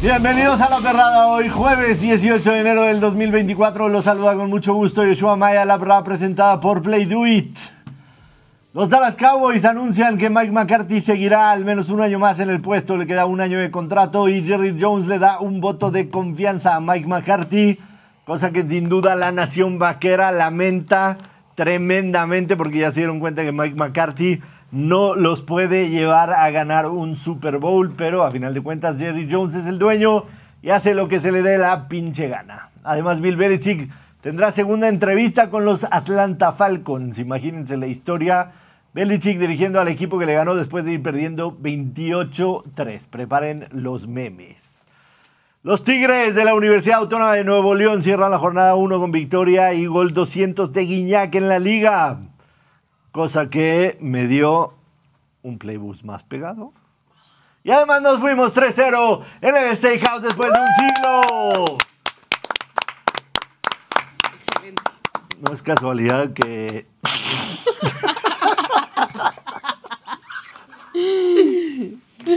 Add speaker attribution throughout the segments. Speaker 1: Bienvenidos a La Perrada, hoy jueves 18 de enero del 2024. Los saluda con mucho gusto Yoshua Maya, La Perrada presentada por Play Do It. Los Dallas Cowboys anuncian que Mike McCarthy seguirá al menos un año más en el puesto, le queda un año de contrato y Jerry Jones le da un voto de confianza a Mike McCarthy, cosa que sin duda la nación vaquera lamenta tremendamente porque ya se dieron cuenta que Mike McCarthy no los puede llevar a ganar un Super Bowl, pero a final de cuentas Jerry Jones es el dueño y hace lo que se le dé la pinche gana. Además, Bill Belichick tendrá segunda entrevista con los Atlanta Falcons. Imagínense la historia. Belichick dirigiendo al equipo que le ganó después de ir perdiendo 28-3. Preparen los memes. Los Tigres de la Universidad Autónoma de Nuevo León cierran la jornada 1 con victoria y gol 200 de Guiñac en la liga. Cosa que me dio un playbus más pegado. Y además nos fuimos 3-0 en el Steakhouse después de un siglo.
Speaker 2: Excelente.
Speaker 1: No es casualidad que.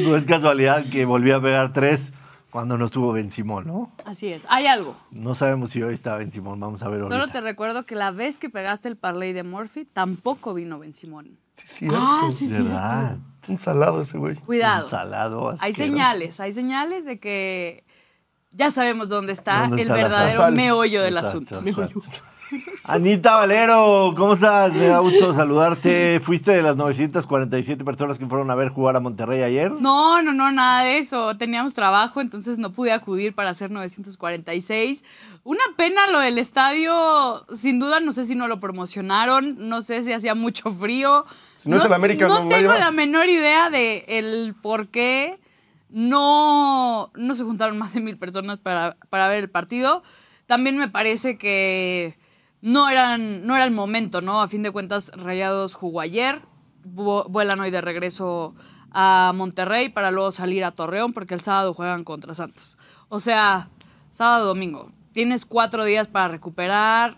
Speaker 1: no es casualidad que volví a pegar tres cuando no estuvo Ben Simón, ¿no?
Speaker 2: Así es. Hay algo.
Speaker 1: No sabemos si hoy está Ben Simón, vamos a ver
Speaker 2: Solo te
Speaker 1: ahorita.
Speaker 2: recuerdo que la vez que pegaste el parlay de Murphy, tampoco vino Ben Simón.
Speaker 3: Sí, cierto.
Speaker 4: Ah, sí, sí.
Speaker 1: ¿Verdad?
Speaker 3: Un salado ese güey.
Speaker 2: Cuidado.
Speaker 1: Salado,
Speaker 2: Hay señales, hay señales de que ya sabemos dónde está
Speaker 1: ¿Dónde
Speaker 2: el
Speaker 1: está la
Speaker 2: verdadero
Speaker 3: sal?
Speaker 2: meollo del
Speaker 1: Exacto,
Speaker 2: asunto.
Speaker 1: exacto. Anita Valero, ¿cómo estás? Me da gusto saludarte. ¿Fuiste de las 947 personas que fueron a ver jugar a Monterrey ayer?
Speaker 2: No, no, no, nada de eso. Teníamos trabajo, entonces no pude acudir para hacer 946. Una pena lo del estadio, sin duda, no sé si no lo promocionaron, no sé si hacía mucho frío.
Speaker 3: Si no es el América,
Speaker 2: no
Speaker 3: no- no
Speaker 2: tengo
Speaker 3: lleva.
Speaker 2: la menor idea de el por qué no, no se juntaron más de mil personas para, para ver el partido. También me parece que no, eran, no era el momento, ¿no? A fin de cuentas, Rayados jugó ayer, vu- vuelan hoy de regreso a Monterrey para luego salir a Torreón porque el sábado juegan contra Santos. O sea, sábado, domingo. Tienes cuatro días para recuperar,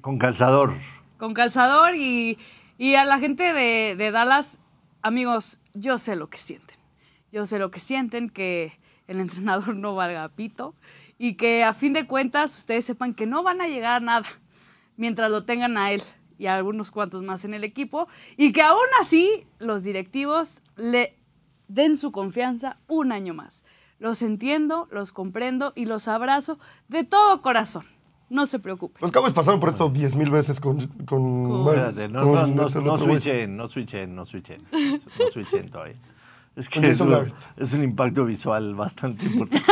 Speaker 1: Con calzador.
Speaker 2: con calzador y, y a la gente de, de Dallas, amigos, yo sé lo que sienten. Yo sé lo que sienten, que el entrenador no valga pito y que a fin de cuentas ustedes sepan que no van a llegar a nada mientras lo tengan a él y a algunos cuantos más en el equipo y que aún así los directivos le den su confianza un año más. Los entiendo, los comprendo y los abrazo de todo corazón. No se preocupen.
Speaker 3: Los Cowboys pasaron por esto 10 mil veces con. con, Miles,
Speaker 1: Espérate, no,
Speaker 3: con
Speaker 1: no, no,
Speaker 3: ese
Speaker 1: no
Speaker 3: otro güey.
Speaker 1: switchen, no switchen, no switchen. No switchen todavía. Es que
Speaker 3: Con
Speaker 1: es
Speaker 3: Jason
Speaker 1: un,
Speaker 3: Garrett.
Speaker 1: es un impacto visual bastante importante.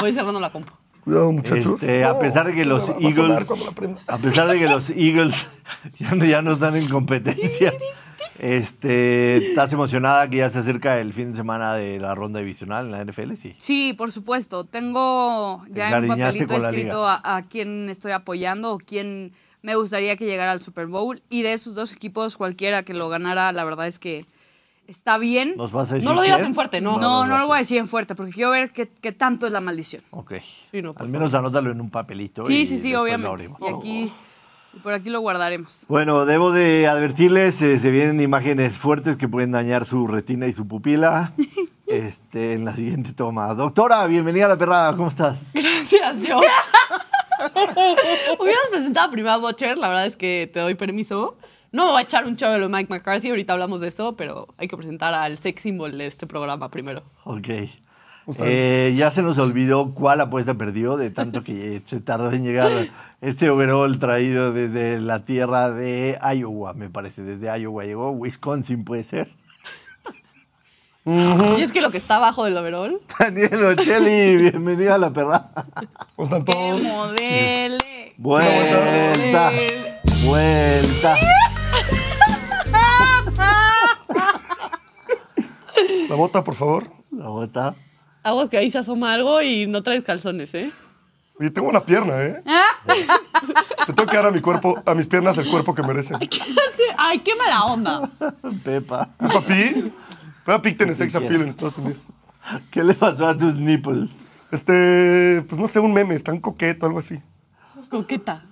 Speaker 4: Voy cerrando la compu.
Speaker 3: Cuidado, muchachos.
Speaker 1: Este, a pesar de que los
Speaker 3: va a sonar
Speaker 1: Eagles-
Speaker 3: cuando la prenda.
Speaker 1: A pesar de que los Eagles ya no, ya no están en competencia, este, estás emocionada que ya se acerca el fin de semana de la ronda divisional en la NFL, sí.
Speaker 2: Sí, por supuesto. Tengo
Speaker 1: Te
Speaker 2: ya en un
Speaker 1: encariñaste
Speaker 2: papelito
Speaker 1: con la liga.
Speaker 2: escrito a, a quién estoy apoyando o quién me gustaría que llegara al Super Bowl. Y de esos dos equipos, cualquiera que lo ganara, la verdad es que está bien.
Speaker 1: ¿Nos vas a decir
Speaker 4: No lo digas
Speaker 1: quién?
Speaker 4: en fuerte, no.
Speaker 2: No, no,
Speaker 1: nos
Speaker 2: lo voy a
Speaker 1: vas
Speaker 2: decir en fuerte porque quiero ver qué, qué tanto es la maldición.
Speaker 1: Ok.
Speaker 4: no, por
Speaker 1: Al menos anótalo en un papelito.
Speaker 2: Sí,
Speaker 1: y
Speaker 2: sí,
Speaker 1: después
Speaker 2: sí,
Speaker 1: pues, lo
Speaker 2: obviamente.
Speaker 1: abrimos.
Speaker 2: Y aquí, y por aquí lo guardaremos.
Speaker 1: Bueno, debo de advertirles, eh, se vienen imágenes fuertes que pueden dañar su retina y su pupila. Este, en la siguiente toma. Doctora, bienvenida a la perrada, ¿cómo estás?
Speaker 4: Gracias, yo. Hubieras presentado primero a Butcher, la verdad es que te doy permiso. No me voy a echar un chavo de lo de Mike McCarthy, ahorita hablamos de eso, pero hay que presentar al sex symbol de este programa primero.
Speaker 1: Ok.
Speaker 3: Está
Speaker 1: Eh, ya se nos olvidó cuál apuesta perdió de tanto que se tardó en llegar este overall traído desde la tierra de Iowa, me parece. Desde Iowa llegó, Wisconsin puede ser.
Speaker 4: Y es que lo que está abajo del overall,
Speaker 1: Daniel Ocelli, bienvenido a la perrada.
Speaker 3: ¿Cómo están
Speaker 2: ¡Qué
Speaker 3: todos?
Speaker 2: modele!
Speaker 1: Vuelta, vuelta.
Speaker 3: La bota, por favor.
Speaker 1: La bota.
Speaker 4: aguas que ahí se asoma algo y no traes calzones, ¿eh?
Speaker 3: Oye, tengo una pierna, ¿eh? Te tengo que dar a mi cuerpo, a mis piernas el cuerpo que merecen.
Speaker 4: Ay, qué mala onda.
Speaker 1: Pepa,
Speaker 3: Peppa Pig. Peppa Pig tiene sex appeal en Estados Unidos.
Speaker 1: ¿qué le pasó a tus nipples?
Speaker 3: Este, pues no sé, un meme, tan coqueto, algo así.
Speaker 4: Coqueta.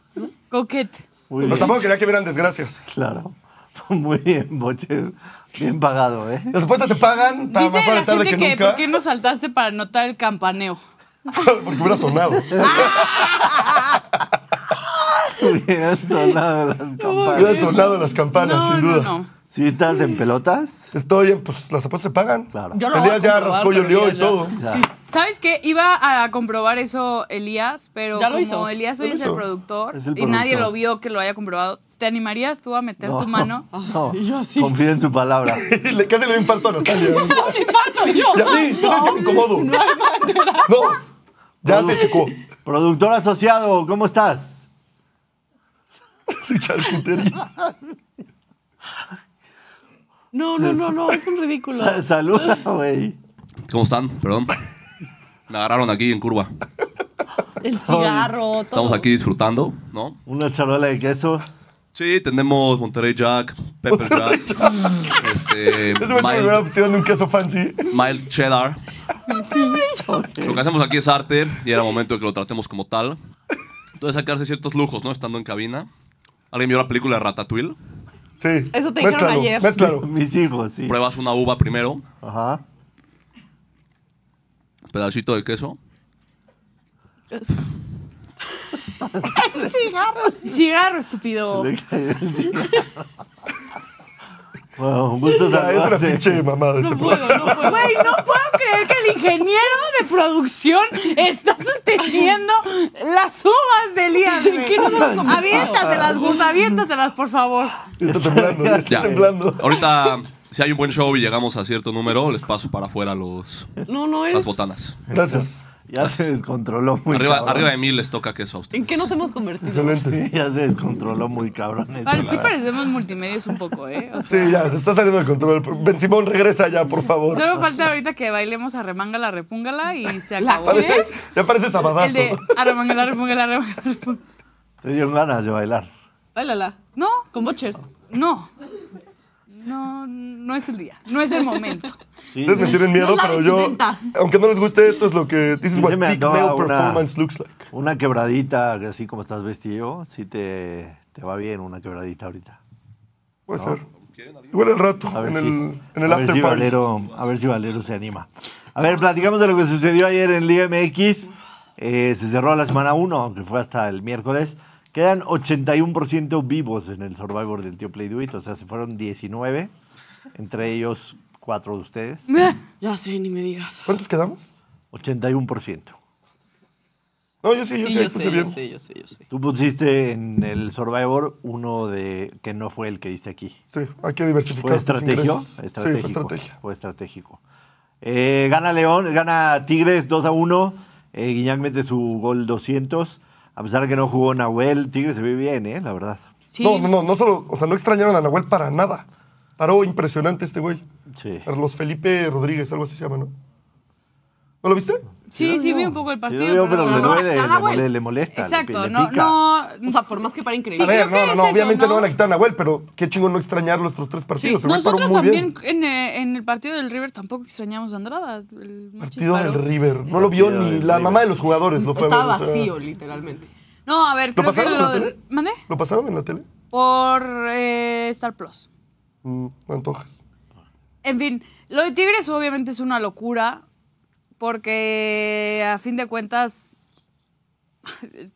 Speaker 2: Coquete.
Speaker 1: Muy
Speaker 3: Pero
Speaker 1: bien,
Speaker 3: tampoco quería que vieran desgracias.
Speaker 1: claro. Muy bien, Bocher. Bien pagado, ¿eh?
Speaker 3: Las apuestas se pagan, pagan más
Speaker 2: Dice
Speaker 3: para
Speaker 2: la
Speaker 3: la tarde
Speaker 2: gente
Speaker 3: que,
Speaker 2: que,
Speaker 3: nunca.
Speaker 2: ¿por qué no saltaste para notar el campaneo?
Speaker 3: Porque hubiera sonado.
Speaker 1: Hubieran sonado las
Speaker 3: Hubieran
Speaker 1: campanas.
Speaker 3: sonado las campanas,
Speaker 2: no,
Speaker 3: sin
Speaker 2: no,
Speaker 3: duda.
Speaker 2: no.
Speaker 1: Si estás en pelotas,
Speaker 3: Estoy en, pues las apuestas se pagan.
Speaker 1: Claro.
Speaker 4: Yo lo voy a
Speaker 3: Elías ya
Speaker 4: comprobar,
Speaker 3: rascó y
Speaker 4: pero
Speaker 3: olió
Speaker 4: Elías
Speaker 3: y
Speaker 4: ya-
Speaker 3: todo.
Speaker 1: ya.
Speaker 2: ¿Sabes qué? Iba a comprobar eso Elías, pero
Speaker 4: Ya lo
Speaker 2: como
Speaker 4: hizo.
Speaker 2: Elías
Speaker 3: Ya
Speaker 2: hoy
Speaker 3: lo
Speaker 2: es el
Speaker 3: hizo.
Speaker 2: productor
Speaker 1: Es el
Speaker 2: y nadie
Speaker 1: productor.
Speaker 2: lo vio que lo haya comprobado, ¿te animarías tú a meter tu mano?
Speaker 1: No, confía en su palabra.
Speaker 3: Y le, casi le dio infarto a Natalia.
Speaker 4: ¡Parto yo!
Speaker 3: Y a mí, tú sabes que me incomodo. No, ya se checó.
Speaker 1: Productor asociado, ¿cómo estás?
Speaker 3: Sí, charcutería.
Speaker 4: No, no, no, no, es un ridículo.
Speaker 1: Sa- Saluda, güey.
Speaker 5: ¿Cómo están? Perdón. Me agarraron aquí en curva.
Speaker 4: El cigarro, todo.
Speaker 5: Estamos aquí disfrutando, ¿no?
Speaker 1: Una charola de quesos.
Speaker 5: Sí, tenemos Monterey Jack, Pepper Jack, este,
Speaker 3: Esa fue la primera
Speaker 5: mild,
Speaker 3: opción de un queso fancy.
Speaker 5: mild Cheddar. Lo que hacemos aquí es arte y era momento de que lo tratemos como tal. Entonces hay que darse ciertos lujos, ¿no? Estando en cabina. ¿Alguien vio la película de Ratatouille?
Speaker 3: Sí.
Speaker 4: Eso te dijeron
Speaker 3: Mézclalo,
Speaker 4: ayer.
Speaker 3: Mézclalo.
Speaker 1: Mis hijos, sí.
Speaker 5: Pruebas una uva primero,
Speaker 1: Ajá.
Speaker 5: pedacito de queso.
Speaker 2: Cigarro, estúpido.
Speaker 1: Le cayó el día. Bueno, un gusto
Speaker 3: Ya, es una
Speaker 1: saludarte.
Speaker 3: pinche mamada este
Speaker 4: No
Speaker 3: programa.
Speaker 4: puedo, no puedo.
Speaker 2: Güey, no puedo creer que el ingeniero de producción está sosteniendo las uvas de Elías. güey.
Speaker 4: ¿Qué no se los comentaba?
Speaker 2: Aviéntaselas, Gus, aviéntaselas, por favor.
Speaker 3: Está temblando, ya está
Speaker 5: Ya.
Speaker 3: temblando.
Speaker 5: Ahorita, si hay un buen show y llegamos a cierto número, les paso para afuera los,
Speaker 4: No, no,
Speaker 5: las
Speaker 4: eres...
Speaker 5: botanas.
Speaker 3: Gracias.
Speaker 1: Ya se descontroló muy
Speaker 5: Arriba,
Speaker 1: cabrón.
Speaker 5: arriba de mí les toca queso a ustedes.
Speaker 4: ¿En qué nos hemos convertido?
Speaker 3: Excelente.
Speaker 1: Ya se descontroló muy cabrón. esto,
Speaker 2: Vale,
Speaker 1: la
Speaker 2: sí
Speaker 1: verdad.
Speaker 2: parecemos multimedios un poco, ¿eh? O sea,
Speaker 3: Sí, ya, se está saliendo de control. Ben Simón, regresa ya, por favor.
Speaker 2: solo falta ahorita que bailemos arremángala, repúngala y se
Speaker 4: La
Speaker 2: acabó. ¿eh?
Speaker 4: ¿qué?
Speaker 3: Parece, ya parece
Speaker 2: El de
Speaker 3: sabadazo.
Speaker 2: arremángala, repúngala, arremángala, repúngala.
Speaker 1: Te dieron ganas de bailar.
Speaker 4: Bailala.
Speaker 2: No,
Speaker 4: Con Bocher.
Speaker 2: no. No, no es el día. No es el momento.
Speaker 1: Sí,
Speaker 3: Ustedes me tienen miedo,
Speaker 4: No la
Speaker 3: pero yo,
Speaker 4: vestimenta.
Speaker 3: aunque no les guste, esto es lo que. This is
Speaker 1: Sí,
Speaker 3: what
Speaker 1: se me
Speaker 3: peak
Speaker 1: antoja
Speaker 3: male
Speaker 1: una-
Speaker 3: performance looks like.
Speaker 1: Una quebradita, así como estás vestido, sí te, te va bien una quebradita ahorita.
Speaker 3: Puede ser. Igual el rato,
Speaker 1: A ver
Speaker 3: en
Speaker 1: si,
Speaker 3: el, en el
Speaker 1: a ver
Speaker 3: after
Speaker 1: si
Speaker 3: party.
Speaker 1: Valero, a ver si Valero se anima. A ver, platicamos de lo que sucedió ayer en Liga MX. Eh, se cerró la semana 1, aunque fue hasta el miércoles. Quedan 81% vivos en el Survivor del tío Play Do It, o sea, se fueron 19, entre ellos 4 de ustedes.
Speaker 4: Ya sé, ni me digas.
Speaker 3: ¿Cuántos quedamos?
Speaker 1: 81%.
Speaker 3: No, yo sí, yo
Speaker 4: Sí,
Speaker 3: sí,
Speaker 4: yo
Speaker 3: puse
Speaker 4: sé, yo
Speaker 3: bien.
Speaker 4: sé, yo sé, yo sé.
Speaker 1: Tú pusiste en el Survivor uno de que no fue el que diste aquí.
Speaker 3: Sí, hay que diversificar.
Speaker 1: ¿Fue
Speaker 3: tus ingresos.
Speaker 1: estrategio?
Speaker 3: Sí, fue
Speaker 1: Estratégico.
Speaker 3: estrategia.
Speaker 1: Fue estratégico. Eh, gana León, gana Tigres 2 a 1. Eh, Guiñac mete su gol 200. A pesar de que no jugó Nahuel, Tigres se ve bien, ¿eh? La verdad.
Speaker 2: Sí.
Speaker 3: No, no, no, no solo, o sea, no extrañaron a Nahuel para nada. Paró impresionante este güey.
Speaker 1: Sí.
Speaker 3: Carlos Felipe Rodríguez, algo así se llama, ¿no? ¿No lo viste?
Speaker 2: Sí, sí, vi un poco el partido.
Speaker 1: Sí, lo veo, pero,
Speaker 2: no,
Speaker 1: le
Speaker 2: no,
Speaker 1: duele,
Speaker 4: a
Speaker 1: le,
Speaker 4: Nahuel.
Speaker 1: mole- le molesta.
Speaker 2: Exacto,
Speaker 1: le, le
Speaker 2: no,
Speaker 1: pica.
Speaker 2: no.
Speaker 4: O sea, por más que para
Speaker 2: Sí,
Speaker 4: increíble.
Speaker 3: a ver,
Speaker 2: creo
Speaker 3: no,
Speaker 2: que
Speaker 3: no,
Speaker 2: es
Speaker 3: no,
Speaker 2: eso,
Speaker 3: obviamente no
Speaker 2: ¿no?
Speaker 3: van a quitar a Nahuel, pero qué chingón no extrañar los otros tres partidos. Se güey paró
Speaker 2: Nosotros
Speaker 3: muy
Speaker 2: también
Speaker 3: bien.
Speaker 2: en, eh, en el partido del River tampoco extrañamos a Andrada. El Monchis
Speaker 3: Partido
Speaker 2: paró.
Speaker 3: del River. No lo vio
Speaker 1: Partido
Speaker 3: ni
Speaker 1: del
Speaker 3: la
Speaker 1: River.
Speaker 3: mamá de los jugadores. Lo fue a ver,
Speaker 4: Estaba
Speaker 3: o sea,
Speaker 4: vacío, literalmente.
Speaker 2: No, a ver,
Speaker 3: ¿Lo
Speaker 2: creo que
Speaker 3: pasaron en
Speaker 2: lo.
Speaker 3: la tele?
Speaker 2: ¿Mandé?
Speaker 3: ¿Lo pasaron en la tele?
Speaker 2: Por eh, Star Plus.
Speaker 3: Mm, no antojas.
Speaker 2: En fin, lo de Tigres obviamente es una locura. Porque a fin de cuentas. es-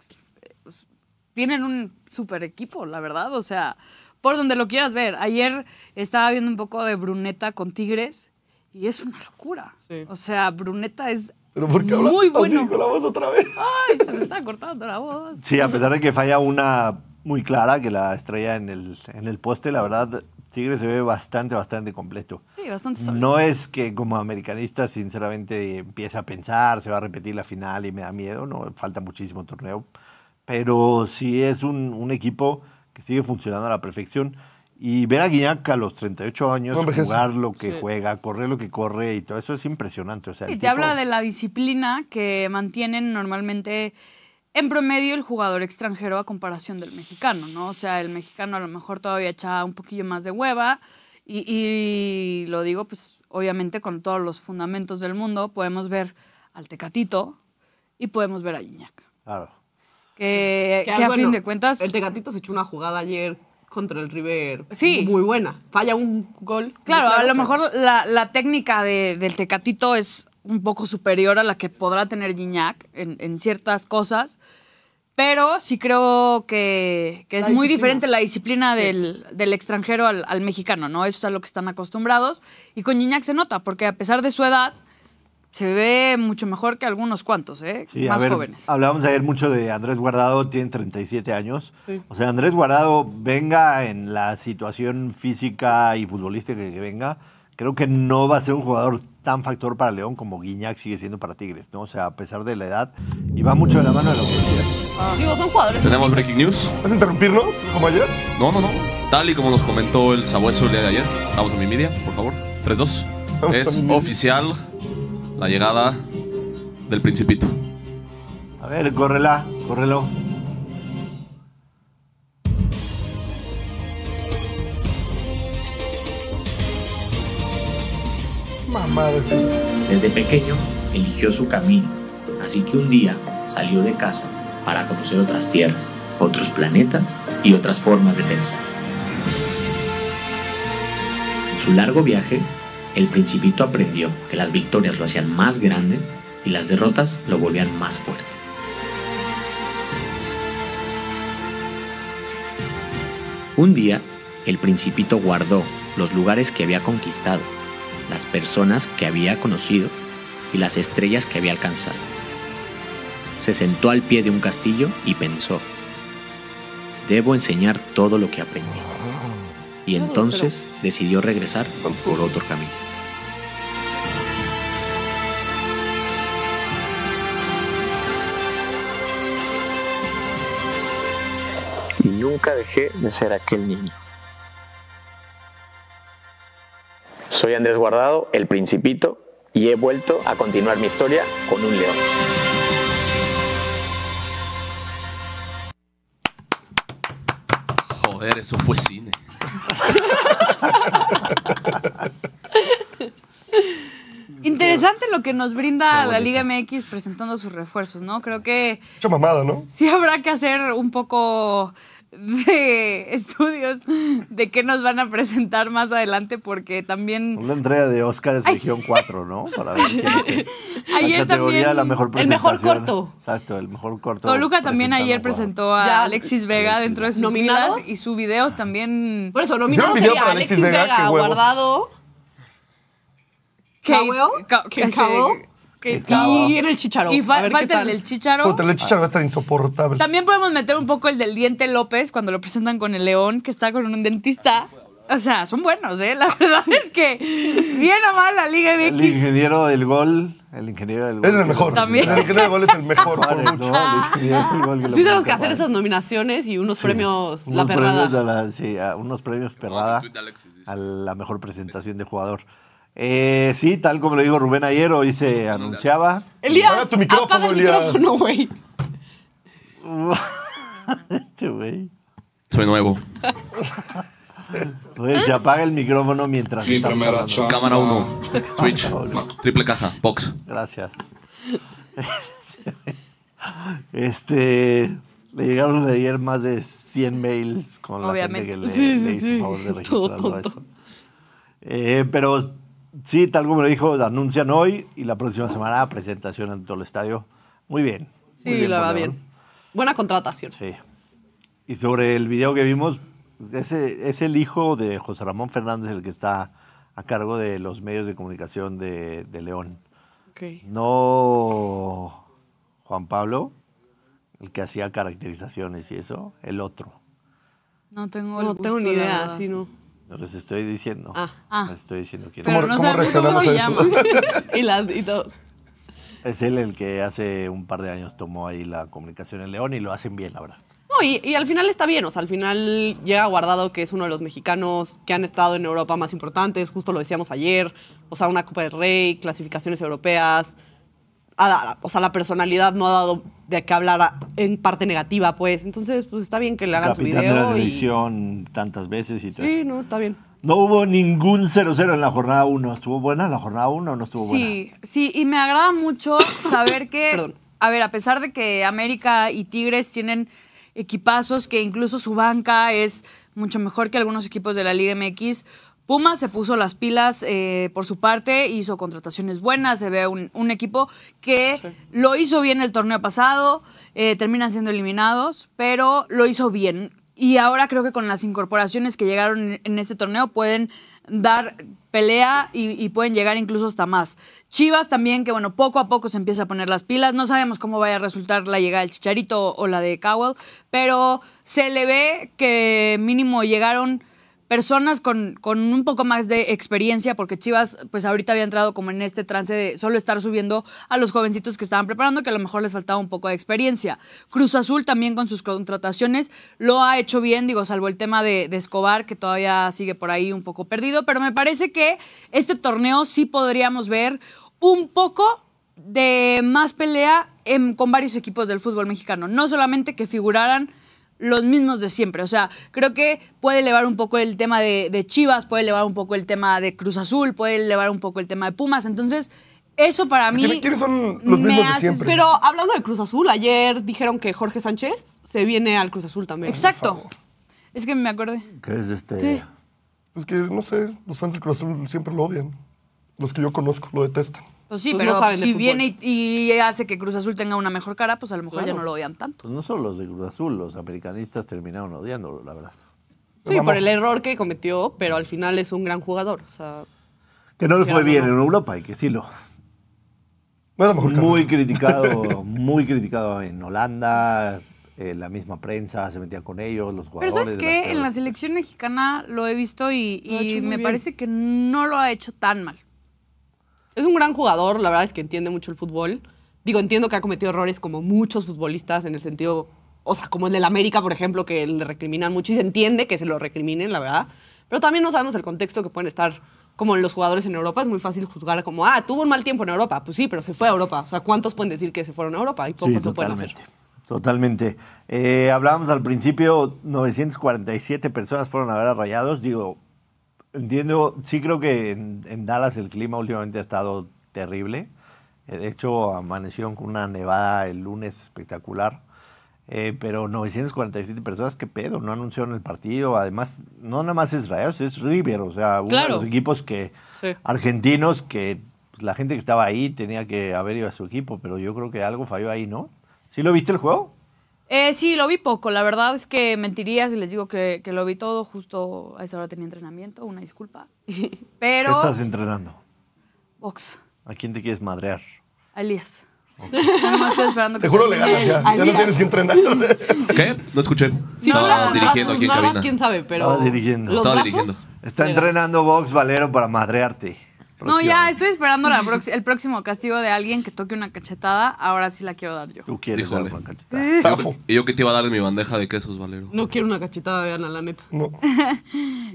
Speaker 2: es- tienen un super equipo, la verdad. O sea, por donde lo quieras ver. Ayer estaba viendo un poco de Bruneta con Tigres. Y es una locura.
Speaker 4: Sí.
Speaker 2: O sea, Bruneta es
Speaker 3: Pero ¿por qué hablas
Speaker 2: muy
Speaker 3: así
Speaker 2: bueno.
Speaker 3: con la voz otra vez?
Speaker 2: Ay, se me está cortando la voz.
Speaker 1: Sí, a pesar de que falla una muy clara que la estrella en el, en el poste, la verdad, Tigres se ve bastante, bastante completo.
Speaker 2: Sí, bastante sólido.
Speaker 1: No es que como americanista, sinceramente, empiece a pensar, se va a repetir la final y me da miedo, no falta muchísimo torneo. Pero sí es un, un equipo que sigue funcionando a la perfección. Y ver a Guiñac a los 38 años
Speaker 3: No envejece.
Speaker 1: jugar lo que
Speaker 4: Sí.
Speaker 1: juega, correr lo que corre y todo eso es impresionante. O sea, el
Speaker 2: Y te
Speaker 1: tipo-
Speaker 2: habla de la disciplina que mantienen normalmente en promedio el jugador extranjero a comparación del mexicano, ¿no? O sea, el mexicano a lo mejor todavía echa un poquillo más de hueva y, y lo digo, pues obviamente con todos los fundamentos del mundo podemos ver al Tecatito y podemos ver a Iñak.
Speaker 1: Claro.
Speaker 2: Que, que
Speaker 4: ah,
Speaker 2: a
Speaker 4: bueno,
Speaker 2: fin de cuentas...
Speaker 4: El Tegatito se echó una jugada ayer contra el River
Speaker 2: Sí.
Speaker 4: muy buena. Falla un gol.
Speaker 2: Claro,
Speaker 4: muy
Speaker 2: a
Speaker 4: claro,
Speaker 2: lo
Speaker 4: pero-
Speaker 2: mejor la, la técnica de- del Tecatito es un poco superior a la que podrá tener Gignac en, en ciertas cosas, pero sí creo que, que es
Speaker 4: La
Speaker 2: muy
Speaker 4: disciplina.
Speaker 2: diferente la disciplina del, del extranjero al, al mexicano, ¿no? Eso es a lo que están acostumbrados. Y con Gignac se nota, porque a pesar de su edad, se ve mucho mejor que algunos cuantos, ¿eh?
Speaker 1: Sí,
Speaker 2: Más
Speaker 1: a ver,
Speaker 2: jóvenes.
Speaker 1: Hablábamos ayer mucho de Andrés Guardado, tiene 37 años. O sea, Andrés Guardado venga en la situación física y futbolística que venga, creo que no va a ser un jugador tan factor para León como Guiñac sigue siendo para Tigres, ¿no? O sea, a pesar de la edad, y va mucho de la mano de lo que decías.
Speaker 4: Digo, son jugadores.
Speaker 5: Tenemos breaking news.
Speaker 3: ¿Vas a interrumpirnos como ayer?
Speaker 5: No, no, no. Tal y como nos comentó el sabueso el día de ayer. Vamos a mi media, por favor. 3-2.
Speaker 3: Vamos a
Speaker 5: Es
Speaker 3: mi media.
Speaker 5: oficial la llegada del Principito.
Speaker 1: A ver, córrela, córrelo.
Speaker 3: Mamada es eso.
Speaker 6: Desde pequeño eligió su camino, así que un día salió de casa para conocer otras tierras, otros planetas y otras formas de pensar. En su largo viaje, el principito aprendió que las victorias lo hacían más grande y las derrotas lo volvían más fuerte. Un día, el principito guardó los lugares que había conquistado, las personas que había conocido y las estrellas que había alcanzado. Se sentó al pie de un castillo y pensó, debo enseñar todo lo que aprendí. Y entonces decidió regresar por otro camino.
Speaker 7: y nunca dejé de ser aquel niño. Soy Andrés Guardado, el principito, y he vuelto a continuar mi historia con un león.
Speaker 5: Joder, eso fue cine.
Speaker 2: Interesante lo que nos brinda
Speaker 1: Qué
Speaker 2: la Liga MX presentando sus refuerzos, ¿no? Creo que...
Speaker 3: Mucha mamada, ¿no?
Speaker 2: sí habrá que hacer un poco de estudios de qué nos van a presentar más adelante, porque también
Speaker 1: Una entrega de Óscar es Legión 4, ¿no? Para ver quién es el- la categoría,
Speaker 2: ayer también
Speaker 1: la mejor
Speaker 4: el mejor
Speaker 1: presentación.
Speaker 4: corto.
Speaker 1: Exacto, el mejor corto.
Speaker 2: Toluca también
Speaker 1: presentando
Speaker 2: ayer
Speaker 1: un jugador.
Speaker 2: presentó a
Speaker 4: Ya.
Speaker 2: Alexis Vega dentro de sus
Speaker 4: ¿Nominados?
Speaker 2: filas y su video
Speaker 1: Ah.
Speaker 2: también
Speaker 4: Por eso,
Speaker 3: Hicieron
Speaker 4: nominado
Speaker 3: video
Speaker 4: sería
Speaker 3: para
Speaker 4: Alexis
Speaker 3: Alexis Vega,
Speaker 4: Vega,
Speaker 3: qué huevo.
Speaker 4: guardado. Cowell,
Speaker 2: Ca-
Speaker 4: Kate
Speaker 2: ese-
Speaker 4: Cowell,
Speaker 2: Kate
Speaker 1: Kate Cowell.
Speaker 2: Cowell.
Speaker 4: Y en el Chicharo.
Speaker 2: Y
Speaker 4: A
Speaker 2: fa-
Speaker 4: ver qué
Speaker 2: falta el
Speaker 4: tal.
Speaker 2: del Chicharo.
Speaker 3: Puta, el chicharo va a estar insoportable.
Speaker 2: También podemos meter un poco el del diente López cuando lo presentan con el león, que está con un dentista. O sea, son buenos, ¿eh? La verdad es que bien o mal la Liga
Speaker 1: El
Speaker 2: MX.
Speaker 1: ingeniero del gol, el ingeniero del gol.
Speaker 3: Es
Speaker 1: que
Speaker 3: el
Speaker 1: lo
Speaker 3: mejor.
Speaker 2: También.
Speaker 3: El ingeniero de gol es el mejor por
Speaker 1: Juárez,
Speaker 3: mucho.
Speaker 1: ¿no? El ingeniero del gol lo
Speaker 4: Sí tenemos
Speaker 1: presenta
Speaker 4: que hacer
Speaker 1: Juárez.
Speaker 4: esas nominaciones y unos
Speaker 1: Sí.
Speaker 4: premios
Speaker 1: Unos
Speaker 4: la
Speaker 1: premios a
Speaker 4: perrada.
Speaker 1: la- sí, a unos premios perrada
Speaker 5: Tweet de Alexis, dice.
Speaker 1: a la mejor presentación de jugador. Eh, sí, tal como lo dijo Rubén ayer, hoy se anunciaba.
Speaker 4: Elías,
Speaker 3: Apaga tu micrófono,
Speaker 4: apaga el
Speaker 3: Elías.
Speaker 4: micrófono, güey.
Speaker 1: Este güey.
Speaker 5: Soy nuevo.
Speaker 1: Güey, pues, se apaga el micrófono mientras.
Speaker 8: Mi
Speaker 1: estás
Speaker 8: primera
Speaker 1: hablando.
Speaker 8: chamba.
Speaker 5: Cámara 1. Switch. Triple caja. Box.
Speaker 1: Gracias. este. Le llegaron ayer más de 100 mails con la
Speaker 2: Obviamente.
Speaker 1: gente que le,
Speaker 4: Sí, sí,
Speaker 1: le hizo
Speaker 4: sí.
Speaker 1: favor de
Speaker 4: Todo
Speaker 1: registrarlo a
Speaker 4: tonto.
Speaker 1: eso. Eh, pero sí, tal como lo dijo, anuncian hoy y la próxima semana presentación en todo el estadio. Muy bien. muy
Speaker 4: Sí, la
Speaker 1: por
Speaker 4: va
Speaker 1: León.
Speaker 4: bien. Buena contratación.
Speaker 1: Sí. Y sobre el video que vimos, ese es el hijo de José Ramón Fernández el que está a cargo de los medios de comunicación de, de León. No Juan Pablo, el que hacía caracterizaciones y eso, el otro.
Speaker 2: No tengo el
Speaker 4: No tengo
Speaker 2: gusto,
Speaker 4: ni
Speaker 2: la
Speaker 4: idea,
Speaker 2: verdad.
Speaker 4: sí, no.
Speaker 1: No les estoy diciendo.
Speaker 4: Ah.
Speaker 2: Ah.
Speaker 1: Les estoy diciendo quién
Speaker 2: Pero
Speaker 1: es.
Speaker 3: ¿Cómo-
Speaker 2: no
Speaker 3: cómo
Speaker 2: sabemos cómo
Speaker 3: reaccionamos
Speaker 2: se
Speaker 3: a eso?
Speaker 2: llama.
Speaker 4: Y las y todos.
Speaker 1: Es él el que hace un par de años tomó ahí la comunicación en León y lo hacen bien, la verdad.
Speaker 4: No, y, y al final está bien, o sea, al final llega Guardado, que es uno de los mexicanos que han estado en Europa más importantes, justo lo decíamos ayer, o sea, una Copa del Rey, clasificaciones europeas, ha da- o sea, la personalidad no ha dado de qué hablar a- en parte negativa, pues, entonces, pues está bien que le hagan
Speaker 1: Capitán
Speaker 4: su
Speaker 1: de la
Speaker 4: video. y-
Speaker 1: selección tantas veces y todo eso.
Speaker 4: Sí, no, está bien.
Speaker 1: No hubo ningún 0-0 en la jornada 1. ¿Estuvo buena la jornada 1 o no estuvo buena?
Speaker 2: Sí, sí, y me agrada mucho saber que,
Speaker 4: Perdón.
Speaker 2: a ver, a pesar de que América y Tigres tienen equipazos que incluso su banca es mucho mejor que algunos equipos de la Liga MX. Pumas se puso las pilas eh, por su parte, hizo contrataciones buenas, se ve un, un equipo que lo hizo bien el torneo pasado, eh, terminan siendo eliminados, pero lo hizo bien. Y ahora creo que con las incorporaciones que llegaron en- en este torneo pueden dar pelea y, y pueden llegar incluso hasta más. Chivas también, que bueno, poco a poco se empieza a poner las pilas. No sabemos cómo vaya a resultar la llegada del Chicharito o la de Cowell, pero se le ve que mínimo llegaron personas con, con un poco más de experiencia, porque Chivas, pues ahorita había entrado como en este trance de solo estar subiendo a los jovencitos que estaban preparando, que a lo mejor les faltaba un poco de experiencia. Cruz Azul también con sus contrataciones lo ha hecho bien, digo, salvo el tema de, de Escobar, que todavía sigue por ahí un poco perdido, pero me parece que este torneo sí podríamos ver un poco de más pelea en- con varios equipos del fútbol mexicano, no solamente que figuraran los mismos de siempre. O sea, creo que puede elevar un poco el tema de, de Chivas, puede elevar un poco el tema de Cruz Azul, puede elevar un poco el tema de Pumas. Entonces, eso para mí.
Speaker 3: ¿Quiénes- quiénes son los mismos de siempre?
Speaker 4: Pero hablando de Cruz Azul, ayer dijeron que Jorge Sánchez se viene al Cruz Azul también.
Speaker 2: Exacto. Es que me acordé.
Speaker 1: ¿Qué es este?
Speaker 3: Es que, no sé, los fans del Cruz Azul siempre lo odian. Los que yo conozco lo detestan.
Speaker 2: Pues sí,
Speaker 4: Pues
Speaker 2: pero
Speaker 4: no saben de
Speaker 2: si
Speaker 4: fútbol.
Speaker 2: viene y, y hace que Cruz Azul tenga una mejor cara, pues a lo mejor ya
Speaker 4: Claro.
Speaker 2: no lo odian tanto.
Speaker 1: Pues no solo los de Cruz Azul, los americanistas terminaron odiándolo, la verdad.
Speaker 4: Sí, por el error que cometió, pero al final es un gran jugador. O sea,
Speaker 1: Que no le fue
Speaker 4: Pero
Speaker 1: bien
Speaker 4: no.
Speaker 1: en Europa, hay que decirlo.
Speaker 3: No es la mejor carrera.
Speaker 1: Muy criticado, muy criticado en Holanda, eh, la misma prensa se metía con ellos, los
Speaker 2: Pero
Speaker 1: jugadores.
Speaker 2: sabes que en la
Speaker 1: delanteros.
Speaker 2: selección mexicana lo he visto y,
Speaker 4: Lo ha
Speaker 2: y
Speaker 4: hecho muy
Speaker 2: me
Speaker 4: bien.
Speaker 2: parece que no lo ha hecho tan mal.
Speaker 4: Es un gran jugador, la verdad es que entiende mucho el fútbol. Digo, entiendo que ha cometido errores como muchos futbolistas en el sentido, o sea, como el del América, por ejemplo, que le recriminan mucho y se entiende que se lo recriminen, la verdad. Pero también no sabemos el contexto que pueden estar como los jugadores en Europa. Es muy fácil juzgar como, ah, tuvo un mal tiempo en Europa. Pues sí, pero se fue a Europa. O sea, ¿cuántos pueden decir que se fueron a Europa? Y pocos
Speaker 1: Sí,
Speaker 4: lo pueden hacer.
Speaker 1: totalmente. Totalmente. Eh, hablábamos al principio, 947 personas fueron a ver a Rayados. Digo, entiendo, sí creo que en, en Dallas el clima últimamente ha estado terrible. Eh, De hecho, amanecieron con una nevada el lunes espectacular. Eh, pero 947 personas, qué pedo, no anunciaron el partido. Además, no nada más es Rayados, es River, o sea, uno
Speaker 2: Claro.
Speaker 1: de los equipos que
Speaker 4: Sí.
Speaker 1: argentinos que pues, la gente que estaba ahí tenía que haber ido a su equipo, pero yo creo que algo falló ahí, ¿no? ¿Sí lo viste el juego?
Speaker 2: Eh, sí, lo vi poco. La verdad es que mentiría si les digo que, que lo vi todo. Justo a esa hora tenía entrenamiento, una disculpa.
Speaker 1: ¿Qué
Speaker 2: Pero.
Speaker 1: estás entrenando?
Speaker 2: Box,
Speaker 1: ¿A quién te quieres madrear?
Speaker 2: a Elías. Nada más estoy esperando que.
Speaker 3: Te juro le
Speaker 2: termine
Speaker 3: ganas ya. Ya no
Speaker 2: Elías.
Speaker 3: tienes que entrenar.
Speaker 5: ¿Qué? No escuché.
Speaker 4: Si no,
Speaker 5: Estaba
Speaker 4: las-
Speaker 5: dirigiendo
Speaker 4: las
Speaker 5: aquí en
Speaker 4: nalgas,
Speaker 5: cabina.
Speaker 4: quién sabe, pero...
Speaker 1: Estaba dirigiendo.
Speaker 4: los
Speaker 5: Estaba
Speaker 4: brazos,
Speaker 5: dirigiendo.
Speaker 1: Está
Speaker 4: le ganas.
Speaker 1: entrenando Vox Valero para madrearte.
Speaker 2: No, ya, estoy esperando la prox- el próximo castigo de alguien que toque una cachetada. Ahora sí la quiero dar yo.
Speaker 1: Tú quieres
Speaker 5: Híjole.
Speaker 1: dar una cachetada.
Speaker 3: Zafo.
Speaker 5: ¿Y yo qué te iba a dar en mi bandeja de quesos, Valero?
Speaker 4: No quiero una cachetada de Ana, la neta.
Speaker 3: No. Prefiero la de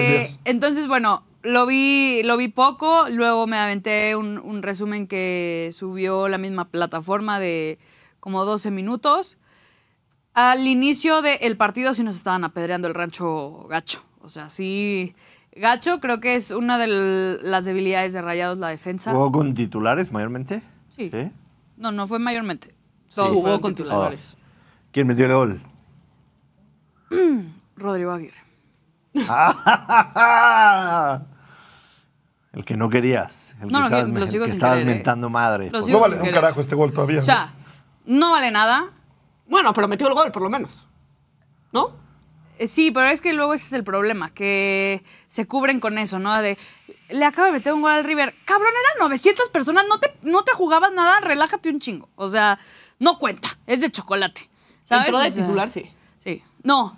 Speaker 2: Este,
Speaker 3: Elías.
Speaker 2: entonces, bueno, lo vi, lo vi poco, luego me aventé un, un resumen que subió la misma plataforma de como 12 minutos. Al inicio del partido sí nos estaban apedreando el rancho gacho. O sea, sí, gacho creo que es una de l- las debilidades de Rayados la defensa.
Speaker 1: ¿Jugó con titulares mayormente?
Speaker 2: Sí. No, no fue mayormente. Todos
Speaker 4: Jugó
Speaker 2: fueron
Speaker 4: con
Speaker 2: titulares.
Speaker 4: titulares.
Speaker 1: ¿Quién metió el gol?
Speaker 2: Rodrigo Aguirre.
Speaker 1: el que no querías. El que
Speaker 2: No, no,
Speaker 1: estabas,
Speaker 2: que- lo
Speaker 1: el
Speaker 2: sigo
Speaker 1: que
Speaker 2: sin
Speaker 1: estabas
Speaker 2: querer, eh.
Speaker 1: mentando madre.
Speaker 2: Lo
Speaker 1: Pues,
Speaker 2: sigo
Speaker 3: No vale
Speaker 2: sin
Speaker 3: un
Speaker 2: querer.
Speaker 3: carajo este gol todavía.
Speaker 2: O sea, no vale nada.
Speaker 4: Bueno, pero metió el gol, por lo menos. ¿No?
Speaker 2: Eh, Sí, pero es que luego ese es el problema, que se cubren con eso, ¿no? De, le acaba de meter un gol al River. Cabrón, eran 900 personas, no te, no te jugabas nada, relájate un chingo. O sea, no cuenta, es de chocolate. ¿sabes?
Speaker 4: Entró de
Speaker 2: O sea,
Speaker 4: titular, sí.
Speaker 2: Sí. No.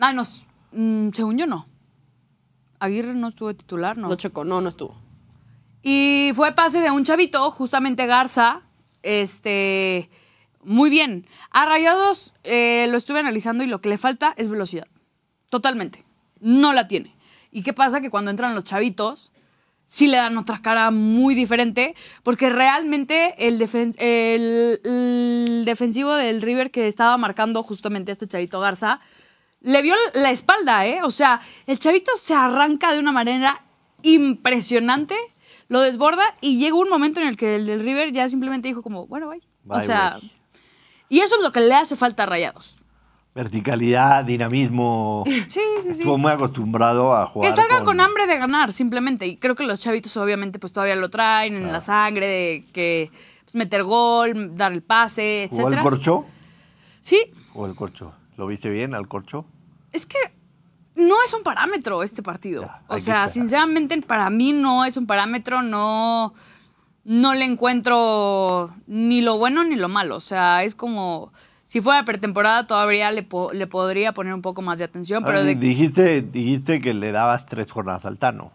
Speaker 2: Ah, no. s- mm, según yo, no. Aguirre no estuvo de titular, no.
Speaker 4: No chocó, no, no estuvo.
Speaker 2: Y fue pase de un chavito, justamente Garza. Este. Muy bien. A Rayados eh, lo estuve analizando y lo que le falta es velocidad. Totalmente. No la tiene. ¿Y qué pasa? Que cuando entran los chavitos, sí le dan otra cara muy diferente, porque realmente el, defen- el- el defensivo del River que estaba marcando justamente a este chavito Garza, le vio la espalda, ¿eh? O sea, el chavito se arranca de una manera impresionante, lo desborda y llega un momento en el que el del River ya simplemente dijo como, bueno, bye. o
Speaker 1: Bye,
Speaker 2: sea,
Speaker 1: güey.
Speaker 2: Y eso es lo que le hace falta a Rayados.
Speaker 1: Verticalidad, dinamismo.
Speaker 2: Sí, sí, sí.
Speaker 1: Estuvo muy acostumbrado a jugar.
Speaker 2: Que salga con... hambre de ganar, simplemente. Y creo que los chavitos obviamente pues todavía lo traen en
Speaker 1: Ah.
Speaker 2: la sangre, de que pues, meter gol, dar el pase,
Speaker 1: ¿Jugó el
Speaker 2: etcétera.
Speaker 1: corcho?
Speaker 2: Sí,
Speaker 1: ¿O el corcho? ¿Lo viste bien al corcho?
Speaker 2: es que no es un parámetro este partido.
Speaker 1: Ya, hay
Speaker 2: o
Speaker 1: que
Speaker 2: sea,
Speaker 1: esperar.
Speaker 2: sinceramente para mí no es un parámetro, no, no le encuentro ni lo bueno ni lo malo. O sea, es como... Si fuera pretemporada todavía le, po- le podría poner un poco más de atención, pero
Speaker 1: Ah,
Speaker 2: de
Speaker 1: dijiste, dijiste que le dabas tres jornadas al Tano.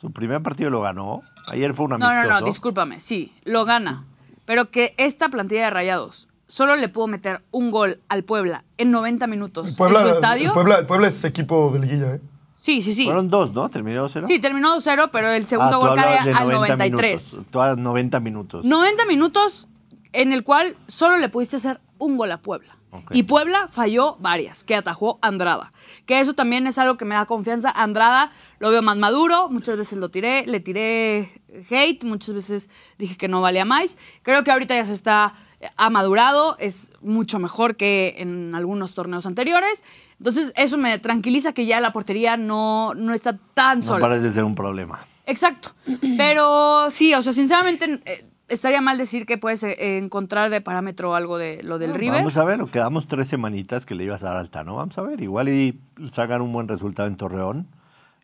Speaker 1: Su primer partido lo ganó. Ayer fue una
Speaker 2: No,
Speaker 1: amistoso.
Speaker 2: no, no, discúlpame, sí, lo gana. Pero que esta plantilla de rayados solo le pudo meter un gol al Puebla en 90 minutos
Speaker 3: El Puebla,
Speaker 2: en su estadio.
Speaker 3: el Puebla, el Puebla es equipo de liguilla, ¿eh?
Speaker 2: Sí, sí, sí.
Speaker 1: Fueron dos, ¿no? Terminó cero.
Speaker 2: Sí, terminó 2-0, pero el
Speaker 1: Ah,
Speaker 2: segundo
Speaker 1: tú
Speaker 2: gol cae
Speaker 1: hablabas de
Speaker 2: al
Speaker 1: 90
Speaker 2: 93.
Speaker 1: Minutos, tú hablas 90 minutos.
Speaker 2: 90 minutos en el cual solo le pudiste hacer un gol a Puebla.
Speaker 1: Ok.
Speaker 2: Y Puebla falló varias, que atajó Andrada. Que eso también es algo que me da confianza. Andrada lo veo más maduro, muchas veces lo tiré, le tiré hate, muchas veces dije que no valía más. Creo que ahorita ya se está eh, ha madurado, es mucho mejor que en algunos torneos anteriores. Entonces eso me tranquiliza que ya la portería no, no está tan
Speaker 1: no
Speaker 2: sola.
Speaker 1: parece ser un problema.
Speaker 2: Exacto. Pero sí, o sea, sinceramente eh, estaría mal decir que puedes eh, encontrar de parámetro algo de lo del River.
Speaker 1: Vamos a ver, o quedamos tres semanitas que le ibas a dar al Tano. Vamos a ver, igual y sacan un buen resultado en Torreón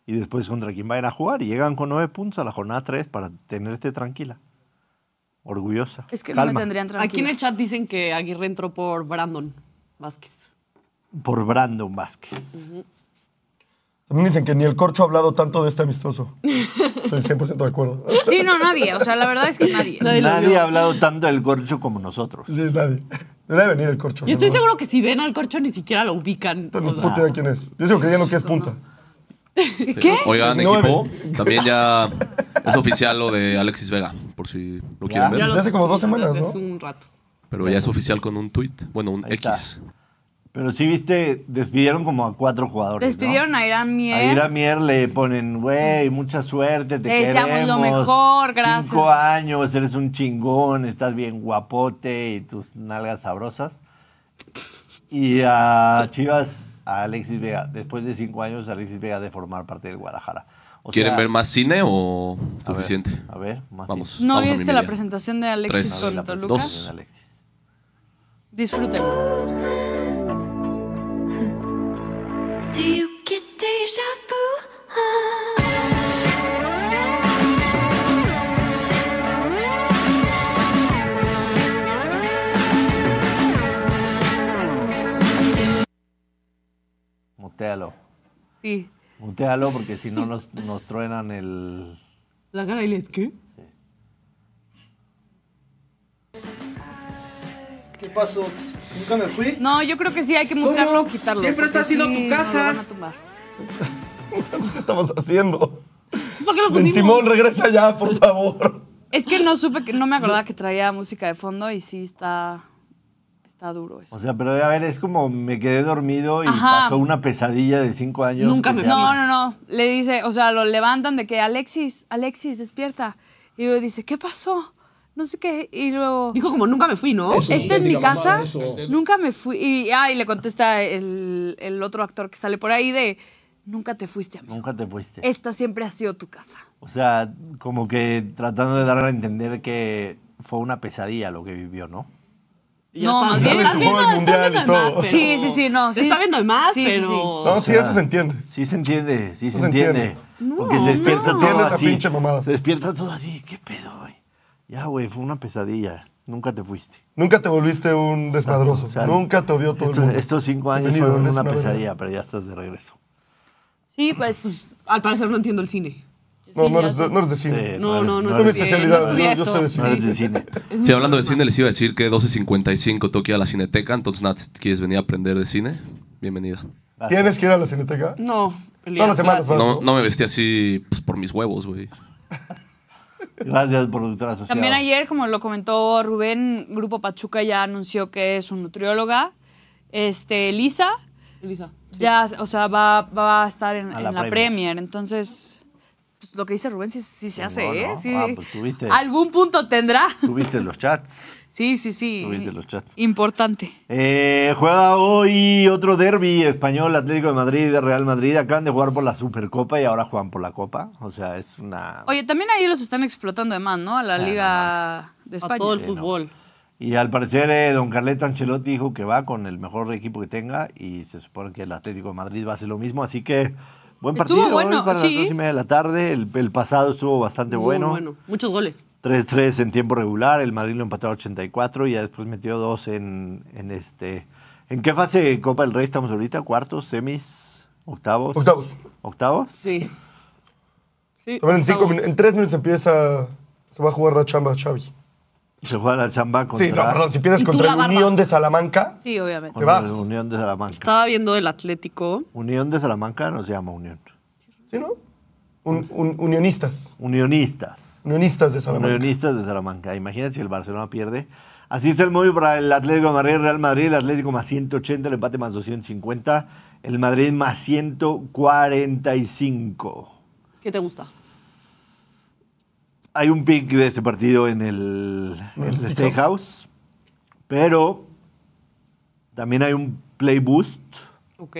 Speaker 1: y después contra quién vayan a jugar y llegan con nueve puntos a la jornada tres para tenerte tranquila, orgullosa.
Speaker 2: Es que no me
Speaker 1: Calma.
Speaker 2: tendrían
Speaker 4: Aquí en
Speaker 2: tranquila.
Speaker 4: el chat dicen que Aguirre entró por Brandon Vázquez.
Speaker 1: Por Brandon Vázquez.
Speaker 3: También dicen que ni el corcho ha hablado tanto de este amistoso. Estoy 100% de acuerdo.
Speaker 2: Sí, no, nadie. O sea, la verdad es que nadie.
Speaker 4: Nadie lo
Speaker 1: Nadie
Speaker 4: vio.
Speaker 1: ha hablado tanto del corcho como nosotros.
Speaker 3: Sí, nadie. Debería venir el corcho.
Speaker 4: Yo estoy
Speaker 3: ¿no?
Speaker 4: seguro que si ven al corcho ni siquiera lo ubican.
Speaker 3: No
Speaker 4: O
Speaker 3: tengo
Speaker 4: sea,
Speaker 3: puta idea quién es. Yo sigo creyendo que es punta.
Speaker 2: ¿Qué?
Speaker 5: Oigan,
Speaker 1: Pues
Speaker 3: Nueve.
Speaker 5: equipo, también ya es oficial lo de Alexis Vega, por si
Speaker 1: Ya.
Speaker 5: lo quieren
Speaker 4: ya
Speaker 5: ver.
Speaker 4: lo
Speaker 3: Desde hace como dos
Speaker 4: sí,
Speaker 3: semanas,
Speaker 4: desde
Speaker 3: ¿no?
Speaker 4: hace un rato.
Speaker 5: Pero ya es oficial con un tweet, bueno, un
Speaker 1: Ahí
Speaker 5: X.
Speaker 1: Pero sí viste, despidieron como a cuatro jugadores. ¿no?
Speaker 2: Despidieron a Irán
Speaker 1: A
Speaker 2: Mier.
Speaker 1: Ira Mier le ponen, güey, mucha suerte, te
Speaker 2: Te deseamos
Speaker 1: queremos.
Speaker 2: lo mejor,
Speaker 1: Cinco
Speaker 2: gracias".
Speaker 1: años, eres un chingón, estás bien guapote y tus nalgas sabrosas. Y a Chivas, a Alexis Vega. Después de cinco años, Alexis Vega de formar parte del Guadalajara. O
Speaker 5: ¿Quieren
Speaker 1: sea,
Speaker 5: ver más cine o
Speaker 1: a ver,
Speaker 5: suficiente?
Speaker 1: A ver, más.
Speaker 5: Vamos.
Speaker 2: ¿No
Speaker 5: vamos a
Speaker 2: viste
Speaker 5: mi
Speaker 2: la
Speaker 5: media.
Speaker 2: presentación de Alexis
Speaker 5: Tres.
Speaker 1: sí. A ver,
Speaker 2: con
Speaker 1: la
Speaker 2: Toluca?
Speaker 1: presentación de
Speaker 5: Dos.
Speaker 1: Alexis.
Speaker 2: Disfruten.
Speaker 8: Do you get deja vu?
Speaker 1: Mutealo.
Speaker 2: Sí.
Speaker 1: Mutealo porque si no nos, nos truenan el...
Speaker 4: La cara y les, ¿qué?
Speaker 9: ¿Qué pasó? ¿Nunca me fui?
Speaker 2: No, yo creo que sí hay que mutearlo o
Speaker 9: ¿Cómo?
Speaker 2: quitarlo.
Speaker 9: Siempre
Speaker 2: porque
Speaker 9: está siendo
Speaker 2: sí
Speaker 9: tu
Speaker 2: nos
Speaker 9: casa.
Speaker 2: lo van a tumbar.
Speaker 3: ¿Qué estamos haciendo?
Speaker 4: ¿Para qué lo
Speaker 3: Ben
Speaker 4: pusimos?
Speaker 3: Simón, regresa ya, por favor.
Speaker 2: Es que no supe, que, no me acordaba que traía música de fondo y sí está, está duro eso.
Speaker 1: O sea, pero a ver, es como me quedé dormido y
Speaker 2: Ajá.
Speaker 1: pasó una pesadilla de cinco años.
Speaker 4: Nunca
Speaker 1: que
Speaker 4: me
Speaker 1: se
Speaker 4: fui.
Speaker 2: No,
Speaker 1: llama-
Speaker 2: no, no. Le dice, o sea, lo levantan de que Alexis, Alexis, despierta. Y luego dice, ¿qué pasó? No sé qué. Y luego,
Speaker 4: Dijo como nunca me fui, ¿no?
Speaker 2: ¿esta es mi casa? Nunca me fui. Y, ah, y le contesta el, el otro actor que sale por ahí de, nunca te fuiste, amigo.
Speaker 1: Nunca te fuiste.
Speaker 2: Esta siempre ha sido tu casa.
Speaker 1: O sea, como que tratando de dar a entender que fue una pesadilla lo que vivió, ¿no?
Speaker 4: Y ya
Speaker 2: No,
Speaker 4: está.
Speaker 2: más bien-
Speaker 4: Estás
Speaker 3: Jugó el
Speaker 4: estás
Speaker 3: mundial y
Speaker 4: de
Speaker 3: todo.
Speaker 4: más, pero-
Speaker 2: Sí, sí, sí, no, sí.
Speaker 4: Está viendo de más,
Speaker 2: Sí, sí,
Speaker 4: pero...
Speaker 2: sí.
Speaker 3: No, sí, eso se entiende.
Speaker 1: Sí se entiende, sí se,
Speaker 3: No se
Speaker 1: entiende.
Speaker 3: entiende.
Speaker 1: Porque se despierta
Speaker 3: no.
Speaker 1: todo
Speaker 3: Entiende esa
Speaker 1: así.
Speaker 3: pinche mamada.
Speaker 1: Se despierta todo así. ¿Qué pedo, güey? Ya, güey, fue una pesadilla. Nunca te fuiste.
Speaker 3: Nunca te volviste un desmadroso.
Speaker 1: O sea,
Speaker 3: Nunca te odió todo
Speaker 1: esto-
Speaker 3: el mundo.
Speaker 1: Estos cinco años
Speaker 3: Bienvenido,
Speaker 1: fueron
Speaker 3: eres
Speaker 1: una
Speaker 3: verga.
Speaker 1: pesadilla, pero ya estás de regreso.
Speaker 2: Sí, pues...
Speaker 4: Al parecer no entiendo el cine.
Speaker 3: No, no
Speaker 2: ya
Speaker 3: eres, de-
Speaker 2: sé.
Speaker 3: no eres de cine.
Speaker 1: Sí,
Speaker 4: No, no,
Speaker 1: eres-
Speaker 4: no,
Speaker 3: no es mi
Speaker 4: estudié-
Speaker 3: especialidad,
Speaker 4: no estudié
Speaker 3: yo- yo
Speaker 4: esto.
Speaker 3: soy de
Speaker 1: no
Speaker 4: Sí.
Speaker 1: eres de cine.
Speaker 4: Es
Speaker 5: Sí,
Speaker 4: muy
Speaker 5: hablando de
Speaker 4: normal.
Speaker 5: cine, les iba a decir que 12.55 toque a la Cineteca, entonces Nat, si quieres venir a aprender de cine, bienvenida.
Speaker 3: ¿Tienes que ir a la cineteca?
Speaker 4: No,
Speaker 3: Todas las semanas vas.
Speaker 1: Pues-
Speaker 5: No, no me vestí así pues, por mis huevos, güey.
Speaker 1: Gracias, productora asociada.
Speaker 2: También ayer, como lo comentó Rubén, Grupo Pachuca ya anunció que es un nutrióloga. Este, Lisa,
Speaker 4: Elisa.
Speaker 2: ya, o sea, va, va a estar en,
Speaker 1: A
Speaker 2: en
Speaker 1: la
Speaker 2: la,
Speaker 1: Premier.
Speaker 2: Premier. Entonces, pues, lo que dice Rubén sí, sí se hace,
Speaker 1: Chingón,
Speaker 2: ¿eh?
Speaker 1: ¿no?
Speaker 2: Sí.
Speaker 1: Ah, pues, tuviste.
Speaker 2: Algún punto tendrá.
Speaker 1: Tuviste los chats.
Speaker 2: Sí, sí, sí.
Speaker 1: Lo viste en los chats.
Speaker 2: Importante.
Speaker 1: Eh, juega hoy otro derby español, Atlético de Madrid, Real Madrid. Acaban de jugar por la Supercopa y ahora juegan por la Copa. O sea, es una.
Speaker 2: Oye, también ahí los están explotando de más, ¿no? A la
Speaker 1: no
Speaker 2: Liga de
Speaker 4: A
Speaker 2: España.
Speaker 4: todo el
Speaker 1: Sí, no.
Speaker 4: fútbol.
Speaker 1: Y al parecer, eh, don Carleto Ancelotti dijo que va con el mejor equipo que tenga y se supone que el Atlético de Madrid va a hacer lo mismo. Así que buen
Speaker 2: Estuvo
Speaker 1: partido hoy
Speaker 2: bueno,
Speaker 1: para
Speaker 2: sí.
Speaker 1: las dos y media de la tarde. El, el pasado estuvo bastante
Speaker 4: Muy
Speaker 1: bueno.
Speaker 4: Muchos goles.
Speaker 1: 3-3 en tiempo regular, el Madrid lo empató a 84 y ya después metió dos en, en este... ¿En qué fase de Copa del Rey estamos ahorita? ¿Cuartos, semis, octavos?
Speaker 3: Octavos.
Speaker 1: ¿Octavos?
Speaker 4: Sí. Sí,
Speaker 3: A ver, en, cinco,
Speaker 4: estamos-
Speaker 3: min- en tres minutos empieza. Se va a jugar la chamba, Xavi.
Speaker 1: Se juega la chamba contra,
Speaker 3: Sí, no, perdón. Si pierdes
Speaker 4: Y tú,
Speaker 3: contra
Speaker 4: la
Speaker 3: el
Speaker 4: barba.
Speaker 3: Unión de Salamanca,
Speaker 2: Sí, obviamente.
Speaker 3: te
Speaker 1: contra
Speaker 3: vas.
Speaker 1: la Unión de Salamanca.
Speaker 4: Estaba viendo el Atlético.
Speaker 1: Unión de Salamanca no se llama Unión.
Speaker 3: ¿sí, no? Un- un- unionistas.
Speaker 1: Unionistas.
Speaker 3: Unionistas de Salamanca.
Speaker 1: Unionistas de Salamanca. Imagínate si el Barcelona pierde. Así está el móvil para el Atlético de Madrid, Real Madrid, el Atlético más 180, el empate más 250, el Madrid más 145.
Speaker 4: ¿Qué te gusta?
Speaker 1: Hay un pick de ese partido en el, en el Steakhouse, pero también hay un play boost
Speaker 4: Ok.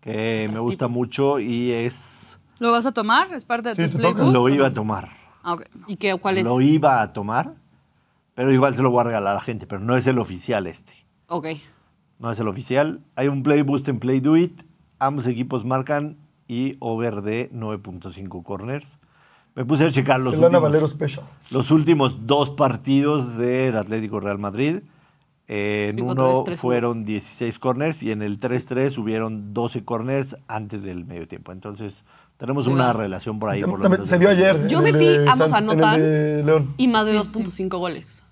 Speaker 1: que me gusta mucho y es...
Speaker 2: ¿Lo vas a tomar? ¿Es parte de
Speaker 3: Sí,
Speaker 2: tus
Speaker 3: te toca.
Speaker 2: playbooks?
Speaker 1: Lo iba a tomar,
Speaker 2: Ah, ok. No.
Speaker 4: ¿Y qué, cuál es?
Speaker 1: lo iba a tomar, pero igual se lo voy a regalar a la gente, pero no es el oficial este,
Speaker 4: Ok.
Speaker 1: no es el oficial. Hay un play boost en Play Do It, ambos equipos marcan y over de 9.5 corners. Me puse a checar los
Speaker 3: El Ana
Speaker 1: últimos-
Speaker 3: Valero Special.
Speaker 1: los últimos dos partidos del Atlético Real Madrid. Eh, en
Speaker 4: Cinco,
Speaker 1: uno
Speaker 4: tres, tres,
Speaker 1: fueron 16 corners y en el 3-3 hubieron 12 corners antes del medio tiempo. Entonces, tenemos una relación por ahí. por lo
Speaker 3: También
Speaker 1: menos,
Speaker 3: se
Speaker 1: del
Speaker 3: dio
Speaker 1: partido.
Speaker 3: ayer. ¿eh?
Speaker 4: Yo
Speaker 3: en el
Speaker 4: metí
Speaker 3: de
Speaker 4: ambos
Speaker 3: San- en el
Speaker 4: anotan.
Speaker 3: de León.
Speaker 4: Y más de
Speaker 2: Sí,
Speaker 4: 2.5 goles.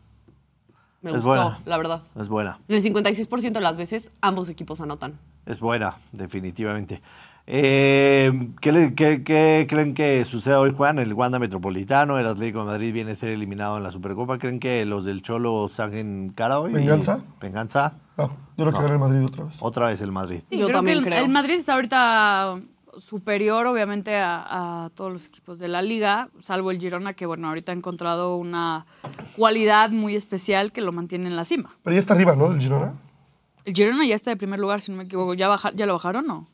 Speaker 4: Me
Speaker 1: Es
Speaker 4: gustó,
Speaker 1: buena.
Speaker 4: la verdad.
Speaker 1: Es buena,
Speaker 4: El 56% de las veces ambos equipos anotan.
Speaker 1: es buena, definitivamente. Eh, ¿qué, le- qué- qué creen que suceda hoy, Juan? El Wanda Metropolitano, el Atlético de Madrid viene a ser eliminado en la Supercopa. ¿Creen que los del Cholo saquen cara hoy?
Speaker 3: ¿Venganza?
Speaker 1: ¿Venganza?
Speaker 3: No, Ah, yo creo que gana el Madrid otra vez.
Speaker 1: Otra vez el Madrid.
Speaker 2: Sí,
Speaker 4: Yo
Speaker 2: creo que
Speaker 4: también
Speaker 2: el,
Speaker 4: creo.
Speaker 2: el Madrid está ahorita um, superior, obviamente, a, a todos los equipos de la liga, salvo el Girona, que bueno, ahorita ha encontrado una cualidad muy especial que lo mantiene en la cima.
Speaker 3: Pero ya está arriba, ¿no? Del Girona.
Speaker 2: El Girona ya está de primer lugar, si no me equivoco. ¿Ya, baja- ya lo bajaron o no?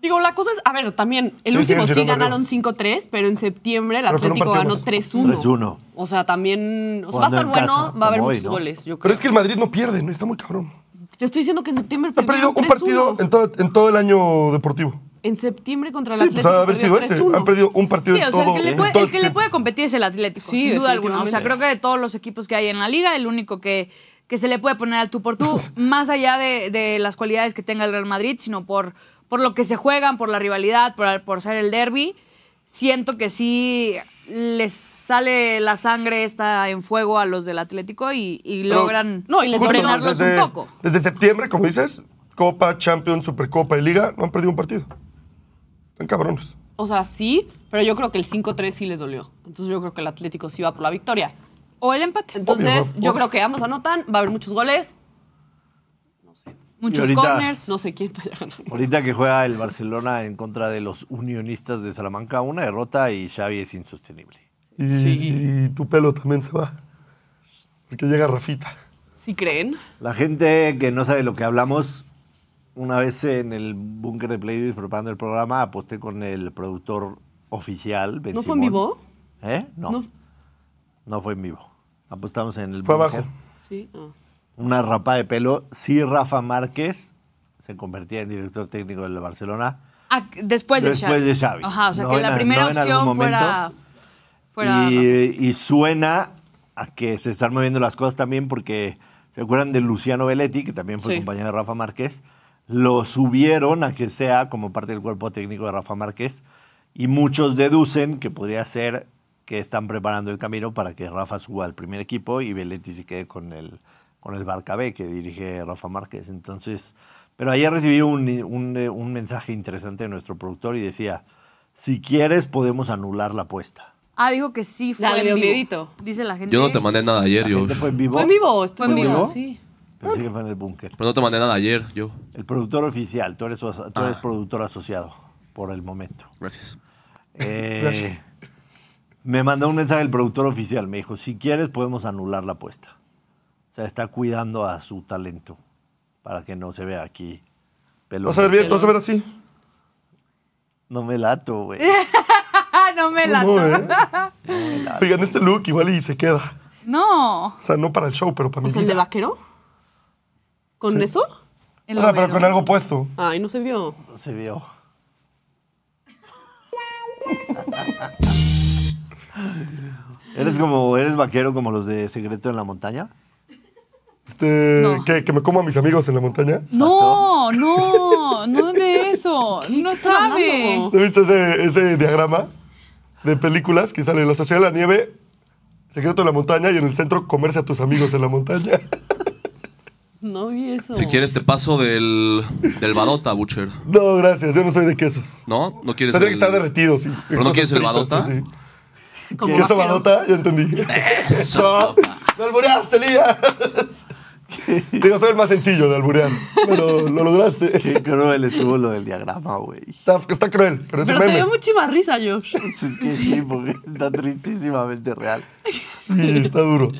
Speaker 4: Digo, la cosa es, a ver, también, el
Speaker 3: Sí,
Speaker 4: último
Speaker 3: sí,
Speaker 4: sí,
Speaker 3: el Girona
Speaker 4: ganaron 5-3, pero en septiembre el
Speaker 3: Pero con un
Speaker 4: Atlético ganó
Speaker 3: partido
Speaker 4: 3-1.
Speaker 1: 3-1.
Speaker 4: O sea, también, o sea, va
Speaker 1: Jugando
Speaker 4: a estar
Speaker 1: en
Speaker 4: bueno,
Speaker 1: casa,
Speaker 4: va a haber
Speaker 1: como hoy,
Speaker 4: muchos
Speaker 1: ¿no?
Speaker 4: goles, yo creo.
Speaker 3: Pero es que el Madrid no pierde, no está muy cabrón.
Speaker 4: Te estoy diciendo que en septiembre
Speaker 3: Ha perdido
Speaker 4: perdieron
Speaker 3: un partido
Speaker 4: 3-1.
Speaker 3: en todo, en todo el año deportivo.
Speaker 4: En septiembre contra el
Speaker 3: Sí, pues
Speaker 4: Atlético
Speaker 3: ha de haber
Speaker 4: perdió
Speaker 3: sido ese.
Speaker 4: 3-1.
Speaker 3: Han perdido un partido
Speaker 2: Sí,
Speaker 3: en
Speaker 2: o sea, el
Speaker 3: todo
Speaker 2: que, le
Speaker 3: en
Speaker 2: puede,
Speaker 3: todo
Speaker 2: el que le
Speaker 3: tiempo.
Speaker 2: puede competir es el Atlético,
Speaker 4: Sí,
Speaker 2: sin duda alguna. O sea,
Speaker 4: definitivamente.
Speaker 2: creo que de todos los equipos que hay en la liga, el único que, que se le puede poner al tú por tú, más allá de, de las cualidades que tenga el Real Madrid, sino por, por lo que se juegan, por la rivalidad, por, por ser el derby, siento que sí les sale la sangre esta en fuego a los del Atlético y, y
Speaker 3: Pero-
Speaker 2: logran
Speaker 4: No, y les
Speaker 3: Justo,
Speaker 4: frenarlos
Speaker 3: desde-
Speaker 4: un poco.
Speaker 3: Desde septiembre, como dices, Copa, Champions, Supercopa y Liga, no han perdido un partido. Están cabrones.
Speaker 4: O sea, sí, pero yo creo que el 5-3 sí les dolió. Entonces yo creo que el Atlético sí va por la victoria.
Speaker 2: o el empate.
Speaker 4: Entonces,
Speaker 3: Obvio, obvio.
Speaker 4: yo creo que ambos anotan, va a haber muchos goles.
Speaker 2: Muchos
Speaker 1: ahorita-
Speaker 2: corners.
Speaker 4: No sé quién vaya a ganar.
Speaker 1: Ahorita que juega el Barcelona en contra de los unionistas de Salamanca, una derrota y Xavi es insostenible.
Speaker 3: Y, y tu pelo también se va. Porque llega Rafita.
Speaker 4: ¿Sí creen?
Speaker 1: La gente que no sabe lo que hablamos, una vez en el búnker de Playboy preparando el programa, aposté con el productor oficial. Ben
Speaker 4: ¿No fue
Speaker 1: Simón.
Speaker 4: en vivo?
Speaker 1: ¿Eh? No, no.
Speaker 4: No.
Speaker 1: fue en vivo. Apostamos en el
Speaker 3: Fue
Speaker 1: búnker.
Speaker 3: abajo.
Speaker 4: Sí. ah.
Speaker 1: Una rapa de pelo. Sí, Rafa Márquez se convertía en director técnico del Barcelona.
Speaker 2: Ah, después de
Speaker 1: Después
Speaker 2: Xavi.
Speaker 1: de Xavi.
Speaker 2: Ajá, o sea,
Speaker 1: No
Speaker 2: que
Speaker 1: en
Speaker 2: la
Speaker 1: a-
Speaker 2: primera
Speaker 1: no en algún
Speaker 2: opción fuera...
Speaker 1: momento.
Speaker 2: fuera
Speaker 1: y, eh, y suena a que se están moviendo las cosas también porque se acuerdan de Luciano Veletti, que también fue
Speaker 4: Sí.
Speaker 1: compañero de Rafa Márquez, lo subieron a que sea como parte del cuerpo técnico de Rafa Márquez y muchos deducen que podría ser que están preparando el camino para que Rafa suba al primer equipo y Veletti se quede con el, con el Barca B que dirige Rafa Márquez. Entonces, pero ayer recibí un, un, eh, un mensaje interesante de nuestro productor y decía, si quieres podemos anular la apuesta.
Speaker 2: Ah, dijo que sí fue
Speaker 4: Ya le
Speaker 2: en
Speaker 4: dio
Speaker 2: vivo.
Speaker 4: miedito.
Speaker 2: Dice la gente.
Speaker 5: Yo no te mandé nada ayer,
Speaker 1: ¿La
Speaker 5: yo.
Speaker 1: gente fue en vivo?
Speaker 4: ¿Fue en vivo? Estoy
Speaker 2: ¿Fue en
Speaker 4: segura,
Speaker 1: vivo?
Speaker 4: Sí.
Speaker 1: Pensé que fue en el búnker.
Speaker 5: Pero no te mandé nada ayer, yo.
Speaker 1: El productor oficial, tú eres, aso- tú eres
Speaker 5: Ah.
Speaker 1: productor asociado por el momento.
Speaker 5: Gracias.
Speaker 1: Eh,
Speaker 3: Gracias.
Speaker 1: me mandó un mensaje el productor oficial, me dijo, si quieres podemos anular la apuesta. sea, está cuidando a su talento para que no se vea aquí. Pelón.
Speaker 3: Vas a ver bien, te vas a ver así.
Speaker 1: No me lato, güey.
Speaker 4: Eh.
Speaker 2: Ah, no me la
Speaker 3: No, ¿eh? Oigan, este look igual y se queda.
Speaker 2: No.
Speaker 3: O sea, no para el show, pero para mí.
Speaker 4: ¿Es el de vaquero? ¿Con eso?
Speaker 2: el
Speaker 1: Ah,
Speaker 3: o sea, pero
Speaker 2: Homero.
Speaker 3: con algo puesto.
Speaker 4: Ay, no se vio.
Speaker 1: No se vio. ¿Eres como, eres vaquero como los de Secreto en la Montaña?
Speaker 3: Este,
Speaker 2: No.
Speaker 3: ¿qué? ¿Que me como a mis amigos en la montaña?
Speaker 2: No, no, no de eso. No sabe.
Speaker 4: hablando?
Speaker 3: ¿No viste ese, ese diagrama de películas que sale la sociedad de la nieve, secreto de la montaña y en el centro comerse a tus amigos en la montaña?
Speaker 4: No vi eso.
Speaker 5: Si quieres, te paso del, del Badota, Butcher.
Speaker 3: No, gracias, yo no soy de quesos.
Speaker 5: ¿No? ¿No
Speaker 3: O
Speaker 5: quieres
Speaker 3: sea, tiene que
Speaker 5: el-
Speaker 3: estar derretido, sí.
Speaker 5: ¿Pero no quieres el badota?
Speaker 4: Como
Speaker 3: ¿Quieres
Speaker 4: vaquero.
Speaker 3: badota? Ya entendí.
Speaker 5: Eso.
Speaker 3: ¡Me albureaste, Elías! Digo, soy el más sencillo de alburear, pero lo lograste.
Speaker 1: Qué cruel estuvo lo del diagrama, güey.
Speaker 3: Está, está cruel, pero es
Speaker 4: Pero
Speaker 3: un
Speaker 4: te
Speaker 3: meme.
Speaker 4: dio muchísima risa, Josh.
Speaker 1: Es que sí, porque está tristísimamente real.
Speaker 3: Sí, está duro.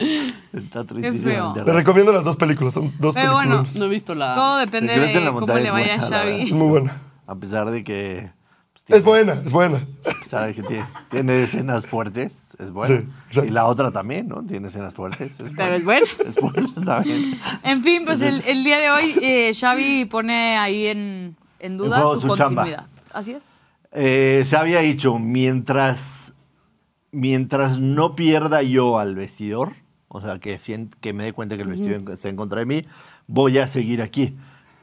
Speaker 1: Está
Speaker 2: feo.
Speaker 1: tristísimamente
Speaker 3: Le
Speaker 1: real.
Speaker 3: recomiendo las dos películas, son dos
Speaker 2: Pero bueno.
Speaker 3: películas.
Speaker 4: No he visto la.
Speaker 2: Todo depende
Speaker 1: Secreto en
Speaker 2: de
Speaker 1: la
Speaker 2: cómo
Speaker 1: montaña
Speaker 2: le
Speaker 1: es
Speaker 2: vaya a
Speaker 1: buena, la
Speaker 3: Es
Speaker 2: Xavi.
Speaker 3: muy buena.
Speaker 1: A pesar de que. pues,
Speaker 3: Es
Speaker 1: tiene-
Speaker 3: buena, es buena.
Speaker 1: A pesar de que tiene, tiene escenas fuertes, es buena.
Speaker 3: Sí, exacto.
Speaker 1: y la otra también, ¿no? Tiene escenas fuertes. Es
Speaker 2: Pero
Speaker 1: buena.
Speaker 2: es bueno.
Speaker 1: Es buena también.
Speaker 2: En fin, pues el, el día de hoy eh, Xavi pone ahí en, en duda
Speaker 1: En juego
Speaker 2: su,
Speaker 1: su chamba.
Speaker 2: continuidad. Así es.
Speaker 1: Eh, se había dicho, mientras, mientras no pierda yo al vestidor, o sea, que, sien- que me dé cuenta que el vestidor en- está en contra de mí, voy a seguir aquí.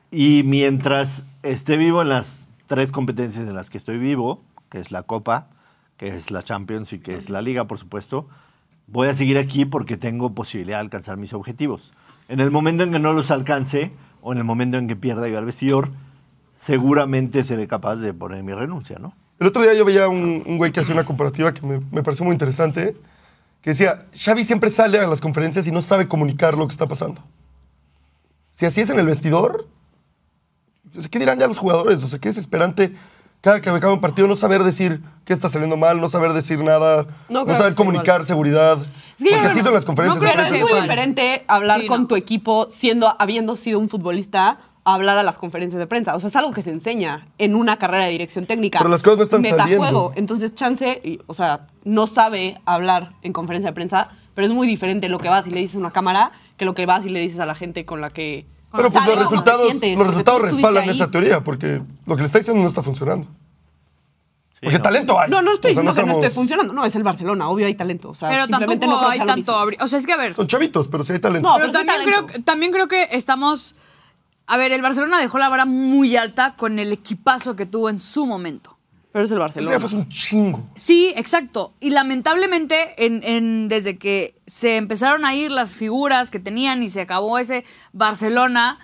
Speaker 1: Y mientras esté vivo en las tres competencias en las que estoy vivo, que es la Copa, que es la Champions y que es la Liga, por supuesto, voy a seguir aquí porque tengo posibilidad de alcanzar mis objetivos. En el momento en que no los alcance o en el momento en que pierda yo al vestidor, seguramente seré capaz de poner mi renuncia, ¿no?
Speaker 3: El otro día yo veía un, un güey que hacía una comparativa que me, me pareció muy interesante, que decía, Xavi siempre sale a las conferencias y no sabe comunicar lo que está pasando. Si así es en el vestidor, o sea, ¿qué dirán ya los jugadores? O sea, qué desesperante cada que acaba un partido no saber decir qué está saliendo mal, no saber decir nada,
Speaker 4: No,
Speaker 3: no,
Speaker 4: claro que
Speaker 3: saber
Speaker 4: es
Speaker 3: comunicar seguridad.
Speaker 4: Sí,
Speaker 3: porque
Speaker 4: no,
Speaker 3: así
Speaker 4: no.
Speaker 3: son las conferencias.
Speaker 2: No
Speaker 3: de
Speaker 2: creo Pero
Speaker 4: Pero
Speaker 3: prensa.
Speaker 4: es
Speaker 2: sí,
Speaker 4: muy
Speaker 2: bueno.
Speaker 4: diferente hablar
Speaker 2: Sí,
Speaker 4: con
Speaker 2: no.
Speaker 4: tu equipo siendo, habiendo sido un futbolista, a hablar a las conferencias de prensa. O sea, es algo que se enseña en una carrera de dirección técnica.
Speaker 3: Pero las cosas no están
Speaker 4: Metajuego.
Speaker 3: saliendo.
Speaker 4: Entonces, Chance, y- o sea, no sabe hablar en conferencia de prensa, pero es muy diferente lo que vas y le dices a una cámara que lo que vas y le dices a la gente con la que.
Speaker 3: Pero pues
Speaker 4: sabes
Speaker 3: los
Speaker 4: cómo te
Speaker 3: resultados,
Speaker 4: sientes,
Speaker 3: los
Speaker 4: porque
Speaker 3: resultados
Speaker 4: tú estuviste
Speaker 3: respaldan
Speaker 4: ahí.
Speaker 3: esa teoría, porque lo que le está diciendo no está funcionando. porque
Speaker 1: no.
Speaker 3: talento hay.
Speaker 4: No, no estoy
Speaker 3: O sea,
Speaker 4: diciendo que no esté
Speaker 3: somos-
Speaker 4: funcionando. No, es el Barcelona, obvio hay talento. O sea,
Speaker 2: Pero
Speaker 4: simplemente
Speaker 2: tampoco
Speaker 4: no creo que
Speaker 2: hay
Speaker 4: sea lo
Speaker 2: tanto.
Speaker 4: mismo.
Speaker 2: abri- O sea, es que a ver,
Speaker 3: Son chavitos, pero sí hay talento.
Speaker 4: No,
Speaker 2: pero
Speaker 4: pero sí
Speaker 2: también creo,
Speaker 4: talento.
Speaker 2: que- también creo que estamos. A ver, el Barcelona dejó la vara muy alta con el equipazo que tuvo en su momento.
Speaker 4: Pero es el
Speaker 3: Ese
Speaker 4: Barcelona.
Speaker 3: ya fue un chingo.
Speaker 2: Sí, exacto. Y lamentablemente, en, en- desde que se empezaron a ir las figuras que tenían y se acabó ese Barcelona,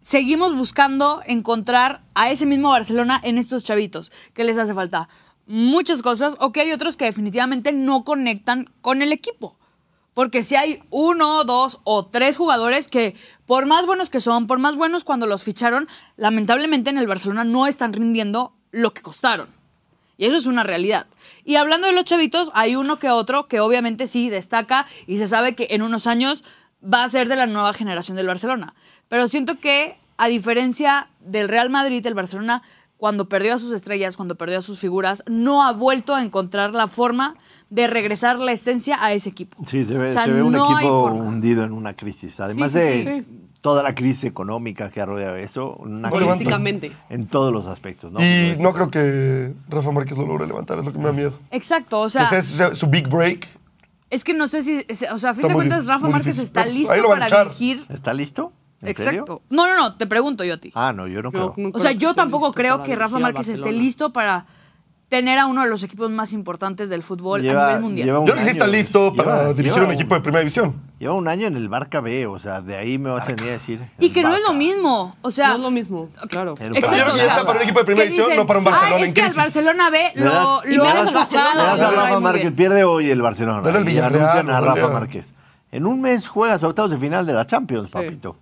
Speaker 2: seguimos buscando encontrar a ese mismo Barcelona en estos chavitos, que les hace falta muchas cosas o que hay otros que definitivamente no conectan con el equipo. Porque si hay uno, dos o tres jugadores que, por más buenos que son, por más buenos cuando los ficharon, lamentablemente en el Barcelona no están rindiendo lo que costaron. Y eso es una realidad. Y hablando de los chavitos, hay uno que otro que obviamente sí destaca y se sabe que en unos años va a ser de la nueva generación del Barcelona. Pero siento que, a diferencia del Real Madrid, el Barcelona, cuando perdió a sus estrellas, cuando perdió a sus figuras, no ha vuelto a encontrar la forma de regresar la esencia a ese equipo.
Speaker 1: Sí, se ve,
Speaker 2: O sea,
Speaker 1: se ve un
Speaker 2: no hay
Speaker 1: equipo
Speaker 2: forma.
Speaker 1: hundido en una crisis. Además
Speaker 2: sí,
Speaker 1: de toda la crisis económica que ha rodeado eso, una
Speaker 3: No
Speaker 1: crisis
Speaker 4: levantas.
Speaker 1: en todos los aspectos. ¿no?
Speaker 3: y
Speaker 1: Pues,
Speaker 3: no creo que Rafa Márquez lo logre levantar, es lo que me da miedo.
Speaker 2: Exacto, o sea,
Speaker 3: que
Speaker 2: es,
Speaker 3: ese sea su big break.
Speaker 2: que no sé si, o sea, a fin
Speaker 3: Está
Speaker 2: de
Speaker 3: muy
Speaker 2: cuentas
Speaker 3: dif-
Speaker 2: Rafa
Speaker 3: muy
Speaker 2: Márquez
Speaker 3: difícil.
Speaker 2: está
Speaker 3: Ahí
Speaker 2: listo
Speaker 3: lo van
Speaker 2: para
Speaker 3: a echar.
Speaker 2: dirigir.
Speaker 1: ¿está listo? ¿En serio?
Speaker 2: Exacto. No, no, no, te pregunto yo a ti.
Speaker 1: Ah, no, yo no creo.
Speaker 4: no
Speaker 2: O sea,
Speaker 4: creo
Speaker 2: yo
Speaker 4: esté
Speaker 2: tampoco
Speaker 4: listo
Speaker 2: creo
Speaker 4: para
Speaker 2: que Rafa
Speaker 4: dirigir al
Speaker 2: Márquez esté
Speaker 4: Barcelona.
Speaker 2: listo para tener a uno de los equipos más importantes del fútbol a nivel mundial.
Speaker 1: lleva
Speaker 3: Yo
Speaker 1: un
Speaker 3: creo que sí está
Speaker 1: año,
Speaker 3: listo para
Speaker 1: lleva-
Speaker 3: dirigir
Speaker 1: lleva
Speaker 3: un equipo de primera división.
Speaker 1: Lleva un año en el Barca B, o sea, de ahí me vas a venir a decir.
Speaker 2: y
Speaker 1: el
Speaker 2: que no es lo
Speaker 1: Barca.
Speaker 2: mismo. O sea,
Speaker 4: No es lo mismo, claro.
Speaker 1: Pero-
Speaker 2: exacto.
Speaker 1: Yo creo
Speaker 2: o
Speaker 1: que
Speaker 2: sea,
Speaker 1: está para
Speaker 3: un equipo de primera
Speaker 2: que
Speaker 3: división, no para un
Speaker 2: "Ay,
Speaker 3: Barcelona
Speaker 2: es
Speaker 3: en
Speaker 2: que al
Speaker 3: crisis".
Speaker 2: Barcelona B
Speaker 1: Le
Speaker 2: lo,
Speaker 1: das-
Speaker 2: lo
Speaker 1: le
Speaker 2: han
Speaker 1: das-
Speaker 2: sacado,
Speaker 1: le das a
Speaker 2: lo traen
Speaker 1: Rafa
Speaker 2: muy bien.
Speaker 1: Márquez, pierde hoy el Barcelona.
Speaker 3: Dale al
Speaker 1: y
Speaker 3: Villarreal,
Speaker 1: anuncian a Rafa
Speaker 3: dale a-
Speaker 1: Márquez. En un mes juegas a octavos de final de la Champions, papito.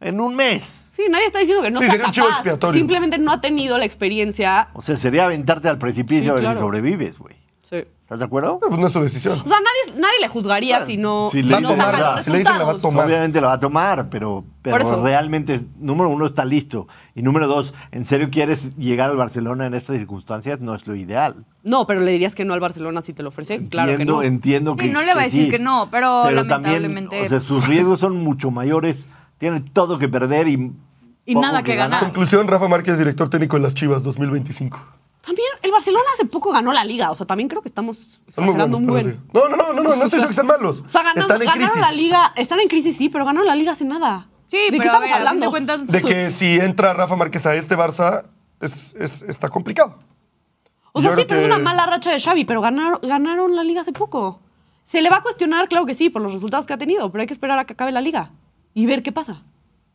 Speaker 1: En un mes.
Speaker 4: Sí, nadie está diciendo que no
Speaker 3: Sí,
Speaker 4: sea
Speaker 3: sería un chivo
Speaker 4: capaz.
Speaker 3: expiatorio.
Speaker 4: Simplemente no ha tenido la experiencia.
Speaker 1: O sea, sería aventarte al precipicio
Speaker 4: Sí,
Speaker 1: a ver si
Speaker 4: claro.
Speaker 1: sobrevives, güey.
Speaker 4: Sí.
Speaker 1: ¿Estás de acuerdo?
Speaker 3: Pero, pues no es su decisión.
Speaker 4: O sea, nadie, nadie le juzgaría si no,
Speaker 1: Si
Speaker 4: si
Speaker 1: le
Speaker 4: no
Speaker 1: dicen la
Speaker 4: saca
Speaker 1: verdad,
Speaker 4: los
Speaker 3: si le dicen la
Speaker 4: resultados.
Speaker 3: tomar.
Speaker 1: Obviamente lo va a tomar, pero, pero
Speaker 4: Por eso.
Speaker 1: realmente, número uno, está listo. Y número dos, ¿en serio quieres llegar al Barcelona en estas circunstancias? No es lo ideal.
Speaker 4: No, pero le dirías que no al Barcelona si te lo ofrece. Claro
Speaker 1: entiendo,
Speaker 4: que no.
Speaker 1: entiendo
Speaker 2: Sí,
Speaker 1: que
Speaker 2: no le va a decir que no, pero
Speaker 1: también,
Speaker 2: lamentablemente-
Speaker 1: o sea, sus riesgos son mucho mayores, tiene todo que perder y.
Speaker 2: Y
Speaker 1: poco
Speaker 2: nada que ganar.
Speaker 3: Conclusión, Rafa Márquez, director técnico de las Chivas 2025.
Speaker 4: También el Barcelona hace poco ganó la liga. O sea, también creo que estamos
Speaker 3: Son muy
Speaker 4: exagerando
Speaker 3: buenos.
Speaker 4: un
Speaker 3: para
Speaker 4: buen.
Speaker 3: mí. No, no, no, no, no, no estoy diciendo que sean malos.
Speaker 4: O sea, ganó-
Speaker 3: Están en
Speaker 4: ganaron
Speaker 3: crisis.
Speaker 4: la liga. Están en crisis, sí, pero ganaron la liga hace nada.
Speaker 2: Sí,
Speaker 4: ¿De qué
Speaker 2: pero a
Speaker 4: estamos
Speaker 2: ver, a fin
Speaker 4: hablando?
Speaker 2: de cuentas,
Speaker 3: De que si entra Rafa Márquez a este Barça, es, es- está complicado.
Speaker 4: O sea,
Speaker 3: Yo
Speaker 4: sí,
Speaker 3: creo
Speaker 4: pero es
Speaker 3: que-
Speaker 4: una mala racha de Xavi, pero ganaron, ganaron la liga hace poco. Se le va a cuestionar, claro que sí, por los resultados que ha tenido, pero hay que esperar a que acabe la liga y ver qué pasa.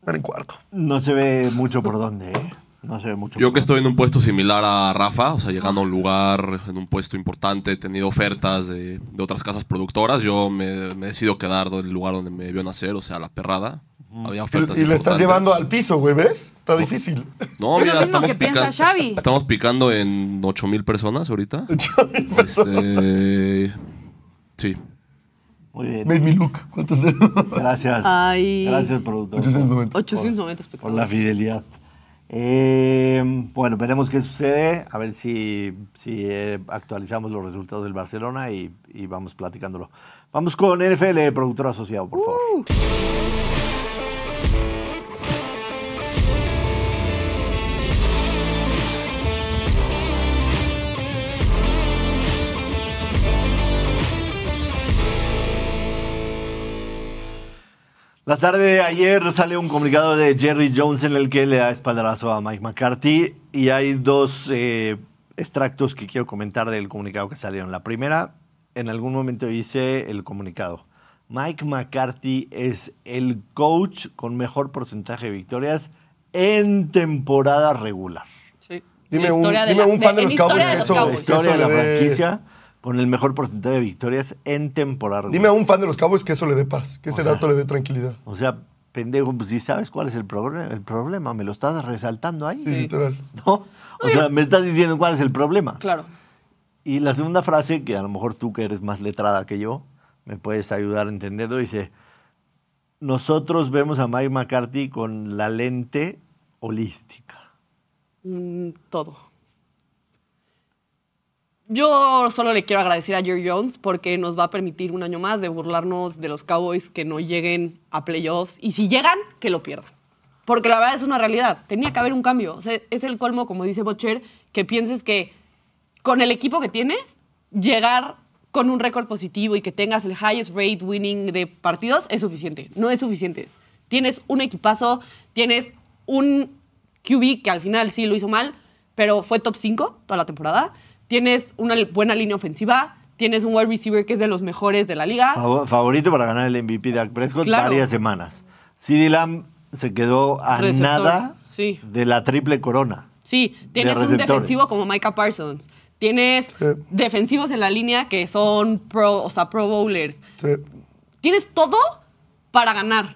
Speaker 3: Pero en cuarto.
Speaker 1: No se ve mucho por dónde, ¿eh? No se ve mucho.
Speaker 5: Yo
Speaker 1: por dónde.
Speaker 5: que estoy en un puesto similar a Rafa, o sea, llegando a un lugar, en un puesto importante, he tenido ofertas de, de otras casas productoras, yo me, me decido quedar en el lugar donde me vio nacer, o sea, la perrada. Había
Speaker 3: Y,
Speaker 5: ofertas
Speaker 3: y le estás
Speaker 5: importantes.
Speaker 3: llevando al piso, güey, ¿ves? Está difícil.
Speaker 2: Es lo
Speaker 5: No, mira,
Speaker 2: mismo
Speaker 5: estamos,
Speaker 2: que piensa
Speaker 5: pica-
Speaker 2: Xavi.
Speaker 5: estamos picando en 8000 personas ahorita. Este, sí.
Speaker 1: Muy bien.
Speaker 3: Made me look. ¿Cuántos de
Speaker 1: Gracias.
Speaker 4: Ay.
Speaker 1: Gracias, productor.
Speaker 3: 890.
Speaker 4: 890
Speaker 1: Por la
Speaker 4: espectadores.
Speaker 1: fidelidad. Eh, bueno, veremos qué sucede, a ver si, si eh, actualizamos los resultados del Barcelona y, y vamos platicándolo. Vamos con NFL, productor asociado,
Speaker 2: Uh.
Speaker 1: por favor. La tarde de ayer sale un comunicado de Jerry Jones en el que le da espaldarazo a Mike McCarthy y hay dos eh, extractos que quiero comentar del comunicado que salieron. La primera, en algún momento hice el comunicado. Mike McCarthy es el coach con mejor porcentaje de victorias en temporada regular.
Speaker 4: Sí.
Speaker 3: Dime
Speaker 4: La
Speaker 3: un,
Speaker 4: historia de
Speaker 3: dime
Speaker 4: la-
Speaker 3: un fan de,
Speaker 4: en
Speaker 3: los
Speaker 4: historia
Speaker 3: Cowboys que
Speaker 4: de los
Speaker 3: eso,
Speaker 1: la
Speaker 4: Cowboys.
Speaker 3: que eso
Speaker 1: historia de la
Speaker 3: le dé-
Speaker 1: franquicia con el mejor porcentaje de victorias en temporada regular.
Speaker 3: Dime a un fan de los Cowboys que eso le dé paz, que ese
Speaker 1: sea.
Speaker 3: dato le dé tranquilidad.
Speaker 1: O sea, pendejo, pues si sabes cuál es el, proble- el problema, me lo estás resaltando ahí.
Speaker 3: Sí, literal.
Speaker 1: ¿No? O sea, me estás diciendo cuál es el problema.
Speaker 4: Claro.
Speaker 1: Y la segunda frase, que a lo mejor tú que eres más letrada que yo, me puedes ayudar a entenderlo, dice, nosotros vemos a Mike McCarthy con la lente holística.
Speaker 4: Mm, todo. Yo solo le quiero agradecer a Jerry Jones porque nos va a permitir un año más de burlarnos de los Cowboys que no lleguen a playoffs y si llegan, que lo pierdan. Porque la verdad es una realidad. Tenía que haber un cambio. O sea, es el colmo, como dice Butcher, que pienses que con el equipo que tienes, llegar con un récord positivo y que tengas el highest rate winning de partidos es suficiente. No es suficiente. Tienes un equipazo, tienes un QB que al final sí lo hizo mal, pero fue top 5 toda la temporada. Tienes una li- buena línea ofensiva, tienes un wide receiver que es de los mejores de la liga.
Speaker 1: Fav- Favorito para ganar el MVP de Dak Prescott
Speaker 4: Ah. Claro.
Speaker 1: varias semanas. CD Lamb se quedó a
Speaker 4: Receptor,
Speaker 1: nada
Speaker 4: sí.
Speaker 1: de la triple corona.
Speaker 4: Sí, tienes un
Speaker 1: receptores.
Speaker 4: defensivo como Micah Parsons. Tienes
Speaker 3: Sí.
Speaker 4: defensivos en la línea que son pro, o sea, pro bowlers.
Speaker 3: Sí.
Speaker 4: tienes todo para ganar.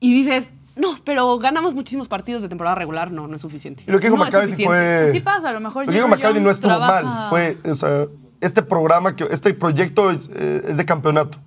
Speaker 4: Y dices, no, pero ganamos muchísimos partidos de temporada regular, no, no es suficiente.
Speaker 3: Y lo que dijo
Speaker 4: No es
Speaker 3: McCarthy
Speaker 4: suficiente.
Speaker 3: fue.
Speaker 2: Pues sí pasa, a lo mejor
Speaker 3: Lo que dijo
Speaker 2: Jerry
Speaker 3: McCarthy no
Speaker 2: Jones
Speaker 3: estuvo mal.
Speaker 2: trabaja-
Speaker 3: Fue, o sea, este programa, que, este proyecto es, eh, es de campeonato.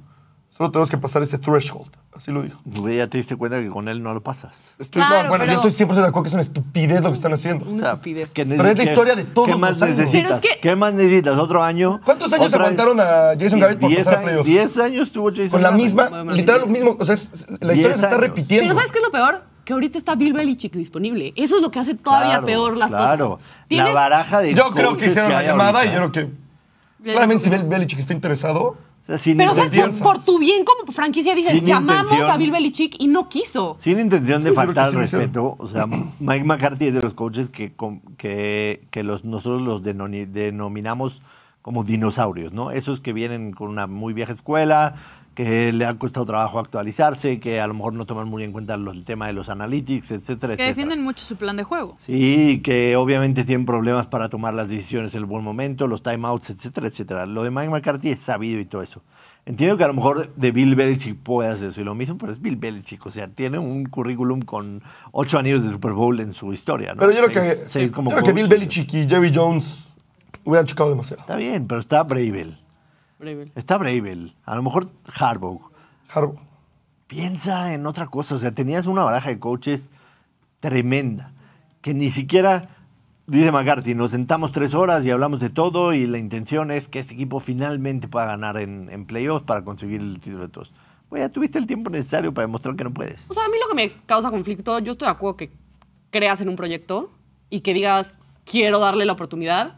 Speaker 3: Solo tenemos que pasar ese threshold. Así lo dijo.
Speaker 1: Güey, Ya te diste cuenta que con él no lo pasas.
Speaker 3: Estoy,
Speaker 2: Claro,
Speaker 3: bueno,
Speaker 2: pero-
Speaker 3: yo estoy 100% de acuerdo que es una estupidez lo que están haciendo.
Speaker 1: O sea,
Speaker 4: estupidez.
Speaker 1: que
Speaker 3: Pero es la
Speaker 1: que-
Speaker 3: historia de todos
Speaker 1: ¿Qué más
Speaker 3: los años.
Speaker 1: necesitas?
Speaker 4: Pero es que-
Speaker 1: ¿Qué más necesitas? ¿Otro año?
Speaker 3: ¿Cuántos años
Speaker 1: ¿Otra vez?
Speaker 3: aguantaron a Jason Garrett por
Speaker 1: Diez
Speaker 3: pasar a
Speaker 1: años-
Speaker 3: playoffs?
Speaker 1: Diez años tuvo Jason
Speaker 3: Con la
Speaker 1: Garrett.
Speaker 3: misma,
Speaker 4: Muy mal.
Speaker 3: literal lo mismo. O sea, es- la historia
Speaker 1: Diez
Speaker 3: se está
Speaker 1: años.
Speaker 3: repitiendo.
Speaker 4: Pero ¿sabes qué es lo peor? Que ahorita está Bill Belichick disponible. Eso es lo que hace todavía
Speaker 1: Claro,
Speaker 4: peor las
Speaker 1: claro.
Speaker 4: cosas.
Speaker 1: La
Speaker 4: Tienes-
Speaker 1: baraja de
Speaker 3: Yo creo que
Speaker 1: coaches
Speaker 3: hicieron la
Speaker 1: hay
Speaker 3: llamada
Speaker 1: ahorita.
Speaker 3: y yo creo que. Claramente, si Bel- Belichick está interesado,
Speaker 1: O sea, sin
Speaker 4: pero
Speaker 1: intención,
Speaker 4: ¿sabes? Por,
Speaker 3: intención.
Speaker 4: por tu bien como franquicia dices,
Speaker 1: Sin
Speaker 4: llamamos
Speaker 1: intención.
Speaker 4: a Bill Belichick y no quiso.
Speaker 1: sin intención de
Speaker 3: Sí, yo creo
Speaker 1: faltar al
Speaker 3: que sí lo
Speaker 1: respeto, o sea, Mike McCarthy es de los coaches que, com- que, que los, nosotros los denoni- denominamos como dinosaurios, ¿no? Esos que vienen con una muy vieja escuela, que le ha costado trabajo actualizarse, que a lo mejor no toman muy en cuenta los- el tema de los analytics, etcétera,
Speaker 2: que
Speaker 1: etcétera.
Speaker 2: defienden mucho su plan de juego.
Speaker 1: Sí, que obviamente tienen problemas para tomar las decisiones en el buen momento, los timeouts, etcétera, etcétera. Lo de Mike McCarthy es sabido y todo eso. Entiendo que a lo mejor de Bill Belichick puede hacer eso y lo mismo, pero es Bill Belichick. O sea, tiene un currículum con ocho anillos de Super Bowl en su historia, ¿no?
Speaker 3: Pero yo creo que,
Speaker 1: Seis- seis
Speaker 3: yo
Speaker 1: como
Speaker 3: creo que
Speaker 1: coach.
Speaker 3: Bill Belichick y Jerry Jones Hubieran chocado demasiado.
Speaker 1: Está bien, pero está Bravel.
Speaker 4: Bravel.
Speaker 1: Está Bravel. A lo mejor Harbaugh.
Speaker 3: Harbaugh.
Speaker 1: Piensa en otra cosa. O sea, tenías una baraja de coaches tremenda. Que ni siquiera, dice McCarthy, nos sentamos tres horas y hablamos de todo y la intención es que este equipo finalmente pueda ganar en, en playoffs para conseguir el título de todos. Güey, ya tuviste el tiempo necesario para demostrar que no puedes.
Speaker 4: O sea, a mí lo que me causa conflicto, yo estoy de acuerdo que creas en un proyecto y que digas, quiero darle la oportunidad,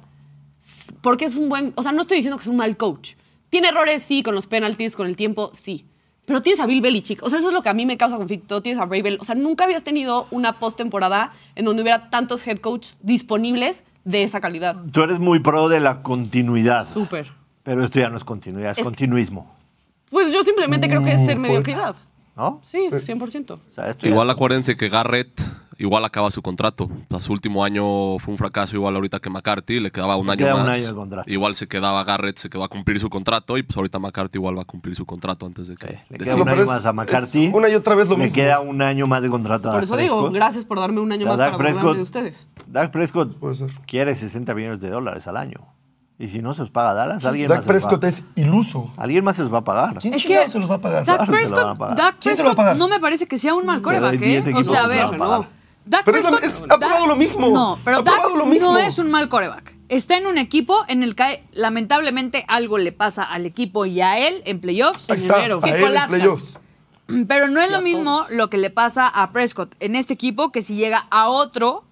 Speaker 4: s- porque es un buen, o sea, no estoy diciendo que es un mal coach. Tiene errores, sí, con los penalties, con el tiempo, sí. Pero tienes a Bill Belichick, o sea, eso es lo que a mí me causa conflicto, tienes a Bravel, o sea, nunca habías tenido una postemporada en donde hubiera tantos head coaches disponibles de esa calidad.
Speaker 1: Tú eres muy pro de la continuidad.
Speaker 4: Súper.
Speaker 1: Pero esto ya no es continuidad, es,
Speaker 4: Es-
Speaker 1: continuismo.
Speaker 4: Pues yo simplemente creo que es ser
Speaker 3: Mm,
Speaker 4: mediocridad.
Speaker 1: ¿No?
Speaker 4: Sí, 100%.
Speaker 1: O sea, esto ya-
Speaker 5: Igual acuérdense que Garrett igual acaba su contrato. O sea, su último año fue un fracaso igual ahorita que McCarthy. Le quedaba un
Speaker 1: Le
Speaker 5: año
Speaker 1: queda un
Speaker 5: más.
Speaker 1: año de contrato.
Speaker 5: Igual se quedaba Garrett, se quedó a cumplir su contrato y pues ahorita McCarthy igual va a cumplir su contrato antes de que...
Speaker 1: Le
Speaker 5: decida.
Speaker 1: queda
Speaker 3: Sí,
Speaker 1: un
Speaker 3: pero
Speaker 1: año
Speaker 3: es-
Speaker 1: más a McCarthy.
Speaker 3: es una y otra vez lo
Speaker 1: Le
Speaker 3: mismo.
Speaker 1: queda un año más de contrato a
Speaker 4: Por eso
Speaker 1: Dak
Speaker 4: digo,
Speaker 1: Ah, Prescott.
Speaker 4: gracias por darme un año
Speaker 1: La
Speaker 4: más
Speaker 1: Dak
Speaker 4: para burlarme
Speaker 1: Prescott-
Speaker 4: de ustedes.
Speaker 1: Dak Prescott
Speaker 3: Puede ser.
Speaker 1: quiere 60 millones de dólares al año. Y si no se los paga Dallas, alguien
Speaker 3: Dak
Speaker 1: más se los
Speaker 3: Prescott
Speaker 1: va-
Speaker 3: es iluso.
Speaker 1: Alguien más se los va a pagar.
Speaker 3: ¿Quién
Speaker 2: Es
Speaker 3: chingados
Speaker 2: que
Speaker 3: se los va a pagar?
Speaker 2: Dak
Speaker 1: Claro, se lo van a
Speaker 2: Prescott,
Speaker 1: pagar.
Speaker 2: Dak
Speaker 3: ¿Quién se lo va a
Speaker 2: Prescott
Speaker 3: pagar?
Speaker 2: no me parece que sea un mal
Speaker 1: Pero hay
Speaker 2: coreback,
Speaker 1: 10
Speaker 2: ¿eh? O
Speaker 1: equipos
Speaker 2: sea, a
Speaker 1: que se lo
Speaker 2: ver,
Speaker 1: van a
Speaker 2: no.
Speaker 1: pagar.
Speaker 2: Dak
Speaker 3: Pero es la-
Speaker 2: Prescott,
Speaker 3: es- ha probado lo mismo.
Speaker 2: No, pero
Speaker 3: Ha
Speaker 2: Dak
Speaker 3: probado lo mismo.
Speaker 2: no es un mal coreback. Está en un equipo en el que lamentablemente algo le pasa al equipo y a él en playoffs.
Speaker 3: Ahí está,
Speaker 4: enero.
Speaker 3: a
Speaker 4: Que
Speaker 3: él en
Speaker 2: colapsa.
Speaker 3: playoffs.
Speaker 2: Pero no es lo mismo lo que le pasa a Prescott en este equipo que si llega a otro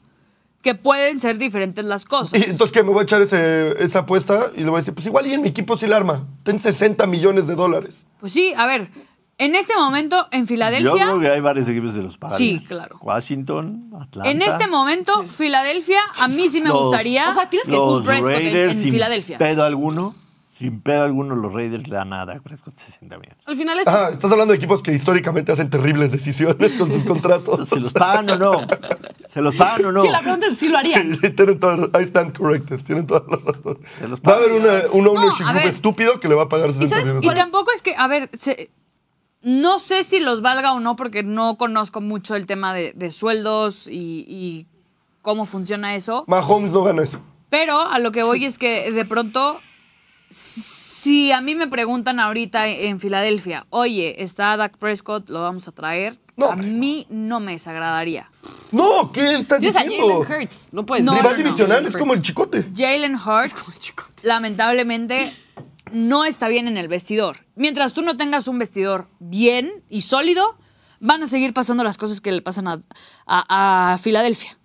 Speaker 2: que pueden ser diferentes las
Speaker 3: Y
Speaker 2: cosas.
Speaker 3: entonces, ¿qué? Me voy a echar ese- esa apuesta y le voy a decir, pues igual y en mi equipo sí la arma. Ten 60 millones de dólares.
Speaker 2: Pues sí, a ver, en este momento en
Speaker 1: Yo
Speaker 2: Filadelfia,
Speaker 1: creo que hay varios equipos que se los pagan.
Speaker 2: Sí, claro.
Speaker 1: Washington, Atlanta.
Speaker 2: en este momento Filadelfia, a mí sí me
Speaker 1: los-
Speaker 2: gustaría.
Speaker 4: O sea, tienes que
Speaker 2: un
Speaker 1: los
Speaker 2: Prescott en-
Speaker 1: Raiders
Speaker 2: en,
Speaker 1: sin
Speaker 2: Filadelfia.
Speaker 1: pedo alguno. Sin pedo alguno, los Raiders le dan a Dak Prescott 60 millones.
Speaker 4: Al final es...
Speaker 3: Ah, estás hablando de equipos que históricamente hacen terribles decisiones con sus contratos.
Speaker 1: ¿Se los pagan o no? ¿Se los pagan o no?
Speaker 4: Sí, la pregunta es si lo harían.
Speaker 3: Sí, tienen toda la- I stand corrected. Tienen toda la razón.
Speaker 1: Se los
Speaker 3: Va
Speaker 1: paga.
Speaker 3: a haber una- un ownership
Speaker 2: No, a
Speaker 3: group
Speaker 2: ver.
Speaker 3: estúpido que le va a pagar 60
Speaker 4: sabes
Speaker 3: millones. de
Speaker 2: Y
Speaker 3: dólares.
Speaker 2: tampoco es que, a ver, se- no sé si los valga o no, porque no conozco mucho el tema de, de sueldos y, y cómo funciona eso.
Speaker 3: Mahomes no gana eso.
Speaker 2: Pero a lo que voy es que de pronto, si a mí me preguntan ahorita en Filadelfia, oye, está Dak Prescott, lo vamos a traer,
Speaker 3: No,
Speaker 2: a
Speaker 3: hombre,
Speaker 2: mí no me desagradaría.
Speaker 3: No, ¿qué estás
Speaker 4: Tienes a
Speaker 3: diciendo?
Speaker 4: Jalen Hurts. No puedes
Speaker 2: No,
Speaker 4: decir
Speaker 3: Rival
Speaker 2: no, no.
Speaker 3: divisional es como el chicote.
Speaker 2: Jalen Hurts, lamentablemente, no está bien en el vestidor. Mientras tú no tengas un vestidor bien y sólido, van a seguir pasando las cosas que le pasan a, a- a Filadelfia.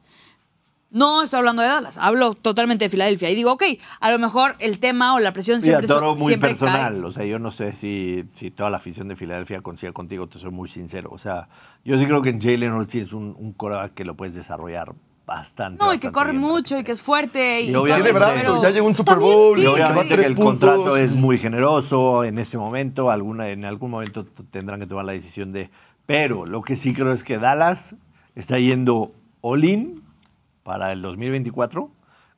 Speaker 2: No estoy hablando de Dallas, hablo totalmente de Filadelfia. Y digo, ok, a lo mejor el tema o la presión
Speaker 1: Sí, a
Speaker 2: siempre, so-
Speaker 1: toro muy
Speaker 2: siempre
Speaker 1: personal.
Speaker 2: cae.
Speaker 1: O sea, yo no sé si, si toda la afición de Filadelfia coincide contigo, te soy muy sincero. O sea, yo sí creo que en Jalen Hurts sí es un, un coreback que lo puedes desarrollar bastante.
Speaker 2: No, y que
Speaker 1: bastante
Speaker 2: corre
Speaker 1: bien.
Speaker 2: mucho y que es fuerte.
Speaker 1: Y
Speaker 2: Y, todo
Speaker 1: obviamente-
Speaker 3: Tiene
Speaker 2: eso,
Speaker 3: brazo,
Speaker 2: pero-
Speaker 3: ya llegó un Super
Speaker 2: También,
Speaker 3: Bowl.
Speaker 2: sí,
Speaker 1: Y
Speaker 2: sí,
Speaker 3: le va a
Speaker 1: obviamente
Speaker 2: sí.
Speaker 1: que
Speaker 3: tres
Speaker 1: el
Speaker 3: puntos.
Speaker 1: contrato es muy generoso en ese momento. Alguna, en algún momento t- tendrán que tomar la decisión de. Pero lo que sí creo es que Dallas está yendo all-in para el 2024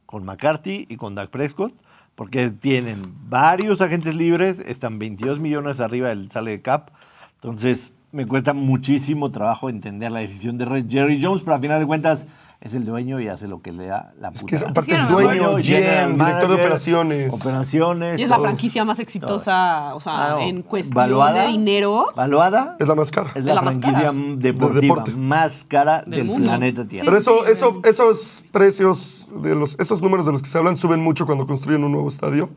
Speaker 1: con McCarthy y con Dak Prescott, porque tienen varios agentes libres, están 22 millones arriba del salary cap. Entonces, me cuesta muchísimo trabajo entender la decisión de Red- Jerry Jones, pero a final de cuentas es el dueño y hace lo que le da la puta.
Speaker 3: que
Speaker 1: gana.
Speaker 3: aparte
Speaker 2: es
Speaker 1: Sí,
Speaker 2: dueño,
Speaker 1: dueño,
Speaker 3: GM,
Speaker 1: general
Speaker 3: director de
Speaker 1: manager,
Speaker 3: operaciones.
Speaker 1: Operaciones.
Speaker 4: Y es la
Speaker 1: todo.
Speaker 4: franquicia más exitosa, o sea,
Speaker 3: Ah,
Speaker 1: Claro.
Speaker 4: en cuestión
Speaker 1: Valuada-
Speaker 4: de dinero.
Speaker 1: Valuada
Speaker 3: Es la más cara.
Speaker 1: es la,
Speaker 4: la más
Speaker 1: franquicia
Speaker 4: cara.
Speaker 1: deportiva
Speaker 3: deporte.
Speaker 1: más cara del,
Speaker 4: mundo.
Speaker 1: planeta Tierra.
Speaker 3: Pero eso, eso, esos precios, de los, esos números de los que se hablan suben mucho cuando construyen un nuevo estadio.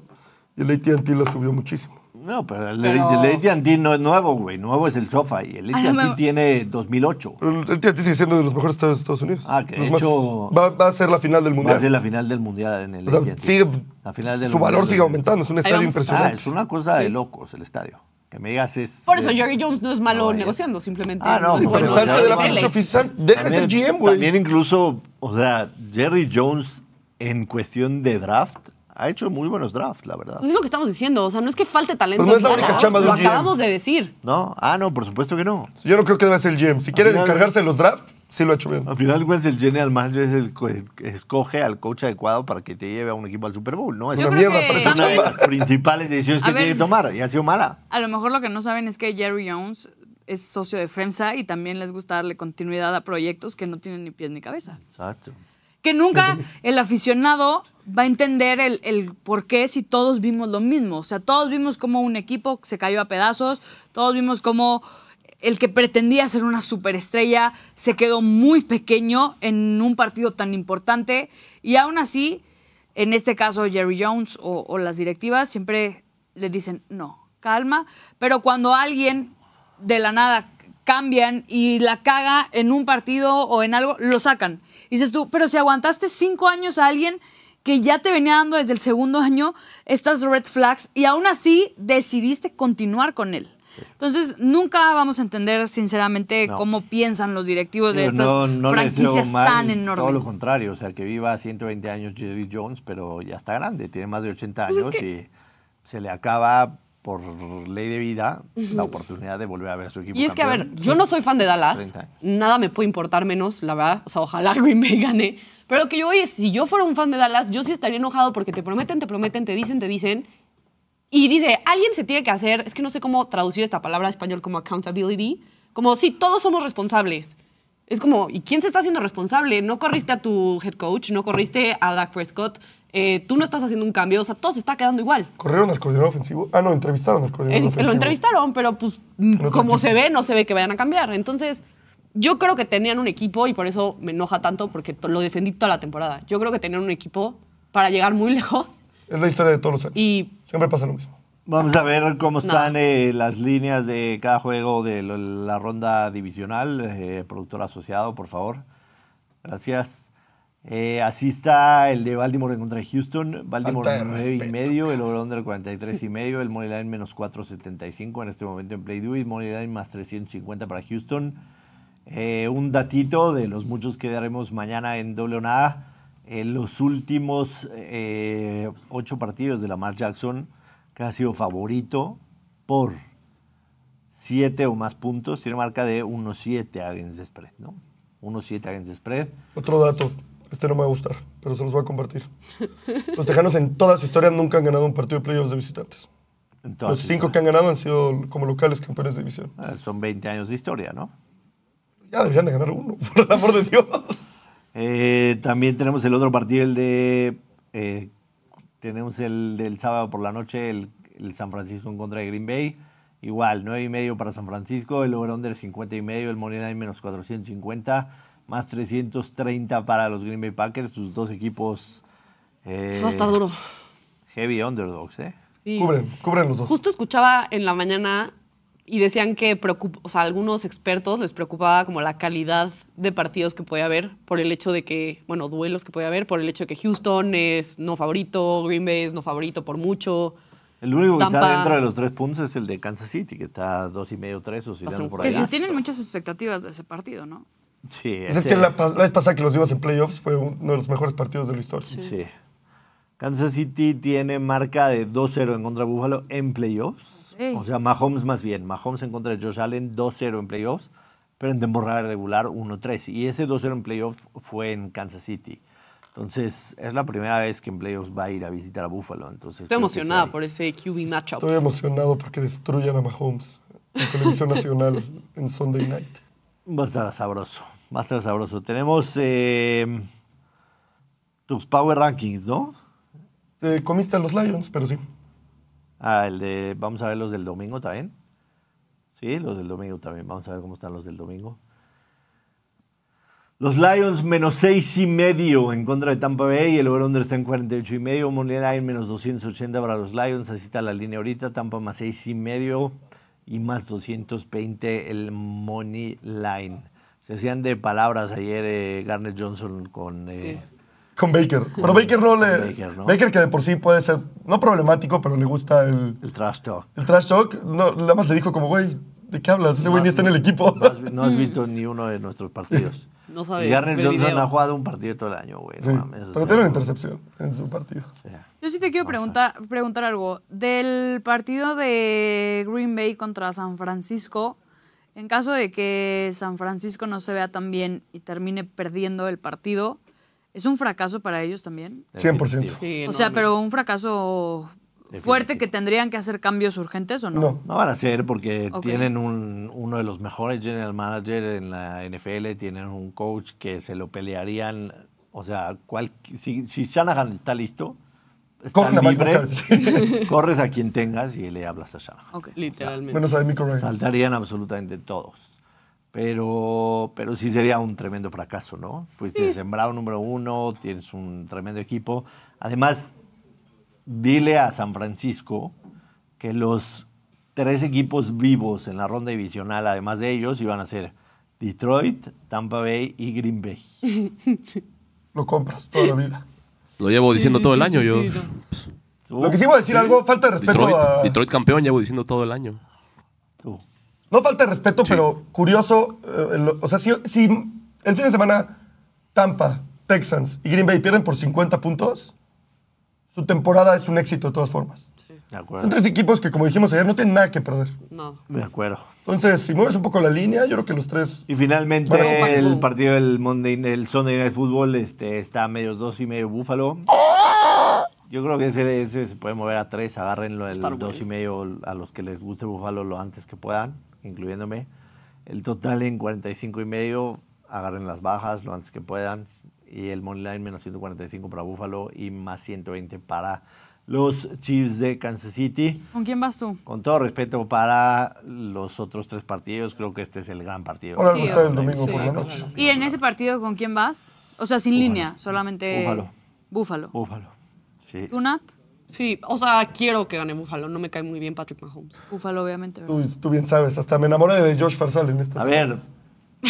Speaker 3: Y el AT&T la subió muchísimo.
Speaker 1: No, pero el,
Speaker 4: Pero- Ah,
Speaker 1: el AT&T no es nuevo, güey. Nuevo es el sofá y el
Speaker 2: A lo
Speaker 1: AT&T
Speaker 2: mejor-
Speaker 1: tiene 2008.
Speaker 3: Pero el AT&T sigue siendo de los mejores estadios de Estados Unidos.
Speaker 1: Ah, que de
Speaker 3: Los más-
Speaker 1: hecho-
Speaker 3: Va, va a ser la final del
Speaker 1: Va
Speaker 3: Mundial.
Speaker 1: a ser la final del mundial en el
Speaker 3: O sea,
Speaker 1: AT&T.
Speaker 3: sigue-
Speaker 1: La final del
Speaker 3: su valor
Speaker 1: mundial
Speaker 3: sigue
Speaker 1: del-
Speaker 3: aumentando. Es un estadio
Speaker 4: vamos a estar.
Speaker 1: Ah,
Speaker 3: impresionante.
Speaker 1: es una cosa de locos el estadio. Que me digas es.
Speaker 4: Por eso Jerry Jones no es malo
Speaker 1: No, ya.
Speaker 4: negociando, simplemente.
Speaker 1: Ah, no,
Speaker 4: es
Speaker 1: pero
Speaker 4: bueno
Speaker 1: salte
Speaker 3: Salte de
Speaker 4: en la
Speaker 3: la
Speaker 1: Bueno,
Speaker 4: NFL.
Speaker 3: pinche oficial. Deja de ser GM, güey.
Speaker 1: También incluso, o sea, Jerry Jones en cuestión de draft ha hecho muy buenos drafts, la verdad.
Speaker 4: Es lo que estamos diciendo, o sea, no es que falte talento.
Speaker 3: Pero Pues no es la
Speaker 4: en
Speaker 3: única
Speaker 4: Dallas,
Speaker 3: chamba de
Speaker 4: Lo
Speaker 3: un GM.
Speaker 4: acabamos de decir.
Speaker 1: ¿No? Ah, no, por supuesto que no.
Speaker 3: Yo no creo que deba ser el GM. Si quiere
Speaker 1: final-
Speaker 3: encargarse de los draft, sí lo ha hecho bien.
Speaker 1: Al final, pues, el general manager es el que escoge al coach adecuado para que te lleve a un equipo al Super Bowl, ¿no? Es
Speaker 2: Yo
Speaker 3: una
Speaker 2: creo
Speaker 3: mierda,
Speaker 2: que-
Speaker 3: parece
Speaker 1: es una de
Speaker 3: chamba.
Speaker 1: las principales decisiones
Speaker 2: A
Speaker 1: que
Speaker 2: ver.
Speaker 1: tiene que tomar y ha sido mala.
Speaker 2: A lo mejor lo que no saben es que Jerry Jones es socio de E FEMSA y también les gusta darle continuidad a proyectos que no tienen ni pies ni cabeza.
Speaker 1: Exacto.
Speaker 2: Que nunca el aficionado va a entender el, el por qué si todos vimos lo mismo. O sea, todos vimos cómo un equipo se cayó a pedazos, todos vimos cómo el que pretendía ser una superestrella se quedó muy pequeño en un partido tan importante y aún así, en este caso Jerry Jones o, o las directivas siempre le dicen no, calma, pero cuando alguien de la nada cambian y la caga en un partido o en algo, lo sacan. Y dices tú, pero si aguantaste cinco años a alguien que ya te venía dando desde el segundo año estas red flags y aún así decidiste continuar con él. Entonces, nunca vamos a entender sinceramente
Speaker 1: No.
Speaker 2: cómo piensan los directivos de
Speaker 1: Digo,
Speaker 2: pues estas
Speaker 1: le deseo
Speaker 2: franquicias
Speaker 1: mal,
Speaker 2: tan
Speaker 1: Todo lo
Speaker 2: enormes.
Speaker 1: contrario, o sea, que viva 120 años Jerry Jones, pero ya está grande, tiene más de 80
Speaker 2: Pues es
Speaker 1: años
Speaker 2: que-
Speaker 1: y se le acaba por ley de vida la oportunidad de volver a ver a su equipo.
Speaker 4: Y es que, a ver,
Speaker 1: campeón.
Speaker 4: yo no soy fan de Dallas.
Speaker 1: 30 años.
Speaker 4: Nada me puede importar menos, la verdad. O sea, ojalá Green Bay gane. Pero lo que yo voy es, si yo fuera un fan de Dallas, yo sí estaría enojado porque te prometen, te prometen, te dicen, te dicen. Y dice, alguien se tiene que hacer, es que no sé cómo traducir esta palabra a español como accountability. Como, sí, todos somos responsables. Es como, ¿y quién se está haciendo responsable? No corriste a tu head coach, no corriste a Dak Prescott, eh, tú no estás haciendo un cambio, o sea, todo se está quedando igual.
Speaker 3: ¿Corrieron al coordinador ofensivo? Ah, no, entrevistaron al coordinador
Speaker 4: En-
Speaker 3: ofensivo.
Speaker 4: lo entrevistaron, pero pues mm,
Speaker 3: otro
Speaker 4: como
Speaker 3: equipo.
Speaker 4: se ve, no se ve que vayan a cambiar. Entonces, yo creo que tenían un equipo y por eso me enoja tanto porque to- lo defendí toda la temporada. Yo creo que tenían un equipo para llegar muy lejos
Speaker 3: Es la historia de todos los años.
Speaker 4: y
Speaker 3: Siempre pasa lo mismo.
Speaker 1: Vamos a ver cómo están eh, las líneas de cada juego de lo- la ronda divisional. Eh, productor asociado, por favor. Gracias. Eh, así está el de Baltimore en contra de Houston. Baltimore
Speaker 3: Falta de
Speaker 1: 9 y
Speaker 3: respeto,
Speaker 1: medio, el over-under 43 y medio, el money line menos 4.75 en este momento en Play Do y money line más 350 para Houston. Eh, un datito de los muchos que daremos mañana en doble o nada. Eh, los últimos eh, ocho partidos de Lamar Jackson, que ha sido favorito por siete o más puntos, tiene marca de 1-7 against the spread, ¿no? 1-7 against the spread.
Speaker 3: Otro dato, este no me va a gustar, pero se los voy a compartir. Los Tejanos en toda su historia nunca han ganado un partido de playoffs de visitantes. Los
Speaker 1: Entonces,
Speaker 3: cinco que han ganado han sido como locales campeones de división.
Speaker 1: eh, son 20 años de historia, ¿no?
Speaker 3: Ya deberían de ganar uno, por el amor de Dios.
Speaker 1: Eh, también tenemos el otro partido, el de. eh, tenemos el del sábado por la noche, el, el San Francisco en contra de Green Bay. Igual, 9 y medio para San Francisco, el over-under 50 y medio, el Money Line menos 450, más 330 para los Green Bay Packers, sus dos equipos. eh,
Speaker 4: eso va a estar duro.
Speaker 1: Heavy underdogs, ¿eh?
Speaker 4: Sí.
Speaker 3: Cubren, cubren los dos.
Speaker 4: Justo escuchaba en la mañana y decían que preocup- o sea, a algunos expertos les preocupaba como la calidad de partidos que puede haber por el hecho de que, bueno, duelos que puede haber, por el hecho de que Houston es no favorito, Green Bay es no favorito por mucho.
Speaker 1: El único que está
Speaker 4: Tampa.
Speaker 1: dentro de los tres puntos es el de Kansas City, que está dos y medio, tres, oscilando
Speaker 4: un
Speaker 1: por
Speaker 2: Que
Speaker 1: ahí.
Speaker 2: se tienen muchas expectativas de ese partido, ¿no?
Speaker 1: Sí,
Speaker 3: Pues es
Speaker 1: ese-
Speaker 3: que la, pas- la vez pasada que los vimos en playoffs fue uno de los mejores partidos de la historia.
Speaker 1: Sí. Kansas City tiene marca de 2-0 en contra de Buffalo en playoffs.
Speaker 2: Ok.
Speaker 1: O sea, Mahomes más bien. Mahomes en contra de Josh Allen, 2-0 en playoffs, pero en temporada regular 1-3. Y ese 2-0 en playoffs fue en Kansas City. Entonces, es la primera vez que en playoffs va a ir a visitar a Buffalo. Entonces,
Speaker 4: Estoy
Speaker 1: creo que sí
Speaker 4: emocionada
Speaker 1: hay-
Speaker 4: por ese QB matchup.
Speaker 3: Estoy emocionado porque destruyan a Mahomes en televisión nacional en Sunday Night.
Speaker 1: Va a estar sabroso. Va a estar sabroso. Tenemos eh, tus Power Rankings, ¿no?
Speaker 3: Te comiste a los Lions, pero sí.
Speaker 1: Ah, el de. Vamos a ver los del domingo también. Sí, los del domingo también. Vamos a ver cómo están los del domingo. Los Lions menos seis y medio en contra de Tampa Bay. El over-under está en 48 y medio. Money line menos 280 para los Lions. Así está la línea ahorita. Tampa más seis y medio y más 220 el money line. Se hacían de palabras ayer eh, Garner Johnson con... eh,
Speaker 3: Con Baker. Pero Baker no le.
Speaker 1: Con Baker,
Speaker 3: Baker,
Speaker 1: ¿no?
Speaker 3: que de por sí puede ser, no problemático, pero le gusta el,
Speaker 1: El trash talk.
Speaker 3: el trash talk. No, nada más le dijo como, güey, ¿de qué hablas? Ese Este güey ni está en el equipo. Mm.
Speaker 1: No has, vi- no has visto ni uno de nuestros partidos.
Speaker 4: No sabes,
Speaker 1: Y Garner
Speaker 4: ver
Speaker 1: Johnson
Speaker 4: video.
Speaker 1: ha jugado un partido todo el año, güey. no
Speaker 3: Sí,
Speaker 1: mames, o
Speaker 3: pero
Speaker 1: sea,
Speaker 3: tiene una
Speaker 1: no-
Speaker 3: intercepción en su partido.
Speaker 1: o sea,
Speaker 2: Yo sí te quiero preguntar, preguntar algo. Del partido de Green Bay contra San Francisco, en caso de que San Francisco no se vea tan bien y termine perdiendo el partido, ¿es un fracaso para ellos también?
Speaker 3: 100%.
Speaker 1: definitivo.
Speaker 4: Sí,
Speaker 2: o
Speaker 4: no,
Speaker 2: sea,
Speaker 4: no.
Speaker 2: pero un fracaso fuerte que tendrían que hacer cambios urgentes o no.
Speaker 3: No.
Speaker 1: No van a ser porque
Speaker 2: Ok.
Speaker 1: tienen un- uno de los mejores general manager en la NFL, tienen un coach que se lo pelearían O sea, cual- si, si Shanahan está listo, está
Speaker 3: Coge a Mike
Speaker 1: libre, corres a quien tengas y le hablas a Shanahan.
Speaker 2: Ok.
Speaker 4: Literalmente.
Speaker 3: Menos a Miko Ryan.
Speaker 1: Saltarían absolutamente todos. Pero, pero sí sería un tremendo fracaso, ¿no? Fuiste sembrado número uno, tienes un tremendo equipo. Además, dile a San Francisco que los tres equipos vivos en la ronda divisional, además de ellos, iban a ser Detroit, Tampa Bay y Green Bay.
Speaker 3: Lo compras toda la vida.
Speaker 5: Lo llevo diciendo todo el año yo.
Speaker 3: Lo que sí voy a decir algo, falta de respeto
Speaker 5: Detroit,
Speaker 3: a...
Speaker 5: Detroit campeón, llevo diciendo todo el año.
Speaker 1: Tú.
Speaker 3: No falta de respeto, pero curioso. eh, el- o sea, si, si el fin de semana Tampa, Texans y Green Bay pierden por 50 puntos, su temporada es un éxito de todas formas.
Speaker 1: De
Speaker 3: Son
Speaker 1: acuerdo.
Speaker 3: tres equipos que, como dijimos ayer, no tienen nada que perder.
Speaker 4: No.
Speaker 1: De acuerdo.
Speaker 3: Entonces, si mueves un poco la línea, yo creo que los tres...
Speaker 1: Y finalmente
Speaker 3: Bueno, Paco.
Speaker 1: el partido del Monday, el Sunday Night Football este, está a medios dos y medio Búfalo. Yo creo que ese, ese se puede mover a tres. Agárrenlo el
Speaker 4: Estar
Speaker 1: dos y medio a los que les guste Búfalo lo antes que puedan, incluyéndome. El total en 45 y medio. Agarren las bajas lo antes que puedan. Y el Money Line menos 145 para Búfalo y más 120 para los Chiefs de Kansas City.
Speaker 2: ¿Con quién vas tú?
Speaker 1: Con todo respeto para los otros tres partidos, creo que este es el gran partido.
Speaker 3: Ahora
Speaker 2: Sí,
Speaker 3: algo está el domingo
Speaker 4: sí,
Speaker 3: por la
Speaker 4: claro.
Speaker 3: noche.
Speaker 2: ¿Y en ese partido con quién vas? O sea, sin línea, solamente.
Speaker 1: Búfalo.
Speaker 2: Búfalo.
Speaker 1: Búfalo. Sí.
Speaker 2: ¿Tú, Nat?
Speaker 4: Sí, o sea, quiero que gane Buffalo. No me cae muy bien Patrick Mahomes.
Speaker 2: Búfalo, obviamente. ¿verdad?
Speaker 3: Tú, tú bien sabes, hasta me enamoré de Josh Farsal en esta
Speaker 1: A
Speaker 3: serie.
Speaker 1: ver,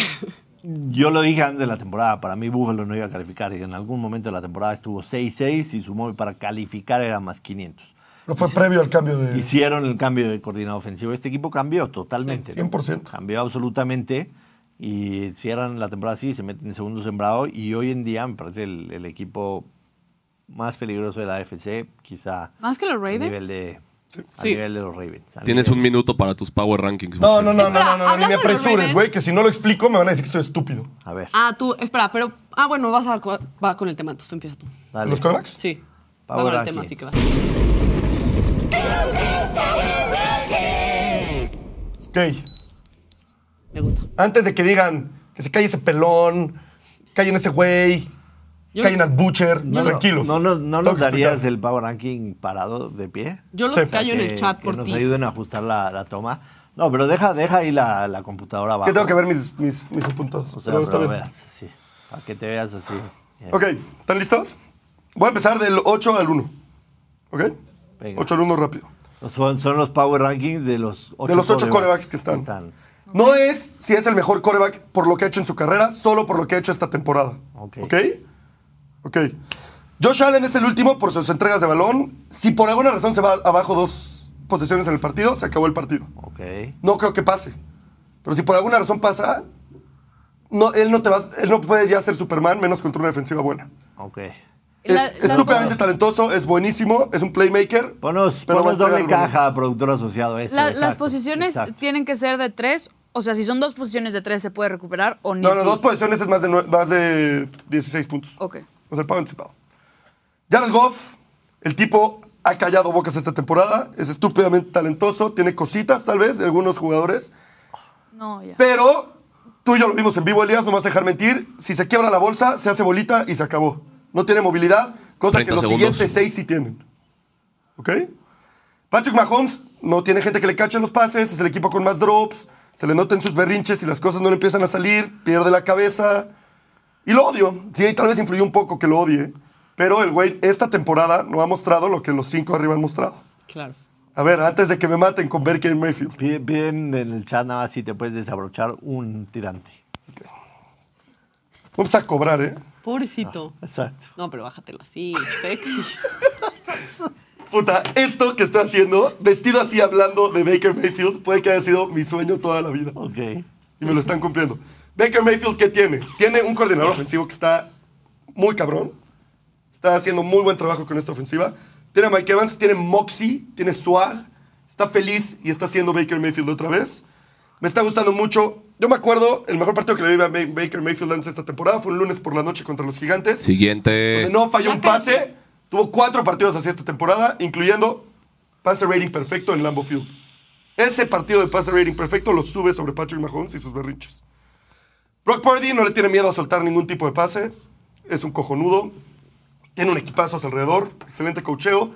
Speaker 1: yo lo dije antes de la temporada, para mí Búfalo no iba a calificar. y En algún momento de la temporada estuvo 6-6 y su móvil para calificar era más 500.
Speaker 3: Pero fue previo al cambio de...
Speaker 1: Hicieron el cambio de coordinador ofensivo. Este equipo cambió totalmente. ¿no?
Speaker 3: 100%.
Speaker 1: Cambió absolutamente. Y cierran la temporada así, se meten en segundo sembrado. Y hoy en día me parece el, el equipo más peligroso de la AFC, quizá
Speaker 2: ¿Más que los
Speaker 1: a
Speaker 2: Ravens?
Speaker 1: nivel de, a
Speaker 4: Sí.
Speaker 1: nivel de los Ravens. a
Speaker 5: Tienes
Speaker 1: nivel-
Speaker 5: un minuto para tus power rankings.
Speaker 3: No,
Speaker 5: muchachos.
Speaker 3: no, no, no, no, no, no, ni
Speaker 4: Hablando
Speaker 3: me
Speaker 4: de los
Speaker 3: apresures,
Speaker 4: Ravens-
Speaker 3: güey, que si no lo explico me van a decir que estoy estúpido.
Speaker 1: A ver,
Speaker 4: Ah, tú, espera, pero. Ah, bueno, vas a, va con el tema, entonces tú empiezas tú.
Speaker 1: dale.
Speaker 3: ¿Los corebacks?
Speaker 4: Sí.
Speaker 1: Power
Speaker 4: va con
Speaker 1: rankings.
Speaker 4: el tema, así que vas.
Speaker 3: Ok.
Speaker 4: Me gusta.
Speaker 3: Antes de que digan que se calle ese pelón, callen ese güey,
Speaker 4: Yo
Speaker 3: callen
Speaker 4: los,
Speaker 3: al butcher,
Speaker 1: No, no,
Speaker 3: tranquilos.
Speaker 1: No, no, no
Speaker 3: Tengo
Speaker 1: nos
Speaker 3: que
Speaker 1: darías
Speaker 3: explicar.
Speaker 1: el power ranking parado de pie.
Speaker 4: yo los
Speaker 3: Sí.
Speaker 4: callo en
Speaker 1: Que-
Speaker 4: el chat
Speaker 1: que
Speaker 4: por
Speaker 1: nos
Speaker 4: ti.
Speaker 1: ayuden a ajustar la, la toma. No, pero deja, deja ahí la, la computadora
Speaker 3: Es
Speaker 1: abajo.
Speaker 3: que tengo que ver mis, mis, mis apuntados.
Speaker 1: O sea, pero
Speaker 3: pero está bien.
Speaker 1: veas, sí. Para que te veas así. Bien.
Speaker 3: Ok, ¿están listos? Voy a empezar del 8 al 1. ¿Ok?
Speaker 1: Venga.
Speaker 3: 8 al 1 rápido.
Speaker 1: Son, son los power rankings de los ocho,
Speaker 3: de los 8 corebacks que están. No es si es el mejor coreback por lo que ha hecho en su carrera, solo por lo que ha hecho esta temporada.
Speaker 1: Ok.
Speaker 3: ¿Ok? Ok. Josh Allen es el último por sus entregas de balón. Si por alguna razón se va abajo dos posesiones en el partido, se acabó el partido.
Speaker 1: Ok.
Speaker 3: No creo que pase. Pero si por alguna razón pasa, no, él, no te vas, él no puede ya ser Superman menos contra una defensiva buena.
Speaker 1: Ok.
Speaker 3: Es
Speaker 2: La- la-
Speaker 3: estúpidamente talentoso, es buenísimo, es un playmaker.
Speaker 1: Ponos,
Speaker 3: pero va a
Speaker 1: ponos doble
Speaker 3: entregar el balón.
Speaker 1: caja, productor asociado. Eso,
Speaker 2: la- las
Speaker 1: exacto,
Speaker 2: posiciones
Speaker 1: exacto.
Speaker 2: tienen que ser de tres. O sea, si son dos posiciones de tres, se puede recuperar o ni
Speaker 3: No, no,
Speaker 2: así?
Speaker 3: dos posiciones es más de, nue- más de 16 puntos.
Speaker 2: Ok.
Speaker 3: O sea, el pago anticipado. Jared Goff, el tipo ha callado bocas esta temporada, es estúpidamente talentoso, tiene cositas tal vez de algunos jugadores,
Speaker 2: No, ya.
Speaker 3: pero tú y yo lo vimos en vivo, Elías, no me vas a dejar mentir, si se quiebra la bolsa, se hace bolita y se acabó. No tiene movilidad, cosa que
Speaker 5: 30
Speaker 3: los
Speaker 5: segundos.
Speaker 3: siguientes seis sí tienen. ¿Ok? Patrick Mahomes no tiene gente que le cache los pases, es el equipo con más drops, se le notan sus berrinches y las cosas no le empiezan a salir, pierde la cabeza. Y lo odio. Sí, tal vez influyó un poco que lo odie, pero el güey esta temporada no ha mostrado lo que los cinco arriba han mostrado.
Speaker 4: Claro.
Speaker 3: A ver, antes de que me maten con Baker Mayfield.
Speaker 1: Piden, piden en el chat nada más si te puedes desabrochar un tirante.
Speaker 3: Vamos a cobrar, ¿eh?
Speaker 4: Pobrecito.
Speaker 1: Exacto.
Speaker 4: No, pero bájatelo así, sexy.
Speaker 3: Puta, esto que estoy haciendo, vestido así hablando de Baker Mayfield, puede que haya sido mi sueño toda la vida.
Speaker 1: Ok.
Speaker 3: Y me lo están cumpliendo. Baker Mayfield, ¿qué tiene? Tiene un coordinador ofensivo que está muy cabrón. Está haciendo muy buen trabajo con esta ofensiva. Tiene a Mike Evans, tiene Moxie, tiene Swag. Está feliz y está haciendo Baker Mayfield otra vez. Me está gustando mucho. Yo me acuerdo, el mejor partido que le vi a Ma- Baker Mayfield antes de esta temporada fue un lunes por la noche contra los Gigantes.
Speaker 5: Siguiente.
Speaker 3: Donde no falló un pase. Tuvo cuatro partidos así esta temporada, incluyendo pase rating perfecto en Lambeau Field. Ese partido de pase rating perfecto lo sube sobre Patrick Mahomes y sus berrinches. Brock Purdy no le tiene miedo a soltar ningún tipo de pase. es un cojonudo, tiene un equipazo a su alrededor, excelente cocheo,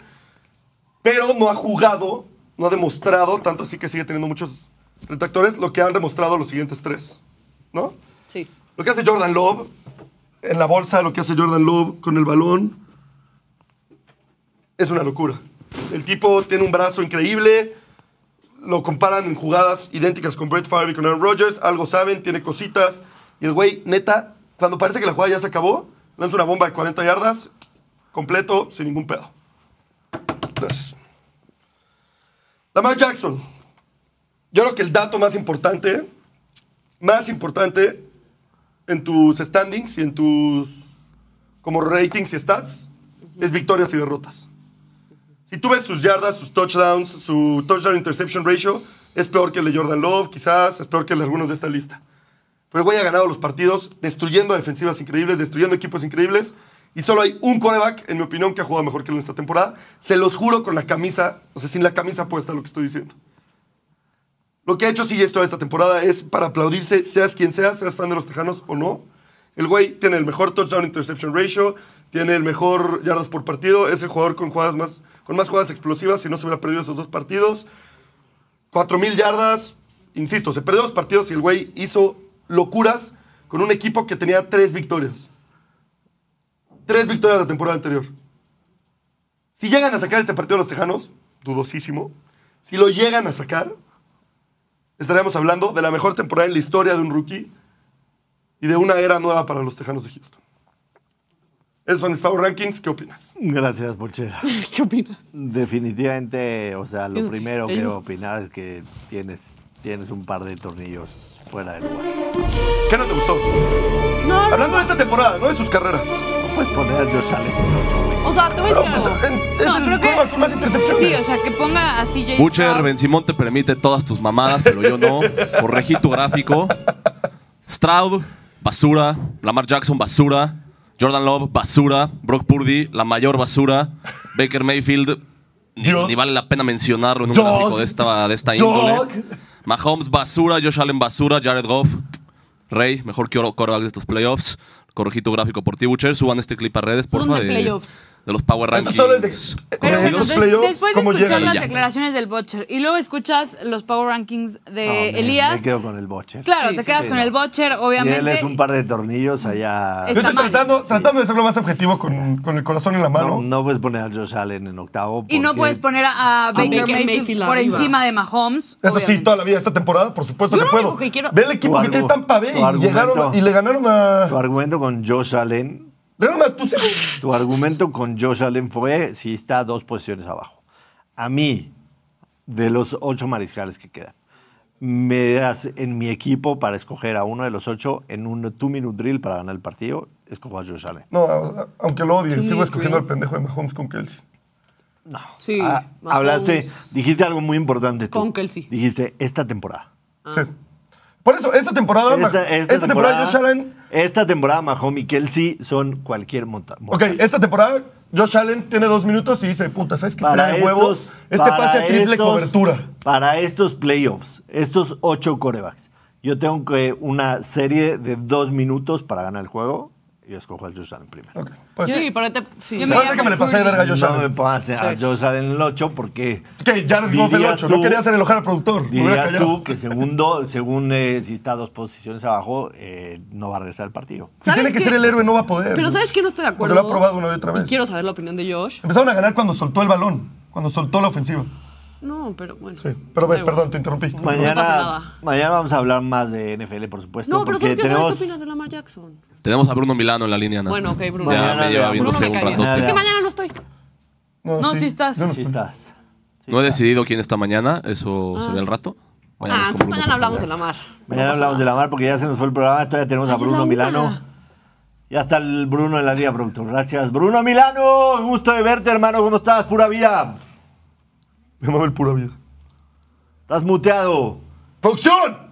Speaker 3: pero no ha jugado, no ha demostrado, tanto así que sigue teniendo muchos retractores, lo que han demostrado los siguientes tres, ¿no?
Speaker 4: Sí.
Speaker 3: Lo que hace Jordan Love en la bolsa, lo que hace Jordan Love con el balón, es una locura. El tipo tiene un brazo increíble, lo comparan en jugadas idénticas con Brett Favre y con Aaron Rodgers, algo saben, tiene cositas, y el güey, neta, cuando parece que la jugada ya se acabó, lanza una bomba de 40 yardas, completo, sin ningún pedo. Gracias. Lamar Jackson. Yo creo que el dato más importante, más importante en tus standings y en tus como ratings y stats, es victorias y derrotas. Si tú ves sus yardas, sus touchdowns, su touchdown interception ratio, es peor que el de Jordan Love, quizás, es peor que el de algunos de esta lista. Pero el güey ha ganado los partidos destruyendo a defensivas increíbles, destruyendo equipos increíbles. Y solo hay un coreback, en mi opinión, que ha jugado mejor que él en esta temporada. Se los juro con la camisa, o sea, sin la camisa puesta, lo que estoy diciendo. Lo que ha hecho sí esto esta temporada es para aplaudirse, seas quien seas, seas fan de los Tejanos o no. El güey tiene el mejor touchdown interception ratio, tiene el mejor yardas por partido, es el jugador con, jugadas más, con más jugadas explosivas si no se hubiera perdido esos dos partidos. 4.000 yardas, insisto, se perdió dos partidos y el güey hizo locuras con un equipo que tenía tres victorias. Tres victorias la temporada anterior. Si llegan a sacar este partido los Tejanos, dudosísimo, si lo llegan a sacar, estaríamos hablando de la mejor temporada en la historia de un rookie y de una era nueva para los Tejanos de Houston. Esos son mis Power Rankings. ¿Qué opinas?
Speaker 1: Gracias, Porchera.
Speaker 4: ¿Qué opinas?
Speaker 1: Definitivamente, o sea, lo
Speaker 4: Sí,
Speaker 1: primero
Speaker 4: sí.
Speaker 1: que opinar es que tienes, tienes un par de tornillos fuera del lugar.
Speaker 3: ¿Qué no te gustó?
Speaker 4: No, no,
Speaker 3: Hablando de esta temporada, no de sus carreras.
Speaker 1: No puedes poner yo sales en 8, güey.
Speaker 4: O sea, te voy a
Speaker 3: Pero,
Speaker 4: decir algo.
Speaker 3: pues, en- es
Speaker 2: No,
Speaker 3: el
Speaker 2: creo que-
Speaker 3: coreback con más intercepciones.
Speaker 2: Sí, o sea, que ponga así James
Speaker 5: Butcher,
Speaker 2: Stroud.
Speaker 5: Benzimón te permite todas tus mamadas, pero yo no. Corregí tu gráfico. Stroud, basura. Lamar Jackson, basura. Jordan Love, basura. Brock Purdy, la mayor basura. Baker Mayfield, ni,
Speaker 3: Dios.
Speaker 5: ni vale la pena mencionarlo en un
Speaker 3: Dog.
Speaker 5: gráfico de esta, de esta
Speaker 3: Dog.
Speaker 5: índole. Mahomes, basura. Josh Allen, basura. Jared Goff, Rey, mejor que oro- quarterback de estos playoffs. Corregí tu gráfico por ti, Butcher. Suban este clip a redes, por
Speaker 4: Son
Speaker 5: favor.
Speaker 4: de playoffs.
Speaker 5: de los Power
Speaker 3: Esto
Speaker 5: Rankings.
Speaker 3: solo es de-
Speaker 2: Pero bueno,
Speaker 3: Los
Speaker 2: des-
Speaker 3: playoffs,
Speaker 2: después de
Speaker 3: ¿cómo
Speaker 2: escuchar
Speaker 3: llegan?
Speaker 2: las
Speaker 5: Ya.
Speaker 2: declaraciones del Butcher y luego escuchas los Power Rankings de
Speaker 1: No, me-
Speaker 2: Eh, Elías,
Speaker 1: Me quedo con el boche.
Speaker 2: claro,
Speaker 4: Sí,
Speaker 2: te
Speaker 4: sí,
Speaker 2: quedas
Speaker 1: sí,
Speaker 2: con
Speaker 1: no.
Speaker 2: el Butcher,
Speaker 1: Y
Speaker 2: obviamente.
Speaker 1: él es un par de tornillos allá. Pues,
Speaker 3: Yo
Speaker 2: Está
Speaker 3: estoy
Speaker 2: mal.
Speaker 3: tratando, tratando de ser lo más objetivo con, con el corazón en la mano.
Speaker 1: No, no puedes poner a Josh Allen en octavo.
Speaker 2: Y no
Speaker 1: porque-
Speaker 2: puedes poner a, a Baker
Speaker 4: Baker
Speaker 2: Mayfield,
Speaker 4: Mayfield
Speaker 2: por
Speaker 4: arriba.
Speaker 2: encima de Mahomes.
Speaker 3: Eso sí,
Speaker 2: obviamente.
Speaker 3: toda la vida, esta temporada, por supuesto
Speaker 4: Yo
Speaker 3: que
Speaker 4: lo
Speaker 3: puedo.
Speaker 4: único que quiero-
Speaker 3: Ve el equipo
Speaker 1: Tu
Speaker 3: que tiene
Speaker 1: argu-
Speaker 3: Tampa Bay
Speaker 1: tu
Speaker 3: y,
Speaker 1: argumento.
Speaker 3: llegaron, y le ganaron
Speaker 1: Tu
Speaker 3: a...
Speaker 1: argumento con Josh Allen.
Speaker 3: Le ganaron a tus hijos.
Speaker 1: Tu argumento con Josh Allen fue si está dos posiciones abajo. A mí, de los ocho mariscales que quedan, me das en mi equipo para escoger a uno de los ocho en un two-minute drill para ganar el partido, escojo a Josh Allen.
Speaker 3: No, a- a- aunque lo odie,
Speaker 4: Sí,
Speaker 3: sigo escogiendo
Speaker 4: güey.
Speaker 3: al pendejo de Mahomes con Kelsey.
Speaker 4: Sí.
Speaker 1: Ah,
Speaker 4: Mahomes.
Speaker 1: hablaste, dijiste algo muy importante tú.
Speaker 4: Con Kelsey.
Speaker 1: Dijiste, esta temporada.
Speaker 3: Sí. Por eso, esta temporada, Ma-
Speaker 1: Esta,
Speaker 3: esta,
Speaker 1: esta
Speaker 3: temporada, Josh Allen...
Speaker 1: Esta temporada, Mahomes y Kelsey son cualquier monta.
Speaker 3: Ok, esta temporada, Josh Allen tiene dos minutos y dice, puta, ¿sabes qué? Está
Speaker 1: para
Speaker 3: de
Speaker 1: estos,
Speaker 3: huevos. Este
Speaker 1: para
Speaker 3: pase a triple
Speaker 1: estos-
Speaker 3: cobertura.
Speaker 1: Para estos playoffs, estos ocho corebacks, yo tengo que una serie de dos minutos para ganar el juego. Yo escojo al Josh Allen primero.
Speaker 3: Ok, pues,
Speaker 4: Sí, pero te. Sí.
Speaker 2: Yo me
Speaker 3: se me hace
Speaker 2: llamo
Speaker 3: que me le pasé de verga a Josh
Speaker 1: No me
Speaker 3: Allen.
Speaker 1: pongas a
Speaker 4: Sí.
Speaker 1: Josh Allen en el 8 porque
Speaker 3: Ok, Jared Goff el
Speaker 1: Dirías
Speaker 3: 8. No
Speaker 1: tú-
Speaker 3: quería hacer enojar al productor. me hubiera
Speaker 1: dirías
Speaker 3: callado.
Speaker 1: tú que segundo, según eh, si está dos posiciones abajo, eh, no va a regresar al partido.
Speaker 3: Si
Speaker 4: ¿Sabes
Speaker 3: tiene que
Speaker 4: qué?
Speaker 3: ser el héroe, no va a poder.
Speaker 4: Pero ¿sabes qué? No estoy de
Speaker 3: Porque
Speaker 4: acuerdo.
Speaker 3: lo ha probado una y otra vez.
Speaker 4: Y quiero saber la opinión de Josh.
Speaker 3: Empezaron a ganar cuando soltó el balón, cuando soltó la ofensiva.
Speaker 4: No, pero bueno.
Speaker 3: Sí, pero ve,
Speaker 4: Da igual.
Speaker 3: perdón, te interrumpí.
Speaker 4: pasa
Speaker 1: Mañana,
Speaker 4: nada.
Speaker 1: mañana vamos a hablar más de NFL, por supuesto,
Speaker 4: No, pero
Speaker 1: porque
Speaker 4: solo quiero saber qué
Speaker 1: tenemos
Speaker 4: opinas de Lamar Jackson.
Speaker 5: Tenemos a Bruno Milano en la línea. Ana.
Speaker 4: Bueno, ok, Bruno.
Speaker 5: Ya
Speaker 1: Mañana
Speaker 5: me lleva
Speaker 1: veamos.
Speaker 5: viendo
Speaker 4: Bruno me
Speaker 5: un
Speaker 4: cae bien.
Speaker 5: ratote.
Speaker 4: Es
Speaker 1: Nada.
Speaker 4: que mañana no estoy. Ah,
Speaker 2: No, sí estás.
Speaker 3: Yo no
Speaker 1: si
Speaker 3: estoy.
Speaker 1: estás. Sí
Speaker 5: No he
Speaker 1: estás.
Speaker 5: decidido quién está mañana, eso se ve al rato. Vayan
Speaker 4: Ah,
Speaker 5: con
Speaker 4: entonces
Speaker 5: Bruno,
Speaker 4: mañana
Speaker 5: por favor.
Speaker 4: hablamos de Lamar.
Speaker 1: Mañana hablamos de la mar porque ya se nos fue el programa. Todavía tenemos a
Speaker 4: Ay, es
Speaker 1: Bruno
Speaker 4: la
Speaker 1: Milano.
Speaker 4: una.
Speaker 1: Ya está el Bruno en la liga, productor. Gracias. Bruno Milano, gusto de verte, hermano. ¿Cómo estás? Pura vida.
Speaker 3: Me mama el pura vida.
Speaker 1: Estás muteado.
Speaker 3: ¡Producción!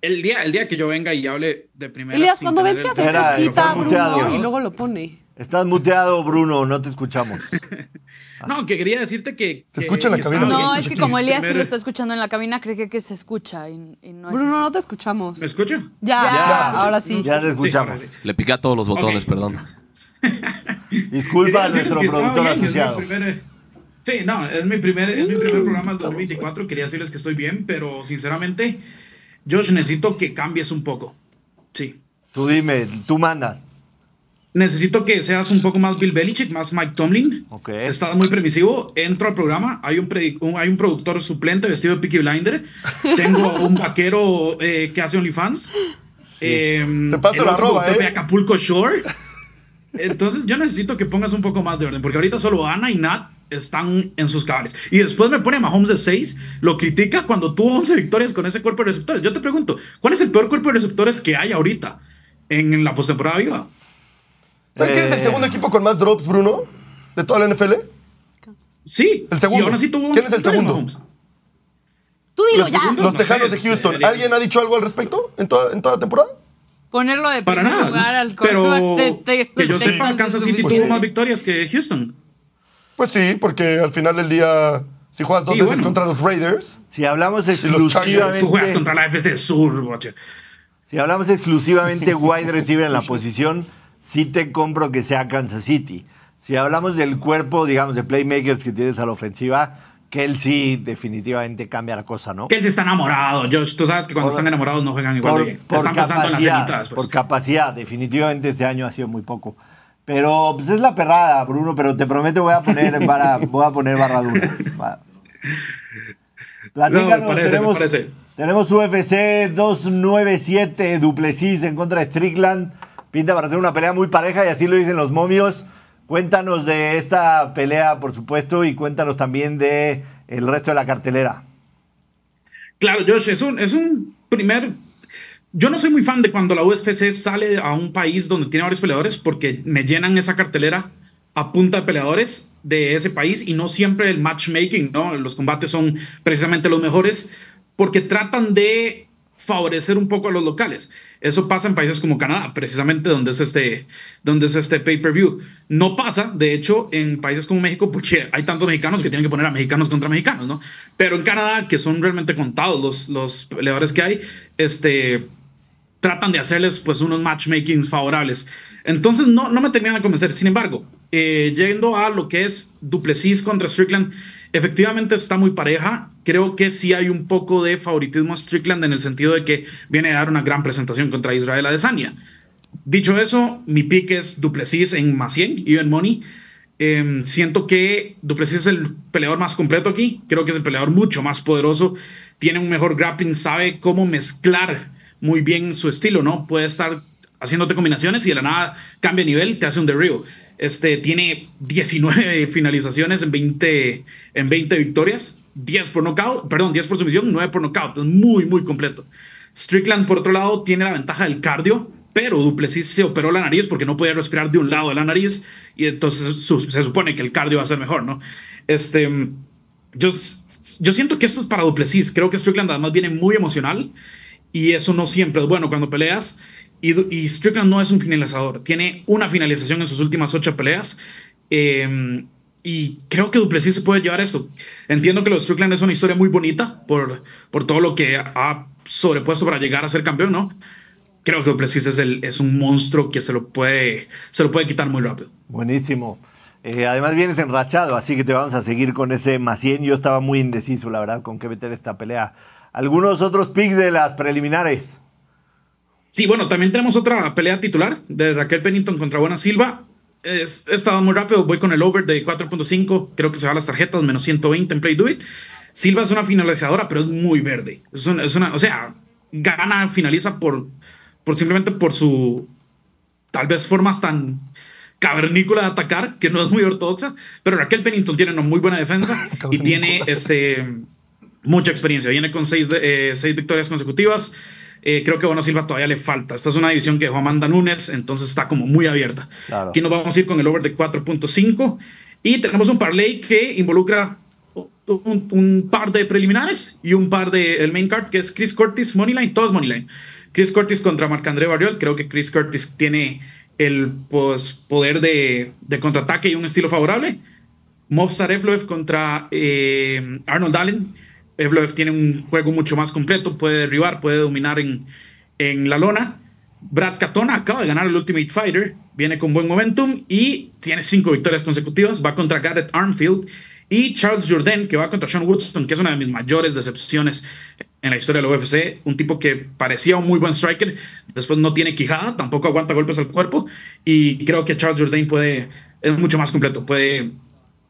Speaker 10: El día, el día que yo venga y hable de primera.
Speaker 4: Elías,
Speaker 10: sin
Speaker 4: cuando
Speaker 10: tener
Speaker 4: vencías
Speaker 10: el-
Speaker 4: se
Speaker 1: Espera,
Speaker 4: quita
Speaker 1: está muteado.
Speaker 4: Bruno y luego lo pone.
Speaker 1: Estás muteado, Bruno. No te escuchamos.
Speaker 10: No, que quería decirte que.
Speaker 3: Se escucha en la
Speaker 10: yo
Speaker 3: cabina.
Speaker 10: estaba-
Speaker 2: No, es que como Elías sí lo
Speaker 10: Primero-
Speaker 2: está escuchando en la cabina, cree que se escucha y, y no es
Speaker 4: Bruno,
Speaker 2: así.
Speaker 4: no te escuchamos.
Speaker 10: ¿Me escucho?
Speaker 4: Ya,
Speaker 1: Ya.
Speaker 4: ahora sí.
Speaker 1: Ya lo escuchamos.
Speaker 10: ahora sí.
Speaker 5: Le piqué a todos los botones,
Speaker 10: Ok.
Speaker 5: perdón.
Speaker 1: Disculpa a
Speaker 10: Quería decirles
Speaker 1: nuestro
Speaker 10: que estaba
Speaker 1: productor
Speaker 10: bien, que es mi
Speaker 1: asociado.
Speaker 10: primer- eh, Sí, no, es mi primer, es mi primer
Speaker 3: Mm.
Speaker 10: programa del 2024. Quería decirles que estoy bien, pero sinceramente, Josh, necesito que cambies un poco. Sí.
Speaker 1: Tú dime, tú mandas.
Speaker 10: Necesito que seas un poco más Bill Belichick, más Mike Tomlin.
Speaker 1: Ok.
Speaker 10: Estás muy permisivo. Entro al programa, hay un, predi- un- hay un productor suplente vestido de Peaky Blinder. Tengo un vaquero eh, que hace OnlyFans. Eh,
Speaker 3: Te paso
Speaker 10: el
Speaker 3: la
Speaker 10: otro
Speaker 3: arroba,
Speaker 10: productor
Speaker 3: ¿eh?
Speaker 10: de Acapulco Shore. Entonces yo necesito que pongas un poco más de orden, porque ahorita solo Ana y Nat están en sus cabales. Y después me pone a Mahomes de 6, lo critica cuando tuvo 11 victorias con ese cuerpo de receptores. Yo te pregunto, ¿cuál es el peor cuerpo de receptores que hay ahorita en la postemporada viva?
Speaker 3: ¿Sabes quién es el
Speaker 1: Eh.
Speaker 3: segundo equipo con más drops, Bruno? De toda la NFL.
Speaker 10: Sí.
Speaker 3: El segundo.
Speaker 10: Y aún así tuvo
Speaker 3: ¿Quién es el
Speaker 10: 11 victorias,
Speaker 3: segundo?
Speaker 10: Mahomes.
Speaker 4: Tú dilo
Speaker 10: Los
Speaker 4: ya.
Speaker 10: segundos-
Speaker 3: Los
Speaker 10: no
Speaker 3: Tejanos
Speaker 10: sé,
Speaker 3: de Houston.
Speaker 10: deberías.
Speaker 3: ¿Alguien ha dicho algo al respecto en toda, en toda la temporada?
Speaker 2: Ponerlo de
Speaker 10: Para
Speaker 2: primer
Speaker 10: nada.
Speaker 2: lugar al
Speaker 10: pero
Speaker 2: corredor de
Speaker 10: que yo
Speaker 2: Texas
Speaker 10: sepa,
Speaker 2: es
Speaker 10: Kansas City
Speaker 2: suficiente.
Speaker 10: tuvo más victorias que Houston.
Speaker 3: Pues sí, porque al final del día, si juegas dos
Speaker 10: Y
Speaker 3: veces
Speaker 10: bueno.
Speaker 3: contra los Raiders,
Speaker 1: Si hablamos
Speaker 3: los Chargers,
Speaker 10: Tú juegas
Speaker 1: exclusivamente,
Speaker 10: contra la FC Sur, boche.
Speaker 1: si hablamos exclusivamente wide receiver en la posición, sí te compro que sea Kansas City. Si hablamos del cuerpo, digamos, de playmakers que tienes a la ofensiva, que él sí definitivamente cambia la cosa, ¿no?
Speaker 10: Que él se está enamorado, Josh. Tú sabes que cuando
Speaker 1: Por-
Speaker 10: están enamorados no juegan igual de
Speaker 1: por,
Speaker 10: bien.
Speaker 1: por
Speaker 10: están pensando en la cenita
Speaker 1: capacidad,
Speaker 10: después.
Speaker 1: por capacidad, definitivamente este año ha sido muy poco. Pero pues es la perrada, Bruno, pero te prometo voy a poner barra, voy a poner barra dura. Va. Platícanos,
Speaker 10: No, me parece, me
Speaker 1: tenemos,
Speaker 10: parece.
Speaker 1: tenemos UFC 297, Duplessis en contra de Strickland. Pinta para hacer una pelea muy pareja y así lo dicen los momios. Cuéntanos de esta pelea, por supuesto, y cuéntanos también de el resto de la cartelera.
Speaker 10: Claro, Josh, es un, es un primer... Yo no soy muy fan de cuando la UFC sale a un país donde tiene varios peleadores porque me llenan esa cartelera a punta de peleadores de ese país y no siempre el matchmaking, ¿no? Los combates son precisamente los mejores porque tratan de favorecer un poco a los locales. Eso pasa en países como Canadá, precisamente donde es este, donde es este pay-per-view. No pasa, de hecho, en países como México, porque hay tantos mexicanos que tienen que poner a mexicanos contra mexicanos, ¿no? Pero en Canadá, que son realmente contados los, los peleadores que hay, este, tratan de hacerles pues unos matchmakings favorables. Entonces no, no me terminan de convencer. Sin embargo, eh, yendo a lo que es Duplessis contra Strickland, efectivamente está muy pareja. Creo que sí hay un poco de favoritismo a Strickland en el sentido de que viene a dar una gran presentación contra Israel Adesanya. Dicho eso, mi pick es Duplessis en más 100, Even Money. Em, siento que Duplessis es el peleador más completo aquí. Creo que es el peleador mucho más poderoso. Tiene un mejor grappling, sabe cómo mezclar muy bien su estilo, ¿no? Puede estar haciéndote combinaciones y de la nada cambia de nivel y te hace un derribo. Este tiene 19 finalizaciones en 20, en 20 victorias, 10 por nocaut, perdón, 10 por sumisión, 9 por nocaut. Es muy, muy completo. Strickland, por otro lado, tiene la ventaja del cardio, pero Duplessis se operó la nariz porque no podía respirar de un lado de la nariz y entonces su- se supone que el cardio va a ser mejor, ¿no? Este, yo, yo siento que esto es para Duplessis. Creo que Strickland además viene muy emocional y eso no siempre es bueno cuando peleas. Y, y Strickland no es un finalizador, tiene una finalización en sus últimas ocho peleas. eh, y creo que Duplessis se puede llevar esto. Entiendo que lo de Strickland es una historia muy bonita por, por todo lo que ha sobrepuesto para llegar a ser campeón, ¿no? Creo que Duplessis es, el, es un monstruo que se lo, puede, se lo puede quitar muy rápido.
Speaker 1: Buenísimo. Eh, además vienes enrachado, así que te vamos a seguir con ese más 100. Yo estaba muy indeciso, la verdad, con qué meter esta pelea. Algunos otros picks de las preliminares.
Speaker 10: Sí, bueno, también tenemos otra pelea titular de Raquel Pennington contra Buena Silva. Es, he estado muy rápido, voy con el over de 4.5, creo que se va a las tarjetas, menos 120 en Play Do It. Silva es una finalizadora, pero es muy verde. Es una, es una- o sea, gana, finaliza por, por simplemente por su, tal vez formas tan cavernícola de atacar, que no es muy ortodoxa, pero Raquel Pennington tiene una muy buena defensa y
Speaker 3: Cavernícola.
Speaker 10: tiene este, mucha experiencia. Viene con seis, de- eh, seis victorias consecutivas. Eh, creo que a Bono Silva todavía le falta. Esta es una división que dejó Amanda Nunes, entonces está como muy abierta.
Speaker 1: Claro.
Speaker 10: Aquí nos vamos a ir con el over de 4.5 y tenemos un parlay que involucra un, un par de preliminares y un par de el main card que es Chris Curtis Moneyline, todos Moneyline. Chris Curtis contra Marc-André Barriol. Creo que Chris Curtis tiene el pues, poder de, de contraataque y un estilo favorable. Mofsar Evloev contra eh, Arnold Allen. Evloev tiene un juego mucho más completo, puede derribar, puede dominar en, en la lona. Brad Catona acaba de ganar el Ultimate Fighter, viene con buen momentum y tiene cinco victorias consecutivas. Va contra Garrett Armfield y Charles Jourdain, que va contra Sean Woodson, que es una de mis mayores decepciones en la historia de la UFC. Un tipo que parecía un muy buen striker, después no tiene quijada, tampoco aguanta golpes al cuerpo. Y creo que Charles Jourdain puede, es mucho más completo, puede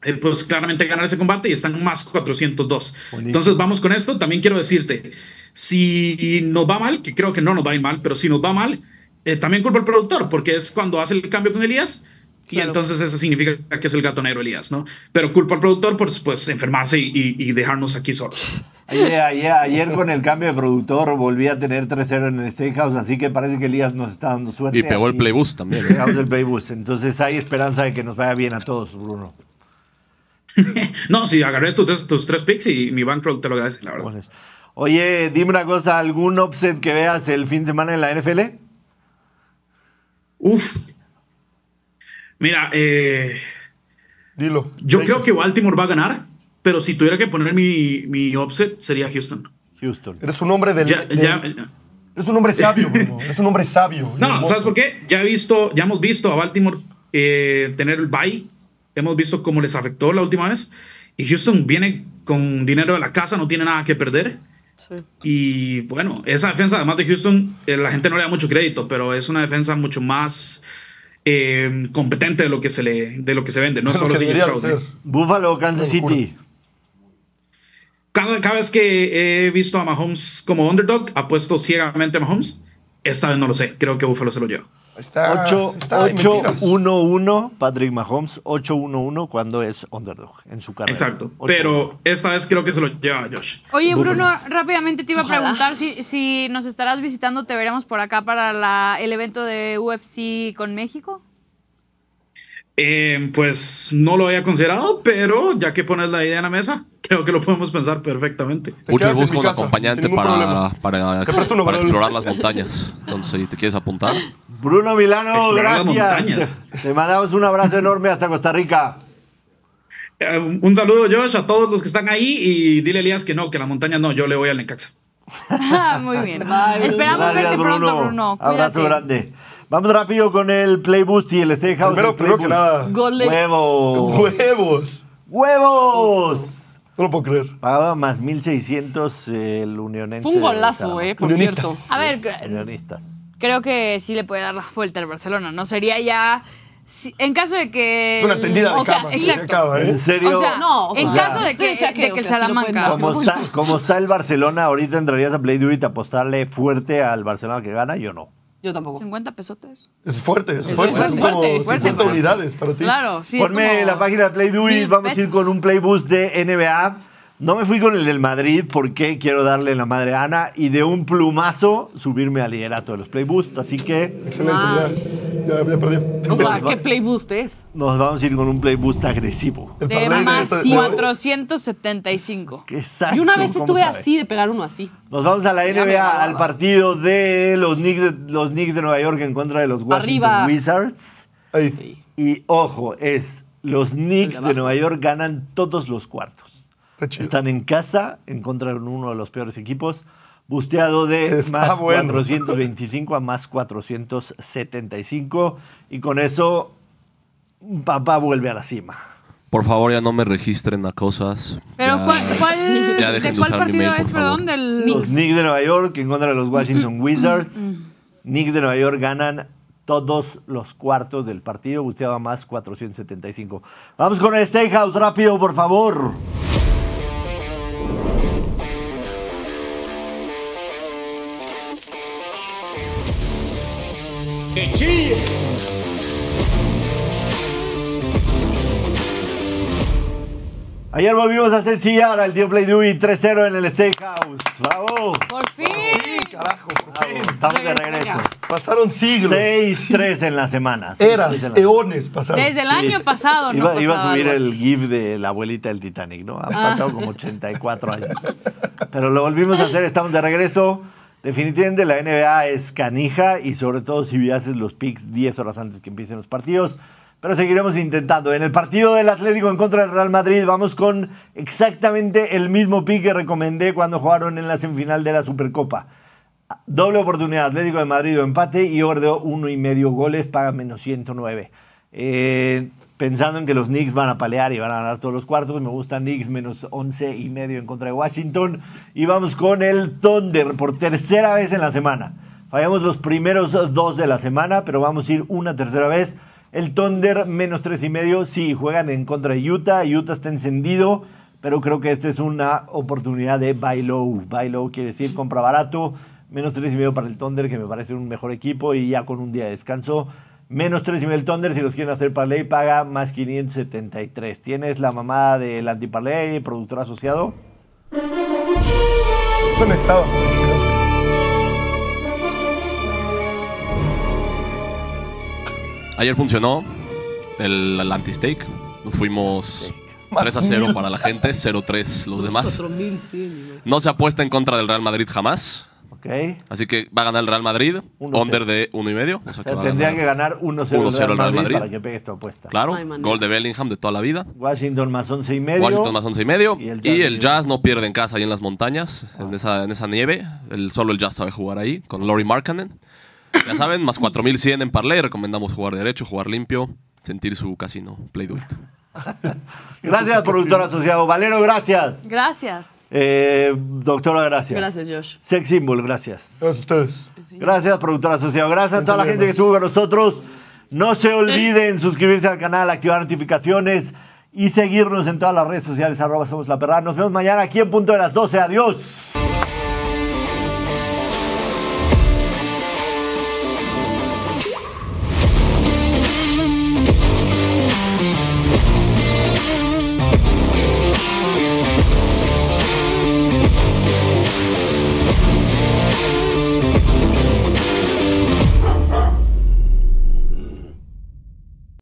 Speaker 10: eh, pues claramente ganar ese combate y están más 402.
Speaker 1: Buenísimo.
Speaker 10: Entonces vamos con esto. También quiero decirte, si nos va mal, que creo que no nos va a ir mal, pero si nos va mal, eh, también culpa al productor, porque es cuando hace el cambio con Elías. Y
Speaker 4: Claro.
Speaker 10: entonces eso significa que es el gatonero Elías, ¿no? Pero culpa al productor por pues, enfermarse y, y- y dejarnos aquí solos.
Speaker 1: Yeah, yeah. Ayer con el cambio de productor volví a tener 3-0 en el Steakhouse, así que parece que Elías nos está dando suerte.
Speaker 5: Y pegó el
Speaker 1: así
Speaker 5: playbus también. ¿eh?
Speaker 1: Llegamos el playbus. Entonces hay esperanza de que nos vaya bien a todos, Bruno.
Speaker 10: No, si agarré tus, tus tres picks y mi bankroll te lo agradece, la verdad.
Speaker 1: Pones. Oye, dime una cosa, ¿algún offset que veas el fin de semana en la NFL?
Speaker 10: Uf. Mira, eh,
Speaker 3: Dilo.
Speaker 10: yo
Speaker 3: Venga.
Speaker 10: creo que Baltimore va a ganar, pero si tuviera que poner mi, mi offset sería Houston.
Speaker 1: Houston.
Speaker 3: Eres un hombre del.
Speaker 10: Ya,
Speaker 3: del-
Speaker 10: ya-
Speaker 3: Eres un hombre sabio, Bruno. Eres un hombre sabio.
Speaker 10: no, ¿sabes por qué? Ya, he visto, ya hemos visto a Baltimore eh, tener el bye, hemos visto cómo les afectó la última vez, y Houston viene con dinero de la casa, no tiene nada que perder.
Speaker 4: Sí.
Speaker 10: Y bueno, esa defensa, además de Houston, eh, la gente no le da mucho crédito, pero es una defensa mucho más eh, competente de lo que se le, de lo que se vende,
Speaker 3: No
Speaker 10: no es
Speaker 3: es lo
Speaker 10: solo
Speaker 3: que
Speaker 10: sin
Speaker 3: debería
Speaker 10: Stroud,
Speaker 3: hacer.
Speaker 10: ¿eh?
Speaker 1: Buffalo, Kansas
Speaker 3: Una locura.
Speaker 1: City.
Speaker 10: Cada, cada vez que he visto a Mahomes como underdog, apuesto ciegamente a Mahomes. Esta vez no lo sé, creo que Buffalo se lo lleva.
Speaker 3: Está. está- hay mentiras.
Speaker 1: 8-1-1, Patrick Mahomes. 8-1-1 cuando es underdog en su carrera.
Speaker 10: Exacto,
Speaker 1: 8-1-1.
Speaker 10: pero esta vez creo que se lo lleva Josh.
Speaker 2: Oye, Bruno,
Speaker 1: Búfalo.
Speaker 2: rápidamente te iba
Speaker 4: Ojalá.
Speaker 2: a preguntar si, si nos estarás visitando, te veremos por acá para la- el evento de UFC con México.
Speaker 10: Eh, pues no lo había considerado, pero ya que pones la idea en la mesa, creo que lo podemos pensar perfectamente.
Speaker 3: Te
Speaker 5: Muchos
Speaker 3: quedas en
Speaker 5: buscan
Speaker 3: mi
Speaker 5: un
Speaker 3: casa,
Speaker 5: acompañante
Speaker 3: sin ningún
Speaker 5: para,
Speaker 3: problema.
Speaker 5: para,
Speaker 3: Te presto un
Speaker 5: para
Speaker 3: overall.
Speaker 5: explorar las montañas. Entonces, si te quieres apuntar,
Speaker 1: Bruno Milano,
Speaker 10: Explorar las
Speaker 1: gracias.
Speaker 10: montañas.
Speaker 1: Te, te mandamos un abrazo enorme hasta Costa Rica.
Speaker 10: Eh, un saludo, Josh, a todos los que están ahí y dile a Elías que no, que la montaña no, yo le voy al Necaxa.
Speaker 2: Ah, Muy bien.
Speaker 4: Bye,
Speaker 2: Esperamos verte pronto, Bruno.
Speaker 1: Abrazo
Speaker 2: Cuídate.
Speaker 1: grande. Vamos rápido con el Playboost y el Steakhouse.
Speaker 3: Primero-
Speaker 1: El
Speaker 3: primero que
Speaker 1: Playboost.
Speaker 3: nada.
Speaker 4: Golden.
Speaker 1: ¡Huevos!
Speaker 3: Huevos.
Speaker 1: ¡Huevos!
Speaker 3: No lo puedo creer.
Speaker 1: Pagaba más 1600 el unionense.
Speaker 4: Fue un golazo,
Speaker 1: de
Speaker 4: eh, por
Speaker 3: Unionistas.
Speaker 4: cierto.
Speaker 2: A ver, eh,
Speaker 1: Zaragoza.
Speaker 2: cre-
Speaker 1: Unionistas.
Speaker 2: creo que sí le puede dar la vuelta al Barcelona, ¿no? Sería ya. si- en caso de que.
Speaker 3: Es una tendida de
Speaker 2: o sea,
Speaker 3: cama, sí,
Speaker 2: exacto.
Speaker 3: acaba, ¿eh?
Speaker 1: ¿En serio?
Speaker 2: O sea,
Speaker 4: No, o
Speaker 2: en
Speaker 1: sea,
Speaker 2: caso de
Speaker 4: usted
Speaker 2: que,
Speaker 4: decía que,
Speaker 2: de
Speaker 4: o
Speaker 2: que el
Speaker 4: sea, si lo pueden
Speaker 2: Salamanca.
Speaker 4: dar,
Speaker 1: como
Speaker 4: no
Speaker 1: está,
Speaker 4: vuelta.
Speaker 1: como está el Barcelona, ahorita entrarías a Play Do It a apostarle fuerte al Barcelona que gana, yo no.
Speaker 4: Yo tampoco.
Speaker 2: 50 pesotes.
Speaker 3: Es fuerte, es
Speaker 2: Es
Speaker 3: fuerte.
Speaker 2: fuerte,
Speaker 3: Son como
Speaker 2: fuerte, fuerte,
Speaker 3: 50
Speaker 2: fuerte.
Speaker 3: unidades para ti.
Speaker 2: Claro, sí. es
Speaker 1: Ponme
Speaker 2: como
Speaker 1: la página de Play Do It,
Speaker 2: mil
Speaker 1: vamos a ir
Speaker 2: pesos.
Speaker 1: con un Playboost de NBA. No me fui con el del Madrid porque quiero darle la madre a Ana y de un plumazo subirme al liderato de los Playboost, así que
Speaker 3: Excelente.
Speaker 4: Nice.
Speaker 3: Ya, ya, ya perdió.
Speaker 4: O
Speaker 1: va.
Speaker 4: sea, ¿qué play boost es?
Speaker 1: nos vamos a ir con un Playboost agresivo.
Speaker 3: El
Speaker 2: De
Speaker 3: parlay
Speaker 2: más
Speaker 3: esta-
Speaker 2: 475.
Speaker 1: Exacto.
Speaker 4: Yo una vez
Speaker 1: ¿cómo
Speaker 4: estuve
Speaker 1: sabes?
Speaker 4: así de pegar uno así.
Speaker 1: Nos vamos a la
Speaker 4: Ya me
Speaker 1: NBA,
Speaker 4: ganaba.
Speaker 1: al partido de los Knicks de, los Knicks de Nueva York en contra de los Washington
Speaker 4: Arriba.
Speaker 1: Wizards.
Speaker 3: Ahí.
Speaker 1: Y ojo, es los
Speaker 4: de
Speaker 1: Knicks de
Speaker 4: abajo.
Speaker 1: Nueva York ganan todos los cuartos.
Speaker 3: Está chido.
Speaker 1: Están en casa, encontraron uno de los peores equipos. Busteado de
Speaker 3: Está
Speaker 1: más
Speaker 3: bueno.
Speaker 1: 425 a más 475. Y con eso, papá vuelve a la cima.
Speaker 5: por favor, ya no me registren a cosas.
Speaker 2: Pero,
Speaker 5: Ya-
Speaker 2: ¿cuál, cuál-
Speaker 5: ya dejen
Speaker 2: ¿de
Speaker 5: de
Speaker 2: cuál
Speaker 5: usar mi
Speaker 2: partido
Speaker 5: mail,
Speaker 2: es,
Speaker 5: por favor.
Speaker 2: perdón? Del
Speaker 1: Los Knicks de Nueva York en contra de los Washington Wizards. Knicks de Nueva York ganan todos los cuartos del partido. Busteado a más 475. Vamos con el Steakhouse rápido, por favor. Ayer volvimos a hacer chillar al tío Play Dewey 3-0 en el Steakhouse. ¡Bravo!
Speaker 2: Por fin.
Speaker 3: Sí, carajo, por
Speaker 1: Bravo,
Speaker 3: fin.
Speaker 1: Estamos de regreso.
Speaker 3: Pasaron siglos.
Speaker 1: 6-3 en la semana. 6-3
Speaker 3: Eras,
Speaker 1: en la semana.
Speaker 3: eones pasaron.
Speaker 2: Desde el
Speaker 1: Sí.
Speaker 2: año pasado, ¿no?
Speaker 1: Iba, iba a
Speaker 2: pasaba
Speaker 1: subir
Speaker 2: algo así. Ah.
Speaker 1: el GIF de la abuelita del Titanic, ¿no? Ha pasado como 84 años. Pero lo volvimos a hacer, estamos de regreso. Definitivamente la NBA es canija y sobre todo si haces los picks 10 horas antes que empiecen los partidos. pero seguiremos intentando. En el partido del Atlético en contra del Real Madrid vamos con exactamente el mismo pick que recomendé cuando jugaron en la semifinal de la Supercopa. Doble oportunidad, Atlético de Madrid o empate y over de uno y medio goles paga menos 109. Eh, pensando en que los Knicks van a palear y van a ganar todos los cuartos, me gusta Knicks menos 11 y medio en contra de Washington. Y vamos con el Thunder por tercera vez en la semana. Fallamos los primeros dos de la semana, pero vamos a ir una tercera vez. El Thunder menos tres y medio, sí, juegan en contra de Utah. Utah está encendido pero creo que esta es una oportunidad de buy low. Buy low quiere decir compra barato, menos 3,5 para el Thunder, que me parece un mejor equipo, y ya con un día de descanso, menos 3,5 el Thunder, si los quieren hacer parlay, paga más 573. ¿Tienes la mamada del antiparley, productor asociado?
Speaker 3: Eso me estaba.
Speaker 5: Ayer funcionó el, el anti-stake. Nos fuimos 3 a 0 para la gente, 0-3 los demás.
Speaker 4: 4100, güey.
Speaker 5: No se apuesta en contra del Real Madrid jamás.
Speaker 1: Ok.
Speaker 5: Así que va a ganar el Real Madrid,
Speaker 1: 1-0.
Speaker 5: under de 1 y medio. O sea
Speaker 1: O
Speaker 5: que
Speaker 1: sea,
Speaker 5: va a
Speaker 1: tendría
Speaker 5: ganar.
Speaker 1: que ganar 1-0 el
Speaker 5: 1-0
Speaker 1: Real
Speaker 5: el Real
Speaker 1: Madrid,
Speaker 5: Madrid.
Speaker 1: para que pegue esta apuesta.
Speaker 5: Claro,
Speaker 4: No hay manera.
Speaker 5: gol de Bellingham de toda la vida.
Speaker 1: Washington más 11 y medio.
Speaker 5: Washington más 11 y medio.
Speaker 1: Y el Jazz Ah.
Speaker 5: Y el
Speaker 1: no
Speaker 5: Jazz no pierde en casa ahí en las montañas, en, esa, en esa nieve. El, solo el Jazz sabe jugar ahí, con Laurie Markkanen. Ya saben, más 4100 en parlay. Recomendamos jugar derecho, jugar limpio, sentir su casino. Play do it.
Speaker 1: Gracias, productor asociado. Valero, gracias.
Speaker 2: Gracias.
Speaker 1: Eh, doctora, gracias.
Speaker 4: Gracias, Josh.
Speaker 1: Sex Symbol, gracias.
Speaker 3: Gracias a ustedes.
Speaker 1: Gracias, productor asociado. Gracias a toda la gente
Speaker 3: Piénsale
Speaker 1: que
Speaker 3: más.
Speaker 1: estuvo con nosotros. No se olviden suscribirse al canal, activar notificaciones y seguirnos en todas las redes sociales. Arroba somos la perra. Nos vemos mañana aquí en punto de las 12. Adiós.